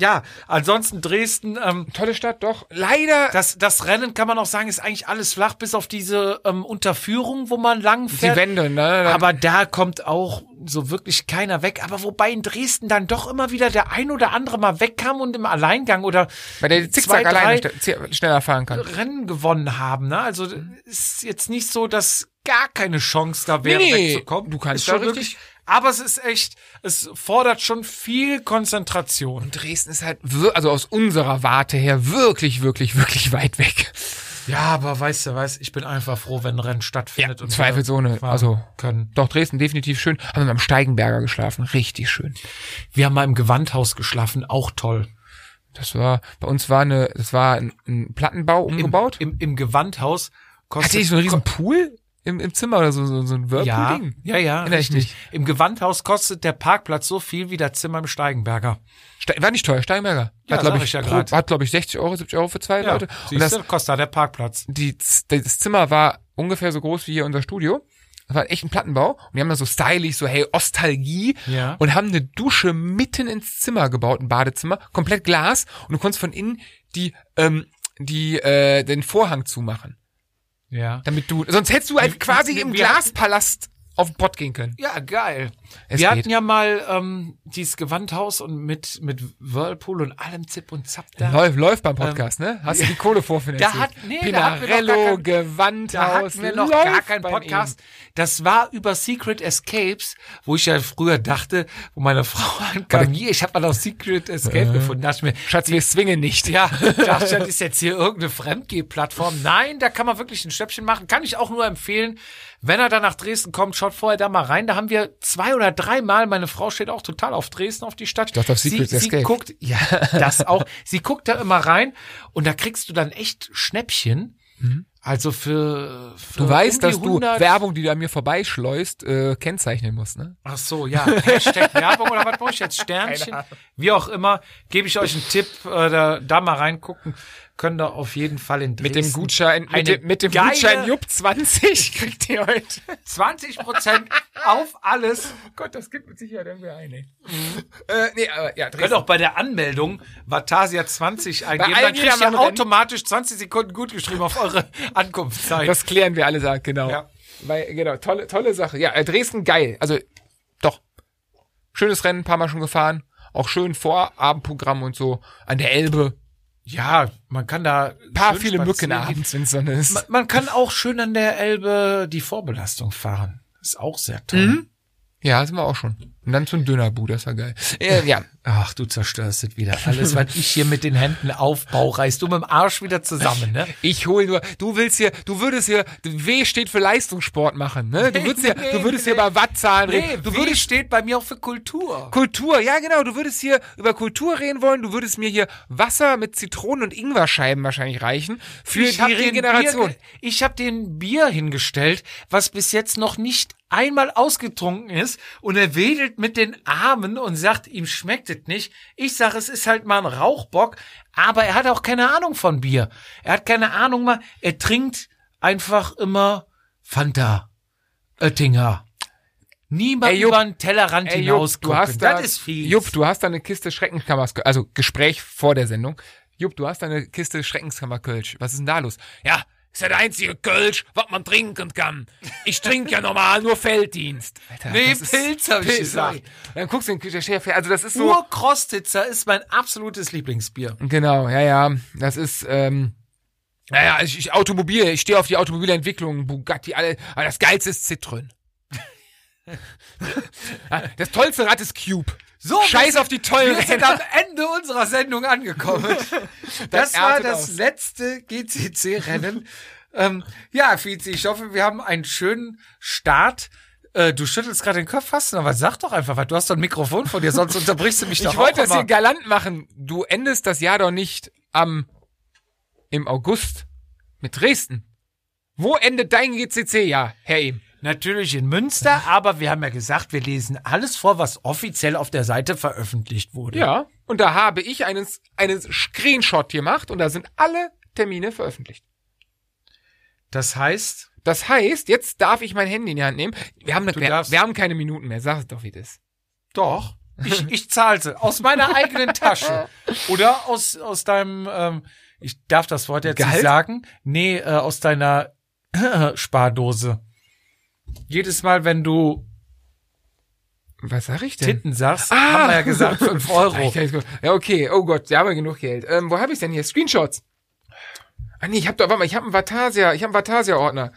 Speaker 1: Ja, ansonsten Dresden. Ähm,
Speaker 2: Tolle Stadt, doch. Leider.
Speaker 1: das, das Rennen kann man auch sagen, ist eigentlich alles flach, bis auf diese ähm, Unterführung, wo man lang
Speaker 2: die
Speaker 1: fährt.
Speaker 2: Wände, ne? Dann-
Speaker 1: Aber da kommt auch so wirklich keiner weg. Aber wobei in Dresden dann doch immer wieder der ein oder andere mal wegkam und im Alleingang oder
Speaker 2: Weil der
Speaker 1: zwei,
Speaker 2: Zickzack
Speaker 1: drei
Speaker 2: alleine sch- zie- schneller fahren kann.
Speaker 1: Rennen gewonnen haben. Ne? Also ist jetzt nicht so, dass gar keine Chance da wäre,
Speaker 2: Nee, nee,
Speaker 1: wegzukommen.
Speaker 2: du kannst
Speaker 1: Ist
Speaker 2: da
Speaker 1: schon
Speaker 2: richtig-
Speaker 1: wirklich- Aber es ist echt, es fordert schon viel Konzentration.
Speaker 2: Dresden ist halt, wir- also aus unserer Warte her, wirklich, wirklich, wirklich weit weg.
Speaker 1: Ja, aber weißt du was, ich bin einfach froh, wenn ein Rennen stattfindet.
Speaker 2: Ja,
Speaker 1: und wir
Speaker 2: zweifelsohne,
Speaker 1: fahren
Speaker 2: also-
Speaker 1: Können.
Speaker 2: Doch, Dresden definitiv schön. Haben wir am Steigenberger geschlafen. Richtig schön.
Speaker 1: Wir haben mal im Gewandhaus geschlafen, auch toll.
Speaker 2: Das war, bei uns war eine, das war ein, ein Plattenbau umgebaut.
Speaker 1: Im, im Gewandhaus kostet...
Speaker 2: Hatte ich so einen riesen Pool im, im Zimmer oder so, so, so ein
Speaker 1: ja,
Speaker 2: Whirlpool-Ding?
Speaker 1: ja, ja,
Speaker 2: Erinnere ich
Speaker 1: richtig. Im Gewandhaus kostet der Parkplatz so viel wie das Zimmer im Steigenberger.
Speaker 2: Ste- War nicht teuer, Steinberger.
Speaker 1: Ja,
Speaker 2: hat,
Speaker 1: sag
Speaker 2: glaube ich,
Speaker 1: ich ja
Speaker 2: pro-
Speaker 1: grad.
Speaker 2: hat, glaube ich, 60 Euro, 70 Euro für zwei
Speaker 1: Ja,
Speaker 2: Leute. Und
Speaker 1: siehst
Speaker 2: das,
Speaker 1: du, kostet da der Parkplatz.
Speaker 2: die, das Zimmer war ungefähr so groß wie hier unser Studio. Das war echt ein Plattenbau. Und die haben da so stylisch, so hey, Ostalgie.
Speaker 1: Ja.
Speaker 2: Und haben eine Dusche mitten ins Zimmer gebaut, ein Badezimmer, komplett Glas. Und du konntest von innen die, ähm, die, äh, den Vorhang zumachen.
Speaker 1: Ja.
Speaker 2: Damit du, sonst hättest du halt quasi
Speaker 1: wir-
Speaker 2: im
Speaker 1: wir-
Speaker 2: Glaspalast auf den Pott gehen können.
Speaker 1: Ja, geil.
Speaker 2: Es
Speaker 1: wir
Speaker 2: geht.
Speaker 1: hatten ja mal ähm, dieses Gewandhaus und mit, mit Whirlpool und allem Zip und Zap da.
Speaker 2: Läuft, läuft beim Podcast, ne? Hast du die Kohle vorfinanziert?
Speaker 1: Ähm, Da hat- nee, da hatten wir noch gar
Speaker 2: Pinarello,
Speaker 1: kein- da
Speaker 2: Gewandhaus,
Speaker 1: hatten wir noch
Speaker 2: läuft
Speaker 1: gar keinen
Speaker 2: beim
Speaker 1: Podcast. Das war über Secret Escapes, wo ich ja früher dachte, wo meine Frau ankam, hier, ich habe mal noch Secret
Speaker 2: Äh.
Speaker 1: Escape gefunden. Da dachte ich mir,
Speaker 2: Ihm. Schatz, wir zwingen nicht.
Speaker 1: ja, dachte ich, das ist jetzt hier irgendeine Fremdgeh-Plattform. Nein, da kann man wirklich ein Schnäppchen machen. Kann ich auch nur empfehlen, wenn er da nach Dresden kommt, schaut vorher da mal rein. Da haben wir zwei oder dreimal, meine Frau steht auch total auf Dresden, auf die Stadt. Ich
Speaker 2: dachte auf
Speaker 1: sie,
Speaker 2: Secret
Speaker 1: sie
Speaker 2: Escape.
Speaker 1: guckt, ja, das auch. Sie guckt da immer rein und da kriegst du dann echt Schnäppchen. Also für, für
Speaker 2: Mhm. Du weißt,
Speaker 1: um die
Speaker 2: dass du
Speaker 1: 100
Speaker 2: Werbung, die du an mir vorbeischleust, äh, kennzeichnen musst, ne?
Speaker 1: Ach so, ja. Hashtag Werbung oder was brauche ich jetzt? Sternchen? Wie auch immer, gebe ich euch einen Tipp, äh, da, da mal reingucken. Könnt ihr auf jeden Fall in Dresden
Speaker 2: Mit dem Gutschein,
Speaker 1: eine
Speaker 2: mit dem, mit dem
Speaker 1: geile-
Speaker 2: Gutschein Jupp 20 kriegt ihr heute.
Speaker 1: 20% auf alles.
Speaker 2: Gott, das gibt mit Sicherheit irgendwie ein, ey. äh, nee, aber ja,
Speaker 1: Könnt
Speaker 2: Dresden.
Speaker 1: auch bei der Anmeldung Vatasia 20 eingeben,
Speaker 2: allen
Speaker 1: dann kriegt ihr
Speaker 2: Niederlanden-
Speaker 1: automatisch 20 Sekunden gut geschrieben auf eure Ankunftszeit.
Speaker 2: Das klären wir alle, sagen, genau.
Speaker 1: Ja.
Speaker 2: Weil, genau, tolle, tolle Sache. Ja, äh, Dresden geil. Also, doch. Schönes Rennen, ein paar Mal schon gefahren. Auch schön Vorabendprogramm und so. An der Elbe.
Speaker 1: ja, man kann da
Speaker 2: Ein paar
Speaker 1: schön
Speaker 2: viele
Speaker 1: spazieren
Speaker 2: Mücken
Speaker 1: gehen.
Speaker 2: abends, wenn Sonne ist.
Speaker 1: Man, man kann auch schön an der Elbe die Vorbelastung fahren. Ist auch sehr toll.
Speaker 2: Ja, sind wir auch schon. Und dann zum Dönerbude, das war geil. Äh, ja.
Speaker 1: Ach, du zerstörst es wieder. Alles, was ich hier mit den Händen aufbaue, reißt du mit dem Arsch wieder zusammen, ne?
Speaker 2: Ich hol nur, du willst hier, du würdest hier, W steht für Leistungssport machen, ne? Du würdest hier,
Speaker 1: Nee,
Speaker 2: du würdest
Speaker 1: nee.
Speaker 2: hier über Wattzahlen
Speaker 1: Nee,
Speaker 2: reden.
Speaker 1: du
Speaker 2: Du
Speaker 1: w
Speaker 2: würdest
Speaker 1: steht bei mir auch für Kultur.
Speaker 2: Kultur, ja genau, du würdest hier über Kultur reden wollen, du würdest mir hier Wasser mit Zitronen und Ingwerscheiben wahrscheinlich reichen für
Speaker 1: ich
Speaker 2: die
Speaker 1: habe den,
Speaker 2: Regeneration.
Speaker 1: Bier- ich hab den Bier hingestellt, was bis jetzt noch nicht einmal ausgetrunken ist und er wedelt mit den Armen und sagt, ihm schmeckt es nicht. Ich sage, es ist halt mal ein Rauchbock, aber er hat auch keine Ahnung von Bier. Er hat keine Ahnung mal, er trinkt einfach immer Fanta, Oettinger. Niemand
Speaker 2: Ey, Jupp.
Speaker 1: über den Tellerrand
Speaker 2: Ey, Jupp,
Speaker 1: hinausgucken.
Speaker 2: du hast da,
Speaker 1: das ist viel.
Speaker 2: Jupp, du hast da eine Kiste Schreckenskammers, also Gespräch vor der Sendung. Jupp, du hast da eine Kiste Schreckenskammer Kölsch. Was ist denn da los? Ja, ist ja der einzige Kölsch, was man trinken kann. Ich trinke ja normal nur Felddienst. Alter,
Speaker 1: Nee,
Speaker 2: das ist-
Speaker 1: Pilz hab ich
Speaker 2: Pilz,
Speaker 1: gesagt.
Speaker 2: sorry. Dann guckst du in den Kühlschrank, also das ist so.
Speaker 1: Urkrostitzer ist mein absolutes Lieblingsbier.
Speaker 2: Genau, ja, ja. Das ist, ähm, naja, ich, ich Automobil, ich stehe auf die Automobilentwicklung, Bugatti, alle, aber das geilste ist Citroën. das tollste Rad ist Cube.
Speaker 1: So,
Speaker 2: Scheiß auf die tollen
Speaker 1: Wir sind
Speaker 2: Räder.
Speaker 1: am Ende unserer Sendung angekommen. Das
Speaker 2: Das
Speaker 1: war
Speaker 2: artet
Speaker 1: das
Speaker 2: aus.
Speaker 1: letzte GCC-Rennen. ähm, ja, Fizi, ich hoffe, wir haben einen schönen Start. Äh, du schüttelst gerade den Kopf, hast du noch was? Sag doch einfach was. Du hast doch ein Mikrofon vor dir, sonst unterbrichst du mich doch
Speaker 2: Ich wollte
Speaker 1: auch
Speaker 2: das hier
Speaker 1: immer.
Speaker 2: galant machen. Du endest das Jahr doch nicht am im August mit Dresden. Wo endet dein GCC-Jahr, Herr Ehm?
Speaker 1: Natürlich in Münster, aber wir haben ja gesagt, wir lesen alles vor, was offiziell auf der Seite veröffentlicht wurde.
Speaker 2: Ja. Und da habe ich einen, einen Screenshot gemacht und da sind alle Termine veröffentlicht.
Speaker 1: Das heißt,
Speaker 2: Das heißt, jetzt darf ich mein Handy in die Hand nehmen. Wir haben,
Speaker 1: Du
Speaker 2: wir,
Speaker 1: darfst.
Speaker 2: wir haben keine Minuten mehr. Sag es doch, wie das ist.
Speaker 1: doch, ich, ich zahlte aus meiner eigenen Tasche. Oder aus, aus deinem, ähm, ich darf das Wort jetzt nicht
Speaker 2: Gehalt?
Speaker 1: sagen, nee, äh, aus deiner äh, Spardose. Jedes Mal, wenn du
Speaker 2: Was sag ich denn?
Speaker 1: Titten sagst, haben wir ja gesagt, 5 Euro.
Speaker 2: Ja, okay. Oh Gott, da haben wir genug Geld. Ähm, wo habe ich denn hier? Screenshots. Ah, nee, ich habe doch, warte mal, ich habe einen Vatasia, ich habe einen Vatasia-Ordner.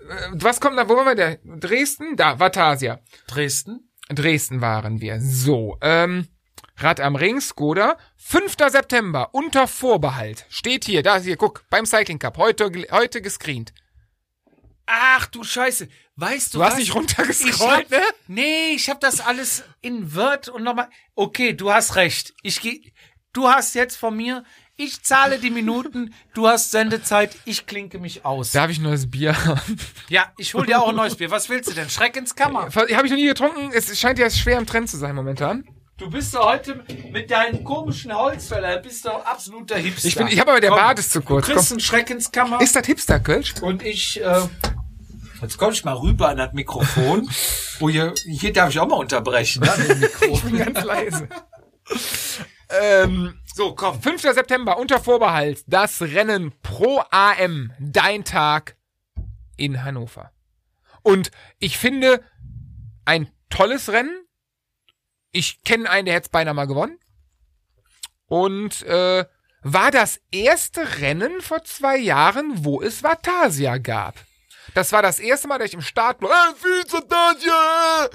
Speaker 2: Äh, was kommt da, wo waren wir denn? Dresden? Da, Vatasia.
Speaker 1: Dresden?
Speaker 2: Dresden waren wir. So, ähm, Rad am Ring, Skoda, 5. September, unter Vorbehalt. Steht hier, da, hier, guck, beim Cycling Cup, heute, gel- heute gescreent.
Speaker 1: Ach du Scheiße, weißt du
Speaker 2: Du hast
Speaker 1: was?
Speaker 2: nicht
Speaker 1: ich
Speaker 2: runtergescrollt,
Speaker 1: hab,
Speaker 2: ne?
Speaker 1: Nee, ich habe das alles in Word und nochmal. Okay, du hast recht. Ich geh, du hast jetzt von mir, ich zahle die Minuten, du hast Sendezeit, ich klinke mich aus.
Speaker 2: Darf ich ein neues Bier haben?
Speaker 1: Ja, ich hol dir auch ein neues Bier. Was willst du denn? Schreck ins Kammer.
Speaker 2: Habe ich noch nie getrunken. Es scheint ja schwer im Trend zu sein momentan.
Speaker 1: Du bist doch heute mit deinen komischen Holzfäller, bist doch absoluter Hipster.
Speaker 2: Ich bin, ich habe aber der Bart ist zu kurz.
Speaker 1: Du
Speaker 2: Komm.
Speaker 1: kriegst einen Schreck ins Kammer.
Speaker 2: Ist das Hipster Kölsch?
Speaker 1: Und ich, äh, jetzt komm ich mal rüber an das Mikrofon. Oh, hier, hier darf ich auch mal unterbrechen. Ne?
Speaker 2: Ich bin ganz leise. ähm,
Speaker 1: So, komm.
Speaker 2: 5. September unter Vorbehalt das Rennen pro AM dein Tag in Hannover. Und ich finde ein tolles Rennen. Ich kenne einen, der hätte es beinahe mal gewonnen. Und äh, war das erste Rennen vor zwei Jahren, wo es Vatasia gab. Das war das erste Mal, dass ich im Start. Äh, Vatasia!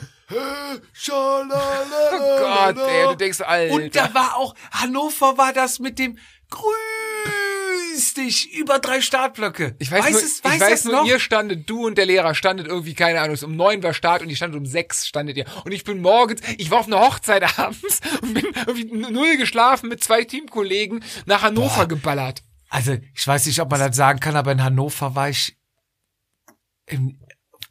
Speaker 2: Oh Gott, ey,
Speaker 1: ne?
Speaker 2: du denkst, Alter.
Speaker 1: genau. Und da war auch, Hannover war das mit dem Grüß dich über drei Startblöcke.
Speaker 2: Ich weiß,
Speaker 1: Weiß
Speaker 2: nur,
Speaker 1: es,
Speaker 2: ich
Speaker 1: weiß
Speaker 2: weiß
Speaker 1: das
Speaker 2: nur
Speaker 1: noch?
Speaker 2: ihr standet, du und der Lehrer standet irgendwie, keine Ahnung, es um neun war Start und ich standet um sechs, standet ihr. Und ich bin morgens, ich war auf einer Hochzeit abends und bin irgendwie null geschlafen mit zwei Teamkollegen nach Hannover geballert.
Speaker 1: Also, ich weiß nicht, ob man das sagen kann, aber in Hannover war ich im,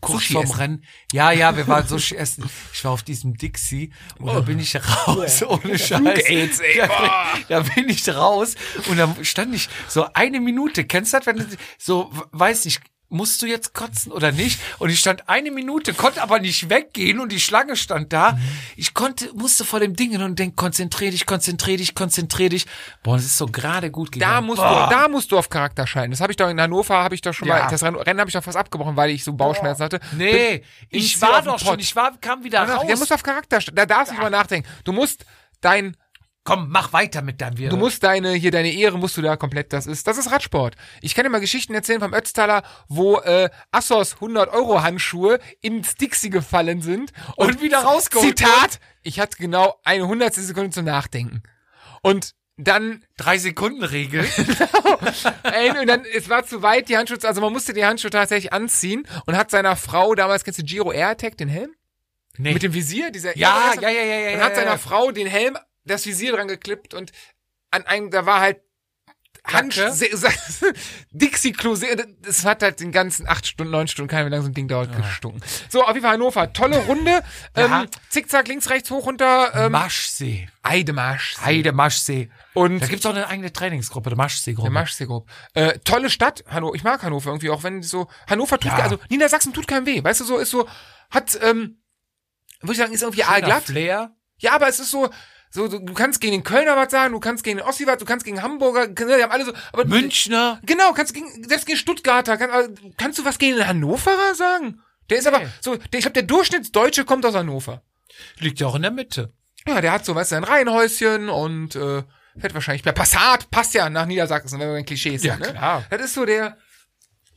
Speaker 1: kurz
Speaker 2: Sushi
Speaker 1: vorm
Speaker 2: essen.
Speaker 1: Rennen. Ja, ja, wir waren Sushi essen. Ich war auf diesem Dixie und da bin ich raus, ohne Scheiß.
Speaker 2: Aids, Oh. ey,
Speaker 1: da,
Speaker 2: Oh. boah.
Speaker 1: da bin ich raus und dann stand ich so eine Minute. Kennst du das, wenn du so, weiß nicht, musst du jetzt kotzen oder nicht? Und ich stand eine Minute, konnte aber nicht weggehen und die Schlange stand da.
Speaker 2: Mhm.
Speaker 1: Ich konnte, musste vor dem Ding hin und denk, konzentrier dich, konzentrier dich, konzentrier dich. Boah, es ist so gerade gut gegangen.
Speaker 2: Da musst du, da musst du auf Charakter scheinen. Das habe ich doch in Hannover, habe ich doch schon
Speaker 1: Ja.
Speaker 2: mal, das Ren- Rennen habe ich doch fast abgebrochen, weil ich so Bauchschmerzen hatte.
Speaker 1: Nee,
Speaker 2: Bin
Speaker 1: ich
Speaker 2: im
Speaker 1: war
Speaker 2: Ziel auf
Speaker 1: doch
Speaker 2: dem
Speaker 1: schon,
Speaker 2: Pott.
Speaker 1: ich war, kam wieder
Speaker 2: Ach,
Speaker 1: raus. Ah.
Speaker 2: Der muss auf Charakter, sch- da darfst du nicht mal nachdenken. Du musst dein,
Speaker 1: Komm, mach weiter mit deinem Wirr.
Speaker 2: du musst deine, hier deine Ehre musst du da komplett, das ist, das ist Radsport. Ich kann dir mal Geschichten erzählen vom Ötztaler, wo, äh, Assos 100-Euro-Handschuhe ins Dixie gefallen sind
Speaker 1: Und wieder rausgeholt
Speaker 2: Zitat, ich hatte genau eine hundertste Sekunde zum Nachdenken. Und dann
Speaker 1: drei Sekunden Regel.
Speaker 2: Ey, und dann, es war zu weit, die Handschuhe, zu- also man musste die Handschuhe tatsächlich anziehen und hat seiner Frau, damals kennst du Giro AirTag, den Helm?
Speaker 1: Nee.
Speaker 2: Mit dem Visier, dieser
Speaker 1: ja,
Speaker 2: Air-
Speaker 1: ja, ja, ja, ja.
Speaker 2: Und
Speaker 1: ja,
Speaker 2: hat seiner
Speaker 1: ja.
Speaker 2: Frau den Helm, das Visier dran geklippt und an einem, da war halt
Speaker 1: Kacke.
Speaker 2: Handschuhe, dixie klo das hat halt den ganzen acht Stunden, neun Stunden, keine Ahnung, wie lange so ein Ding dauert, gestunken. So, auf jeden Fall Hannover, tolle Runde,
Speaker 1: Ah. Ja.
Speaker 2: ähm, zickzack, links, rechts, hoch, runter, ähm,
Speaker 1: Maschsee.
Speaker 2: Eidemarsch.
Speaker 1: Heide Maschsee.
Speaker 2: Und
Speaker 1: Da gibt's auch eine eigene Trainingsgruppe, eine Maschsee-Gruppe.
Speaker 2: Der Maschsee-Gruppe. Äh, tolle Stadt, Hannover. Ich mag Hannover irgendwie, auch wenn so, Hannover tut, also Niedersachsen tut keinem weh, weißt du, so ist so, hat, ähm, würde ich sagen, ist irgendwie
Speaker 1: Schöner
Speaker 2: aalglatt.
Speaker 1: Flair.
Speaker 2: Ja, aber es ist so, so, so, du kannst gegen den Kölner was sagen, du kannst gegen den Ossi was, du kannst gegen Hamburger, ne, die haben alle so, aber.
Speaker 1: Münchner.
Speaker 2: Genau, kannst gegen, selbst gegen Stuttgarter, kann, aber kannst du was gegen den Hannoverer sagen? Der ist aber, so, der, ich glaube, der Durchschnittsdeutsche kommt aus Hannover.
Speaker 1: Liegt ja auch in der Mitte.
Speaker 2: Ja, der hat so, weißt du, ein Reihenhäuschen und äh, fährt wahrscheinlich. Ja, Passat passt ja nach Niedersachsen, wenn wir in Klischees
Speaker 1: Ja,
Speaker 2: sind. Ne?
Speaker 1: klar.
Speaker 2: Das ist so der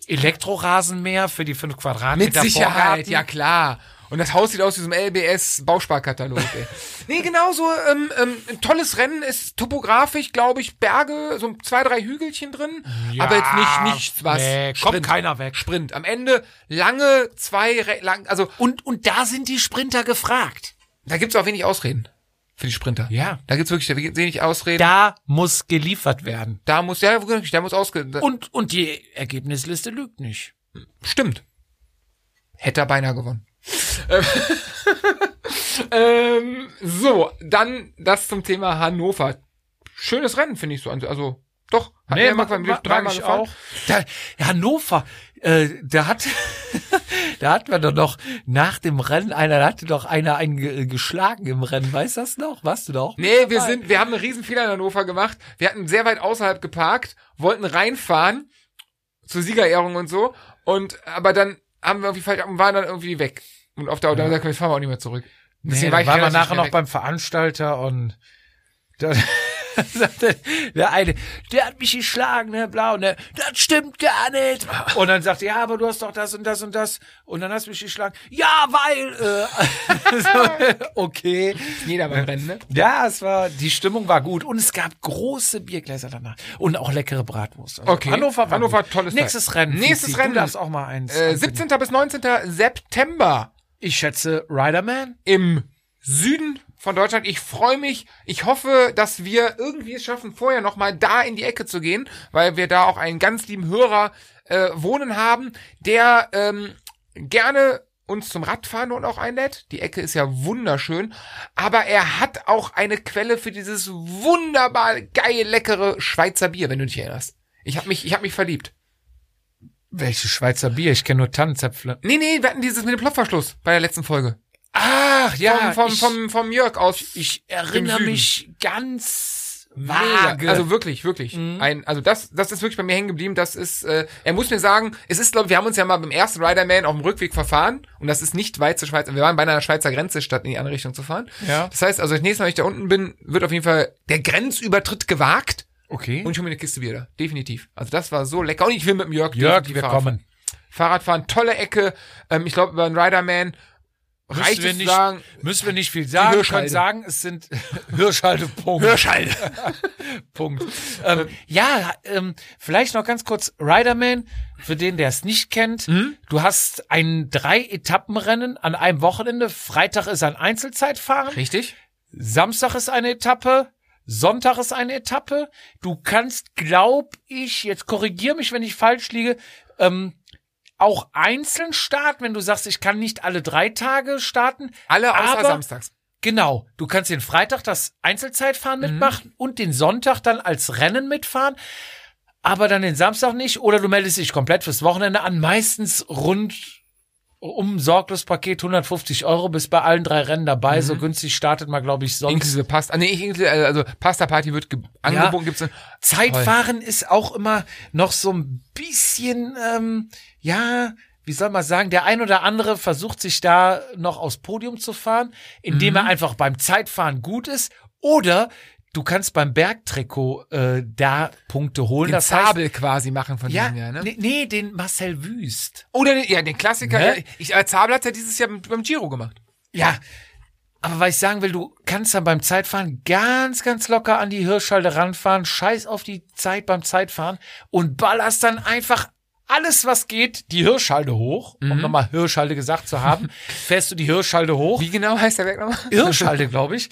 Speaker 1: Elektrorasenmäher für die fünf Quadratmeter.
Speaker 2: mit Sicherheit,
Speaker 1: Vorgarten.
Speaker 2: ja klar. Und das Haus sieht aus wie so ein LBS-Bausparkatalog. ey. nee, genauso, ähm, ähm, ein tolles Rennen ist topografisch, glaube ich, Berge, so zwei, drei Hügelchen drin, aber jetzt nicht nichts was.
Speaker 1: Nee, kommt keiner weg.
Speaker 2: Sprint. Am Ende lange, zwei, Re- lang, also
Speaker 1: Und, und da sind die Sprinter gefragt.
Speaker 2: da gibt's auch wenig Ausreden für die Sprinter.
Speaker 1: Ja.
Speaker 2: Da gibt's wirklich wenig Ausreden.
Speaker 1: Da muss geliefert werden.
Speaker 2: Da muss, ja, wirklich, da muss ausge... Da,
Speaker 1: Und, und die Ergebnisliste lügt nicht.
Speaker 2: stimmt. Hätte er beinahe gewonnen. Ähm, ähm, so, dann das zum Thema Hannover. Schönes Rennen, finde ich so. Also, doch. Hat er mal-
Speaker 1: mag-
Speaker 2: dreimal
Speaker 1: mag ich
Speaker 2: gefahren.
Speaker 1: Da, Hannover, äh, da hat, da hatten wir doch noch nach dem Rennen einer, da hatte doch einer einen ge äh, geschlagen im Rennen. Weißt du das noch? Warst du da auch?
Speaker 2: Nee, wir sind, wir haben einen riesen Fehler in Hannover gemacht. Wir hatten sehr weit außerhalb geparkt, wollten reinfahren zur Siegerehrung und so. Und aber dann haben wir irgendwie falsch, waren dann irgendwie weg. Und auf der Autobahn gesagt, jetzt fahren wir auch nicht mehr zurück.
Speaker 1: Nee,
Speaker 2: war
Speaker 1: da waren
Speaker 2: ich
Speaker 1: wir
Speaker 2: relativ
Speaker 1: nachher
Speaker 2: schnell
Speaker 1: noch
Speaker 2: weg.
Speaker 1: beim Veranstalter und da, der eine, der hat mich geschlagen, ne, bla, und der, das stimmt gar nicht. Und dann sagt er, ja, aber du hast doch das und das und das. Und dann hast du mich geschlagen. Ja, weil, äh, so, okay.
Speaker 2: Jeder beim Rennen, ne?
Speaker 1: Ja, es war, die Stimmung war gut und es gab große Biergläser danach und auch leckere Bratwurst. Also
Speaker 2: Okay.
Speaker 1: Hannover war
Speaker 2: Hannover,
Speaker 1: gut.
Speaker 2: tolles
Speaker 1: Nächstes
Speaker 2: Teil.
Speaker 1: Rennen.
Speaker 2: Nächstes
Speaker 1: Fizi,
Speaker 2: Rennen.
Speaker 1: Du darfst auch mal eins.
Speaker 2: Äh,
Speaker 1: ankündigen.
Speaker 2: 17. bis 19. September
Speaker 1: Ich schätze Riderman.
Speaker 2: im Süden von Deutschland. Ich freue mich. Ich hoffe, dass wir irgendwie es schaffen, vorher nochmal da in die Ecke zu gehen, weil wir da auch einen ganz lieben Hörer äh, wohnen haben, der ähm, gerne uns zum Radfahren und auch einlädt. Die Ecke ist ja wunderschön, aber er hat auch eine Quelle für dieses wunderbar geil leckere Schweizer Bier, wenn du dich erinnerst. Ich habe mich, ich habe mich verliebt.
Speaker 1: Welches Schweizer Bier? Ich kenne nur Tannenzäpfle.
Speaker 2: Nee, nee, wir hatten dieses mit dem Plopverschluss bei der letzten Folge.
Speaker 1: Ach ja,
Speaker 2: vom, vom,
Speaker 1: ich,
Speaker 2: vom, vom Jörg aus.
Speaker 1: ich erinnere
Speaker 2: Süden.
Speaker 1: mich ganz
Speaker 2: Mega.
Speaker 1: vage.
Speaker 2: Also wirklich, wirklich.
Speaker 1: Mhm.
Speaker 2: Ein, also das, das ist wirklich bei mir hängen geblieben. Das ist, äh, er muss mir sagen, es ist, glaube ich, wir haben uns ja mal beim ersten Riderman auf dem Rückweg verfahren und das ist nicht weit zur Schweiz. Wir waren beinahe an der Schweizer Grenze, statt in die andere Richtung zu fahren.
Speaker 1: Ja.
Speaker 2: Das heißt, also das nächste Mal, wenn ich da unten bin, wird auf jeden Fall der Grenzübertritt gewagt
Speaker 1: okay.
Speaker 2: und ich hole mir eine Kiste Bier da. Definitiv. Also das war so lecker. Und ich will mit dem Jörg
Speaker 1: Jörg,
Speaker 2: definitiv
Speaker 1: wir
Speaker 2: Fahrrad
Speaker 1: kommen.
Speaker 2: fahren. Fahrradfahren, tolle Ecke. Ähm, ich glaube, über einen Riderman
Speaker 1: Müssen
Speaker 2: reicht
Speaker 1: wir,
Speaker 2: es
Speaker 1: nicht,
Speaker 2: sagen.
Speaker 1: müssen wir nicht viel sagen. Wir können
Speaker 2: Hirschhalde.
Speaker 1: sagen, es sind Hirschhalde. Punkt.
Speaker 2: Hörschall.
Speaker 1: Punkt. Ähm, ja, ähm, vielleicht noch ganz kurz Riderman, für den, der es nicht kennt.
Speaker 2: Mhm.
Speaker 1: Du hast ein Drei-Etappen-Rennen an einem Wochenende. Freitag ist ein Einzelzeitfahren.
Speaker 2: Richtig?
Speaker 1: Samstag ist eine Etappe. Sonntag ist eine Etappe. Du kannst, glaub ich, jetzt korrigier mich, wenn ich falsch liege, ähm, auch einzeln starten, wenn du sagst, ich kann nicht alle drei Tage starten.
Speaker 2: Alle außer
Speaker 1: aber,
Speaker 2: samstags.
Speaker 1: Genau. Du kannst den Freitag das Einzelzeitfahren
Speaker 2: Mhm.
Speaker 1: mitmachen und den Sonntag dann als Rennen mitfahren, aber dann den Samstag nicht. Oder du meldest dich komplett fürs Wochenende an. Meistens rund um sorglos Paket 150 Euro bis bei allen drei Rennen dabei.
Speaker 2: Mhm.
Speaker 1: So günstig startet man, glaube ich, sonst.
Speaker 2: Inklusive Pasta. Ah, nee, ich inklusive, also Pasta Party wird ge- angeboten. Gibt's ein-
Speaker 1: Zeitfahren ist auch immer noch so ein bisschen, ähm, ja, wie soll man sagen, der ein oder andere versucht sich da noch aufs Podium zu fahren, indem
Speaker 2: Mhm.
Speaker 1: er einfach beim Zeitfahren gut ist oder du kannst beim Bergtrikot äh, da Punkte holen.
Speaker 2: Den
Speaker 1: das heißt,
Speaker 2: Zabel quasi machen von
Speaker 1: ja,
Speaker 2: dem Jahr, ne?
Speaker 1: nee, nee, den Marcel Wüst.
Speaker 2: Oder den, ja, den Klassiker.
Speaker 1: Ne?
Speaker 2: Ja, ich, äh, Zabel hat ja dieses Jahr beim Giro gemacht.
Speaker 1: Ja, aber was ich sagen will, du kannst dann beim Zeitfahren ganz, ganz locker an die Hirschhalde ranfahren, scheiß auf die Zeit beim Zeitfahren und ballerst dann einfach alles, was geht, die Hirschhalde hoch, um nochmal Hirschhalde gesagt zu haben, fährst du die Hirschhalde hoch,
Speaker 2: Wie genau heißt der Berg nochmal?
Speaker 1: Hirschhalde, glaube ich,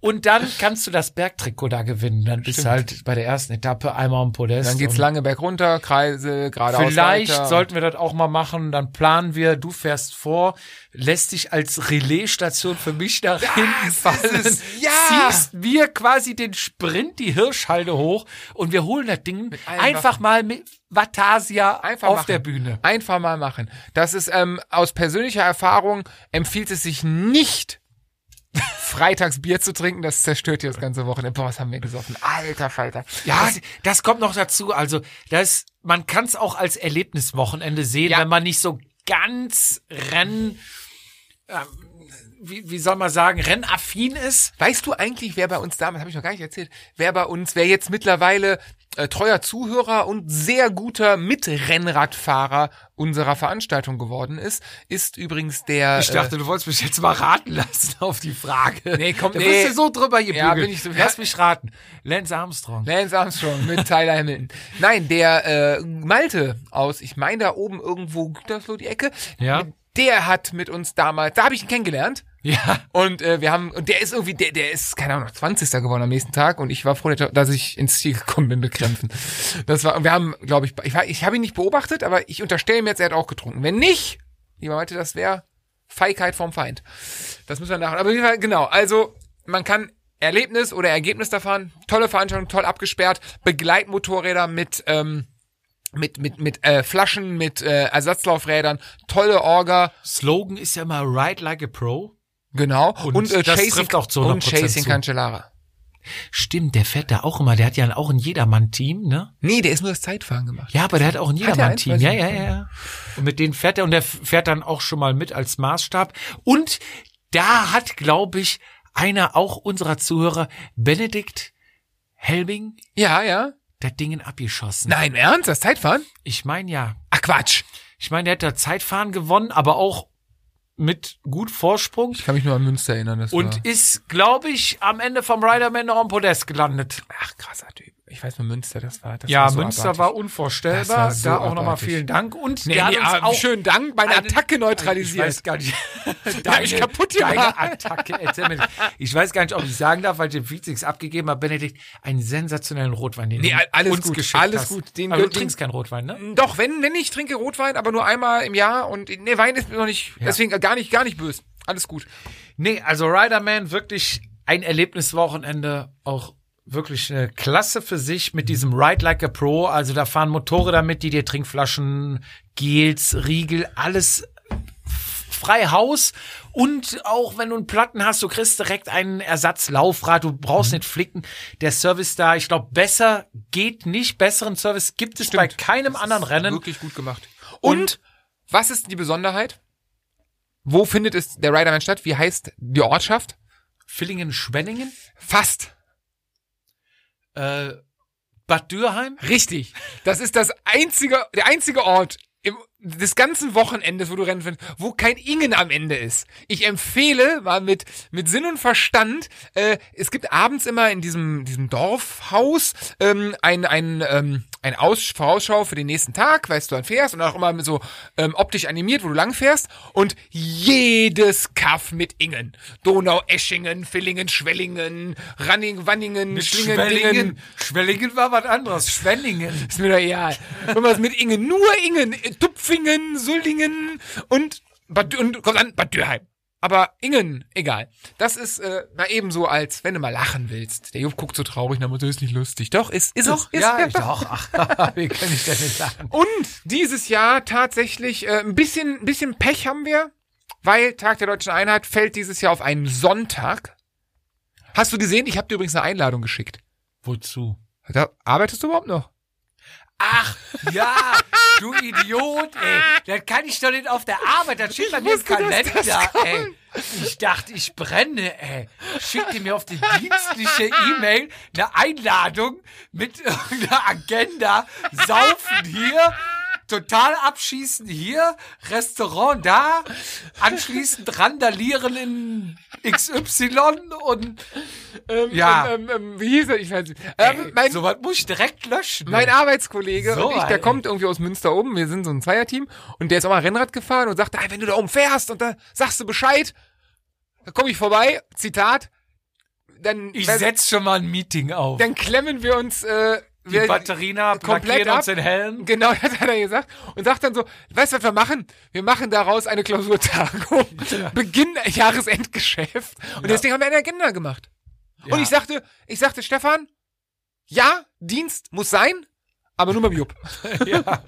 Speaker 1: und dann kannst du das Bergtrikot da gewinnen. Dann bist du halt bei der ersten Etappe einmal am Podest.
Speaker 2: Dann geht's
Speaker 1: und-
Speaker 2: lange bergunter, Kreise, geradeaus
Speaker 1: Vielleicht
Speaker 2: weiter.
Speaker 1: sollten wir das auch mal machen. Dann planen wir, du fährst vor, lässt dich als Relaisstation für mich nach hinten fallen.
Speaker 2: es, ja!
Speaker 1: Ziehst mir quasi den Sprint, die Hirschhalde hoch und wir holen das Ding
Speaker 2: allen
Speaker 1: einfach mal mit Vatasia
Speaker 2: Einfach
Speaker 1: auf
Speaker 2: machen.
Speaker 1: der Bühne.
Speaker 2: Einfach mal machen. Das ist ähm, aus persönlicher Erfahrung empfiehlt es sich nicht, freitags Bier zu trinken. Das zerstört dir das ganze Wochenende. Boah, was haben wir gesoffen? Alter Falter.
Speaker 1: Ja, das kommt noch dazu. Also, das, man kann es auch als Erlebniswochenende sehen,
Speaker 2: Ja.
Speaker 1: wenn man nicht so ganz renn, ähm, wie, wie soll man sagen, rennaffin ist.
Speaker 2: Weißt du eigentlich, wer bei uns damals, habe ich noch gar nicht erzählt, wer bei uns, wer jetzt mittlerweile äh, treuer Zuhörer und sehr guter Mitrennradfahrer unserer Veranstaltung geworden ist, ist übrigens der.
Speaker 1: Ich dachte, du wolltest mich jetzt mal raten lassen auf die Frage.
Speaker 2: Nee, komm,
Speaker 1: da
Speaker 2: nee.
Speaker 1: bist du so drüber gebügelt.
Speaker 2: Ja, bin ich so-
Speaker 1: Lass mich raten. Lance Armstrong.
Speaker 2: äh, Lance Armstrong mit Tyler Hamilton. Nein, der äh, Malte aus, ich meine da oben irgendwo Gütersloh die Ecke.
Speaker 1: Ja.
Speaker 2: Der hat mit uns damals, da habe ich ihn kennengelernt.
Speaker 1: Ja.
Speaker 2: Und äh, wir haben, und der ist irgendwie, der, der ist, keine Ahnung, 20. geworden am nächsten Tag und ich war froh, dass ich ins Ziel gekommen bin mit Krämpfen. Das war, und wir haben, glaube ich, ich, war- ich habe ihn nicht beobachtet, aber ich unterstelle mir jetzt, er hat auch getrunken. Wenn nicht, lieber Malte, das wäre Feigheit vom Feind. Das müssen wir nachher. Aber auf jeden Fall, genau, also man kann Erlebnis oder Ergebnis da fahren. Tolle Veranstaltung, toll abgesperrt. Begleitmotorräder mit, ähm, mit, mit, mit äh, Flaschen, mit äh, Ersatzlaufrädern, tolle Orga.
Speaker 1: Slogan ist ja immer Ride Like a Pro.
Speaker 2: Genau.
Speaker 1: Und das trifft auch zu
Speaker 2: und
Speaker 1: 100%
Speaker 2: Chasing
Speaker 1: zu.
Speaker 2: Cancellara.
Speaker 1: Stimmt, der fährt da auch immer. Der hat ja auch ein Jedermann-Team, ne?
Speaker 2: Nee, der ist nur das Zeitfahren gemacht.
Speaker 1: Ja, aber der hat auch ein
Speaker 2: er
Speaker 1: Jedermann-Team.
Speaker 2: eins?
Speaker 1: Ja,
Speaker 2: Weiß
Speaker 1: ja,
Speaker 2: ich
Speaker 1: ja, ja. Und mit denen fährt er und der f- fährt dann auch schon mal mit als Maßstab. Und da hat, glaube ich, einer auch unserer Zuhörer, Benedikt Helbing,
Speaker 2: Ja, ja.
Speaker 1: das Ding abgeschossen.
Speaker 2: Nein, im ernst? Das Zeitfahren?
Speaker 1: Ich meine ja,
Speaker 2: Ach Quatsch.
Speaker 1: Ich meine, der hat da Zeitfahren gewonnen, aber auch mit gut Vorsprung
Speaker 2: Ich kann mich nur an Münster erinnern. Das
Speaker 1: und
Speaker 2: war
Speaker 1: ist, glaube ich, am Ende vom Riderman noch am Podest gelandet.
Speaker 2: Ach, krasser Typ. Ich weiß nur Münster, das war das
Speaker 1: Ja,
Speaker 2: war so
Speaker 1: Münster
Speaker 2: abartig.
Speaker 1: war unvorstellbar.
Speaker 2: Das war so
Speaker 1: da auch nochmal
Speaker 2: abartig.
Speaker 1: vielen Dank. Und
Speaker 2: Nee,
Speaker 1: der hat
Speaker 2: nee,
Speaker 1: uns
Speaker 2: aber
Speaker 1: auch
Speaker 2: schönen Dank, meine
Speaker 1: einen-
Speaker 2: Attacke
Speaker 1: Ich weiß
Speaker 2: neutralisiert.
Speaker 1: gar nicht.
Speaker 2: hab ich kaputt gemacht.
Speaker 1: Deine Attacke. erzähl mir nicht. Ich weiß gar nicht, ob ich sagen darf, weil ich dem Vizex abgegeben habe, Benedikt, einen sensationellen Rotwein, den
Speaker 2: Nee,
Speaker 1: du
Speaker 2: alles
Speaker 1: uns
Speaker 2: gut,
Speaker 1: geschickt
Speaker 2: alles
Speaker 1: hast.
Speaker 2: gut, den
Speaker 1: aber du
Speaker 2: gönn- den-
Speaker 1: trinkst keinen Rotwein, ne?
Speaker 2: Doch, wenn, wenn ich trinke Rotwein, aber nur einmal im Jahr und nee, Wein ist mir noch nicht, deswegen gar nicht, gar nicht böse. Alles gut.
Speaker 1: Nee, also Riderman wirklich ein Erlebniswochenende, auch wirklich eine Klasse für sich mit diesem Ride Like a Pro. Also da fahren Motorräder mit, die dir Trinkflaschen, Gels, Riegel, alles frei Haus. Und auch wenn du einen Platten hast, du kriegst direkt einen Ersatzlaufrad, du brauchst nicht flicken. Der Service da, ich glaube, besser geht nicht. Besseren Service gibt es bei
Speaker 2: Stimmt.
Speaker 1: keinem anderen Rennen.
Speaker 2: Wirklich gut gemacht. Und, was ist die Besonderheit? Wo findet es der Riderman statt? Wie heißt die Ortschaft?
Speaker 1: Villingen-Schwenningen,
Speaker 2: Fast.
Speaker 1: äh, Bad Dürheim.
Speaker 2: Richtig. Das ist das einzige, der einzige Ort im des ganzen Wochenendes, wo du Rennen findest, wo kein Ingen am Ende ist. Ich empfehle mal mit, mit Sinn und Verstand, äh, es gibt abends immer in diesem, diesem Dorfhaus ähm, ein, ein, ähm, ein Aus Vorausschau für den nächsten Tag, weißt du wann fährst und auch immer mit so ähm, optisch animiert, wo du lang fährst und jedes Kaff mit Ingen. Donau, Eschingen, Villingen, Schwellingen, Ranning, Wanningen, Schlingen, Dingen,
Speaker 1: Schwellingen war was anderes. Schwellingen.
Speaker 2: ist mir doch egal. Wenn man es mit Ingen, nur Ingen, äh, Tupfingen, Suldingen und, Bad, und kommt an, Bad Dürheim. Aber Ingen, egal. Das ist äh, na ebenso, als wenn du mal lachen willst. Der Jupp guckt so traurig, na, das ist nicht lustig. Doch, ist, ist es. Ist,
Speaker 1: ja, ich doch. Ach, wie kann ich denn nicht lachen?
Speaker 2: Und dieses Jahr tatsächlich äh, ein bisschen, ein bisschen Pech haben wir, weil Tag der Deutschen Einheit fällt dieses Jahr auf einen Sonntag. Hast du gesehen? Ich habe dir übrigens eine Einladung geschickt.
Speaker 1: Wozu?
Speaker 2: Da arbeitest du überhaupt noch?
Speaker 1: Ach, ja, du Idiot, ey. Das kann ich doch nicht auf der Arbeit. Das steht bei mir im
Speaker 2: wusste, dass
Speaker 1: Kalender,
Speaker 2: das
Speaker 1: ey. Ich dachte, ich brenne, ey. Schickte mir auf die dienstliche E-Mail eine Einladung mit irgendeiner Agenda. Saufen hier. Total abschießen hier, Restaurant da, anschließend randalieren in XY und
Speaker 2: Ähm,
Speaker 1: Ja.
Speaker 2: Ähm, ähm, wie hieß er? Ich weiß nicht. Ähm, mein,
Speaker 1: sowas muss ich direkt löschen.
Speaker 2: mein Arbeitskollege
Speaker 1: So,
Speaker 2: und ich, der
Speaker 1: ey.
Speaker 2: kommt irgendwie aus Münster oben. Wir sind so ein Zweierteam. Und der ist auch mal Rennrad gefahren und sagte, "Ey, wenn du da oben fährst und da sagst du Bescheid, da komme ich vorbei. Zitat. Dann,
Speaker 1: ich
Speaker 2: weiß-
Speaker 1: setz schon mal ein Meeting auf.
Speaker 2: dann klemmen wir uns, äh,
Speaker 1: die
Speaker 2: wir,
Speaker 1: Batterien ab,
Speaker 2: komplett
Speaker 1: lackieren uns
Speaker 2: ab.
Speaker 1: den Helm.
Speaker 2: Genau, das hat er gesagt. Und sagt dann so, weißt du, was wir machen? Wir machen daraus eine Klausurtagung. Beginn Jahresendgeschäft. Und deswegen haben wir eine Agenda gemacht. Und
Speaker 1: Ja.
Speaker 2: ich sagte, ich sagte, Stefan, ja, Dienst muss sein, aber nur beim Jupp.
Speaker 1: ja, ja.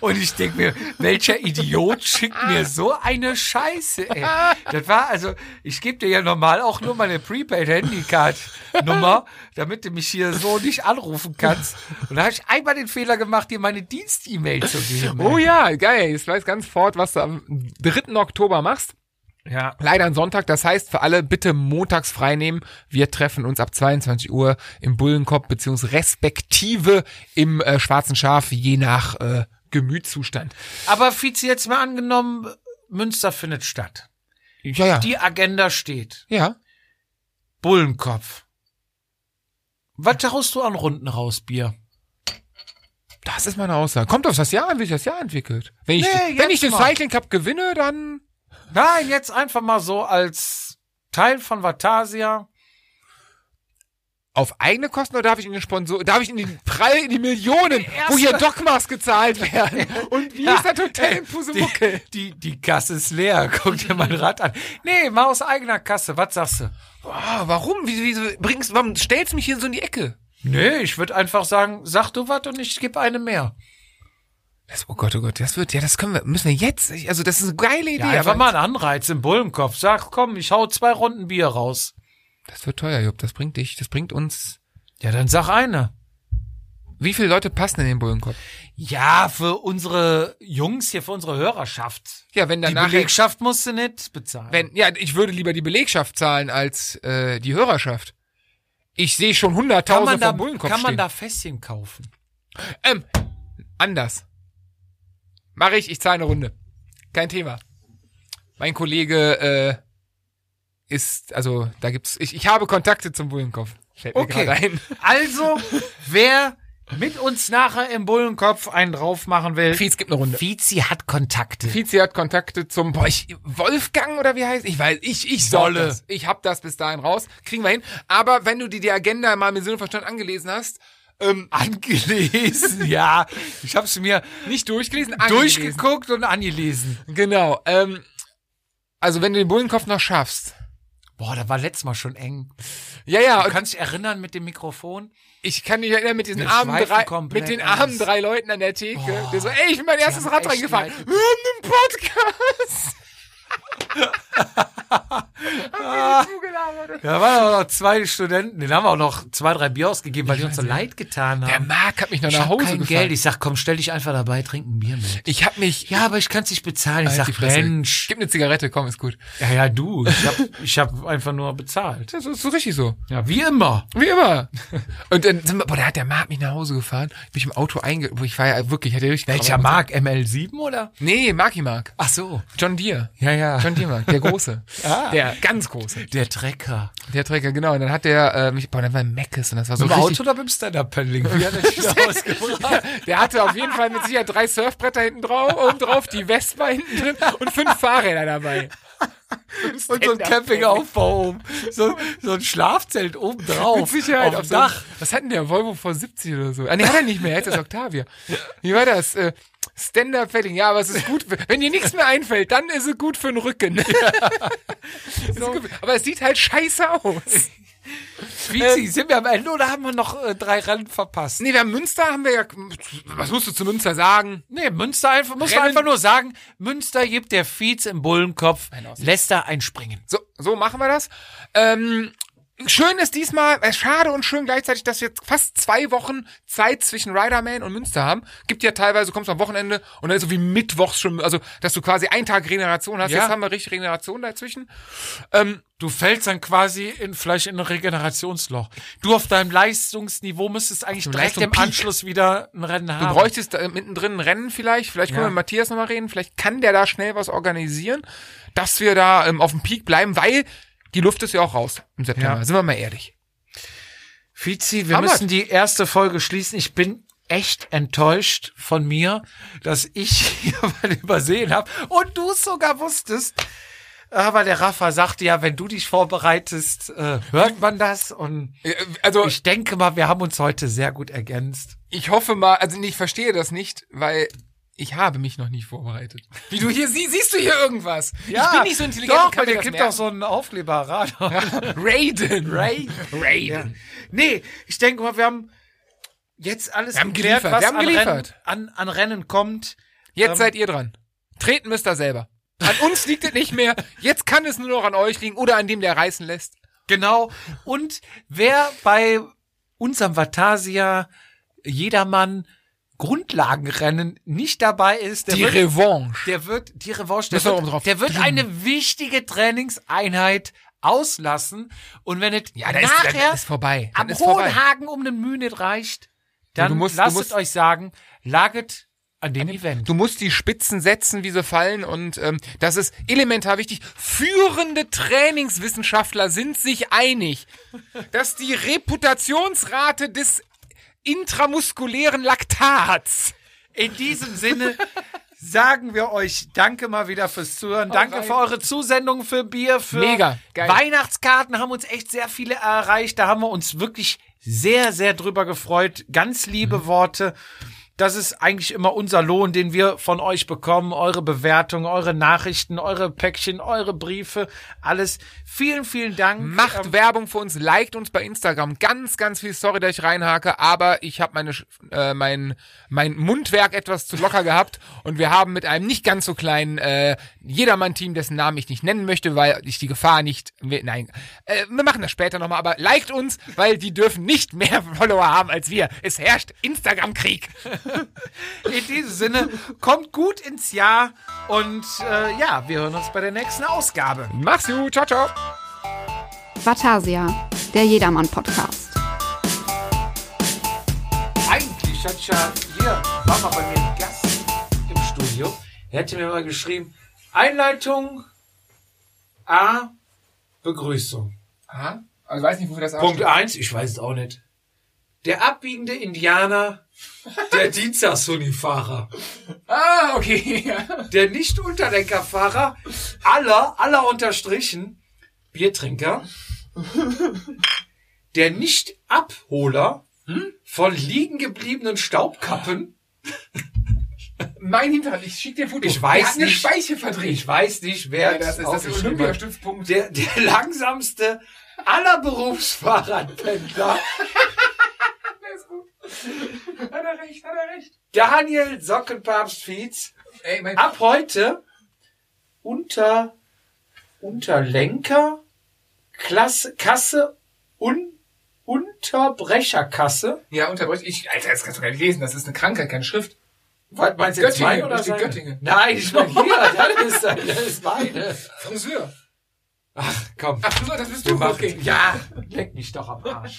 Speaker 1: Und ich denke mir, welcher Idiot schickt mir so eine Scheiße, ey. Das war also, ich gebe dir ja normal auch nur meine Prepaid-Handicard-Nummer, damit du mich hier so nicht anrufen kannst. Und da habe ich einmal den Fehler gemacht, dir meine Dienst-E-Mail zu geben.
Speaker 2: Oh ja, geil. Jetzt weiß ganz fort, was du am 3. Oktober machst.
Speaker 1: ja.
Speaker 2: Leider ein Sonntag, das heißt für alle bitte montags frei nehmen. Wir treffen uns ab 22 Uhr im Bullenkopf beziehungsweise respektive im äh, Schwarzen Schaf, je nach äh, Gemütszustand.
Speaker 1: Aber Fizi, jetzt mal angenommen, Münster findet statt.
Speaker 2: Ja, ja.
Speaker 1: Die Agenda steht.
Speaker 2: ja.
Speaker 1: Bullenkopf. Was haust du an Runden raus, Bier?
Speaker 2: Das ist meine Aussage. Kommt auf das Jahr an, wie sich das Jahr entwickelt. Wenn ich,
Speaker 1: Nee,
Speaker 2: wenn
Speaker 1: jetzt
Speaker 2: ich den
Speaker 1: mal.
Speaker 2: Cycling Cup gewinne, dann
Speaker 1: Nein, jetzt einfach mal so als Teil von Vatasia.
Speaker 2: auf eigene Kosten oder darf ich in den Sponsor, darf ich in den Prall, in die Millionen, wo hier Dogmas gezahlt werden? Und wie ist das Hotel in Pusemuckel?
Speaker 1: Die, die Kasse ist leer. Guck dir mein Rad an. Nee, mal aus eigener Kasse. Was sagst du?
Speaker 2: Boah, Ah, warum? Wieso, wieso bringst, warum stellst du mich hier so in die Ecke?
Speaker 1: Nee, ich würde einfach sagen, sag du was und ich gebe eine mehr.
Speaker 2: Das, oh Gott, oh Gott, das wird, ja, das können wir, müssen wir jetzt, ich- also das ist eine geile Idee,
Speaker 1: Ja, einfach
Speaker 2: aber
Speaker 1: mal einen Anreiz im Bullenkopf. Sag, komm, ich hau zwei Runden Bier raus.
Speaker 2: das wird teuer, Jupp, das bringt dich, das bringt uns.
Speaker 1: Ja, dann sag eine.
Speaker 2: Wie viele Leute passen in den Bullenkopf?
Speaker 1: Ja, für unsere Jungs hier, für unsere Hörerschaft.
Speaker 2: Ja, wenn
Speaker 1: Die
Speaker 2: danach,
Speaker 1: Belegschaft musst du nicht bezahlen.
Speaker 2: wenn, ja, ich würde lieber die Belegschaft zahlen als, äh, die Hörerschaft. Ich sehe schon
Speaker 1: kann
Speaker 2: hunderttausende
Speaker 1: man, da,
Speaker 2: vom Bullenkopf
Speaker 1: kann man
Speaker 2: stehen.
Speaker 1: da Fässchen kaufen?
Speaker 2: Ähm, anders. Mache ich, ich zahle eine Runde. Kein Thema. Mein Kollege äh, ist, also da gibt's, ich, ich habe Kontakte zum Bullenkopf. Fällt mir
Speaker 1: Okay.
Speaker 2: gerade ein.
Speaker 1: Also, wer mit uns nachher im Bullenkopf einen drauf machen will,
Speaker 2: Fietz gibt eine Runde.
Speaker 1: Fizi hat Kontakte.
Speaker 2: Fizi hat Kontakte zum boah, ich, Wolfgang oder wie heißt? Ich weiß, ich ich soll
Speaker 1: Wolle.
Speaker 2: das. Ich hab das bis dahin raus, kriegen wir hin. Aber wenn du dir die Agenda mal mit Sinn und Verstand angelesen hast, ähm,
Speaker 1: Angelesen, ja. Ich habe es mir
Speaker 2: nicht durchgelesen, angelesen.
Speaker 1: durchgeguckt und angelesen.
Speaker 2: Genau. Ähm, also wenn du den Bullenkopf noch schaffst.
Speaker 1: Boah, da war letztes Mal schon eng.
Speaker 2: Ja, ja,
Speaker 1: Du kannst dich erinnern mit dem Mikrofon?
Speaker 2: Ich kann mich erinnern mit diesen
Speaker 1: Wir
Speaker 2: armen
Speaker 1: schweifen
Speaker 2: drei,
Speaker 1: komplett
Speaker 2: mit den
Speaker 1: aus.
Speaker 2: armen drei Leuten an der Theke, die so, ey, ich bin mein erstes
Speaker 1: haben
Speaker 2: Rad
Speaker 1: echt
Speaker 2: reingefahren.
Speaker 1: leid
Speaker 2: Wir haben einen Podcast. Haben wir nicht zugelassen.
Speaker 1: Da waren aber noch zwei Studenten, den haben wir auch noch zwei, drei Bier ausgegeben, weil die uns so leid getan
Speaker 2: Der
Speaker 1: haben.
Speaker 2: Marc hat mich noch
Speaker 1: ich
Speaker 2: nach
Speaker 1: hab
Speaker 2: Hause
Speaker 1: kein
Speaker 2: gefahren.
Speaker 1: Geld. Ich sag, komm, stell dich einfach dabei, trink ein Bier mit.
Speaker 2: Ich hab mich.
Speaker 1: Ja, aber ich kann's nicht bezahlen. Ich
Speaker 2: Halt die
Speaker 1: sag,
Speaker 2: Fresse.
Speaker 1: Mensch.
Speaker 2: Gib eine Zigarette, komm, ist gut.
Speaker 1: Ja, ja, du. Ich hab, ich hab einfach nur bezahlt.
Speaker 2: Das ist so richtig so.
Speaker 1: Ja, wie immer.
Speaker 2: Wie immer. Und dann sind wir, boah, da hat der Marc mich nach Hause gefahren, bin ich im Auto einge, boah, ich war ja wirklich, hatte richtig.
Speaker 1: Welcher Mark? ML7 oder?
Speaker 2: Nee, Marki Mark.
Speaker 1: Ach so.
Speaker 2: John Deere.
Speaker 1: Ja, ja.
Speaker 2: John Deere Mark, der Große.
Speaker 1: Ah.
Speaker 2: Der ganz Große.
Speaker 1: Der Trecker.
Speaker 2: Der Träger, genau. Und dann hat der, äh, mich, boah, dann war ein Meckes und das war so
Speaker 1: Im
Speaker 2: richtig,
Speaker 1: Auto oder beim Stand-Up-Paddling? Wie hat er dich da ausgebracht?
Speaker 2: Der hatte auf jeden Fall mit Sicherheit drei Surfbretter hinten drauf, oben drauf die Vespa hinten drin und fünf Fahrräder dabei.
Speaker 1: Und so ein Campingaufbau oben. So, so ein Schlafzelt oben drauf.
Speaker 2: Mit Sicherheit
Speaker 1: auf dem
Speaker 2: so einem-
Speaker 1: Dach.
Speaker 2: was hat denn der Volvo vor 70 oder so? Ah, nee, hat er nicht mehr, jetzt ist Octavia. Wie war das? Äh, Stand-up Paddling, ja, aber es ist gut. für- Wenn dir nichts mehr einfällt, dann ist es gut für den Rücken. Es ist gut, aber es sieht halt scheiße aus.
Speaker 1: Vizi, sind wir am Ende oder haben wir noch äh, drei Rennen verpasst?
Speaker 2: Nee, wir haben Münster, haben wir ja. Was musst du zu Münster sagen?
Speaker 1: Nee, Münster einfach, muss man
Speaker 2: Rennen-
Speaker 1: einfach nur sagen, Münster gibt der Viz im Bullenkopf,
Speaker 2: Aussicht.
Speaker 1: lässt er einspringen.
Speaker 2: So, so machen wir das. Ähm, schön ist diesmal, äh, schade und schön gleichzeitig, dass wir jetzt fast zwei Wochen Zeit zwischen Riderman und Münster haben. Gibt ja teilweise, kommst am Wochenende und dann ist so wie Mittwochs schon, also dass du quasi einen Tag Regeneration hast.
Speaker 1: Ja.
Speaker 2: Jetzt haben wir richtig Regeneration dazwischen.
Speaker 1: Du fällst dann quasi in, vielleicht in ein Regenerationsloch. Du auf deinem Leistungsniveau müsstest eigentlich direkt
Speaker 2: Leistung
Speaker 1: im
Speaker 2: Peak.
Speaker 1: Anschluss wieder ein Rennen
Speaker 2: Du
Speaker 1: haben.
Speaker 2: bräuchtest da mittendrin ein Rennen vielleicht. Vielleicht können
Speaker 1: Ja.
Speaker 2: wir mit Matthias nochmal reden. Vielleicht kann der da schnell was organisieren, dass wir da ähm, auf dem Peak bleiben, weil die Luft ist ja auch raus im September.
Speaker 1: Ja.
Speaker 2: Sind wir mal ehrlich.
Speaker 1: Vizi, wir
Speaker 2: Hammer.
Speaker 1: müssen die erste Folge schließen. Ich bin echt enttäuscht von mir, dass ich hier mal übersehen habe und du es sogar wusstest. Aber der Rafa sagte ja, wenn du dich vorbereitest, äh, hört man das. Und
Speaker 2: Äh, Also
Speaker 1: ich denke mal, wir haben uns heute sehr gut ergänzt.
Speaker 2: Ich hoffe mal, also nee, ich verstehe das nicht, weil ich habe mich noch nicht vorbereitet. Wie du hier siehst, siehst du hier irgendwas? ich bin nicht so intelligent.
Speaker 1: Doch,
Speaker 2: und
Speaker 1: weil
Speaker 2: kann mir
Speaker 1: der
Speaker 2: das
Speaker 1: kriegt auch so einen Aufkleber. Radar.
Speaker 2: merken. Raiden.
Speaker 1: Raiden.
Speaker 2: Raiden.
Speaker 1: Nee, ich denke mal, wir haben jetzt alles
Speaker 2: Wir haben
Speaker 1: geklärt,
Speaker 2: geliefert,
Speaker 1: was
Speaker 2: wir haben
Speaker 1: an,
Speaker 2: geliefert.
Speaker 1: Rennen, an, an Rennen kommt.
Speaker 2: Jetzt
Speaker 1: Ähm,
Speaker 2: seid ihr dran. Treten müsst ihr selber. An uns liegt es nicht mehr. Jetzt kann es nur noch an euch liegen oder an dem, der reißen lässt.
Speaker 1: Genau. Und wer bei unserem Vatasia Jedermann Grundlagenrennen nicht dabei ist, der
Speaker 2: Die
Speaker 1: wird,
Speaker 2: Revanche.
Speaker 1: der wird die Revanche, der
Speaker 2: Müssen wir oben
Speaker 1: wird,
Speaker 2: drauf.
Speaker 1: der wird eine wichtige Trainingseinheit auslassen. Und wenn es
Speaker 2: Ja, da ist,
Speaker 1: nachher
Speaker 2: dann ist vorbei. Dann
Speaker 1: am
Speaker 2: ist vorbei.
Speaker 1: Hohenhagen um den Mühnet reicht, dann
Speaker 2: du musst- du
Speaker 1: lasst
Speaker 2: musst-
Speaker 1: euch sagen, laget an dem Event.
Speaker 2: Du musst die Spitzen setzen, wie sie fallen und ähm, das ist elementar wichtig. Führende Trainingswissenschaftler sind sich einig, dass die Reputationsrate des intramuskulären Laktats
Speaker 1: In diesem Sinne sagen wir euch danke mal wieder fürs Zuhören. Danke
Speaker 2: rein.
Speaker 1: für eure Zusendungen für Bier, für
Speaker 2: Mega, geil.
Speaker 1: Weihnachtskarten haben uns echt sehr viele erreicht. Da haben wir uns wirklich sehr, sehr drüber gefreut. Ganz liebe
Speaker 2: Mhm.
Speaker 1: Worte. Das ist eigentlich immer unser Lohn, den wir von euch bekommen. Eure Bewertungen, eure Nachrichten, eure Päckchen, eure Briefe, alles. Vielen, vielen Dank.
Speaker 2: macht Werbung für uns, liked uns bei Instagram. Ganz, ganz viel. Sorry, dass ich reinhake, aber ich habe meine Sch- äh, mein mein Mundwerk etwas zu locker gehabt und wir haben mit einem nicht ganz so kleinen äh, Jedermann-Team, dessen Namen ich nicht nennen möchte, weil ich die Gefahr nicht. Wir, nein, äh, wir machen das später nochmal. Aber liked uns, weil die dürfen nicht mehr Follower haben als wir. Es herrscht Instagram-Krieg.
Speaker 1: In diesem Sinne, kommt gut ins Jahr und äh, ja, wir hören uns bei der nächsten Ausgabe.
Speaker 2: Mach's gut, ciao ciao.
Speaker 3: Vatasia, der Jedermann-Podcast.
Speaker 1: Eigentlich hat ja hier, war mal bei mir ein Gast im Studio. Er hätte mir mal geschrieben, Einleitung A, Begrüßung.
Speaker 2: Aha. Also weiß nicht, wofür das
Speaker 1: Punkt 1, ich weiß es auch nicht. Der abbiegende Indianer, der Dienstagshunifahrer,
Speaker 2: Ah, okay.
Speaker 1: der Nicht-Unterdenkerfahrer, aller, aller unterstrichen, Biertrinker, der Nicht-Abholer hm, von liegen gebliebenen Staubkappen,
Speaker 2: mein Hintern, ich schick dir Foto.
Speaker 1: Ich weiß nicht.
Speaker 2: Speichelverdrehung.
Speaker 1: Ich weiß nicht, wer es aufgeschrieben hat.
Speaker 2: Olympiastützpunkt.
Speaker 1: Der, der langsamste aller Berufsfahrradpendler.
Speaker 2: Hat er recht, hat er recht.
Speaker 1: Daniel Sockenpapst Fietz.
Speaker 2: Ey, mein
Speaker 1: Ab heute unter Unterlenker Klasse, Kasse und Unterbrecherkasse.
Speaker 2: Ja, unterbreche ich. Alter, das kannst du gar nicht lesen. Das ist eine Krankheit, keine Schrift.
Speaker 1: Was meinst du jetzt
Speaker 2: Göttingen,
Speaker 1: meine oder
Speaker 2: steht
Speaker 1: seine?
Speaker 2: Göttingen.
Speaker 1: Nein, ich meine hier, das ist, das ist meine.
Speaker 2: Friseur.
Speaker 1: Ach, komm.
Speaker 2: Ach so, das bist
Speaker 1: Wir
Speaker 2: du.
Speaker 1: machen-
Speaker 2: Okay.
Speaker 1: Ja, leck mich doch am Arsch.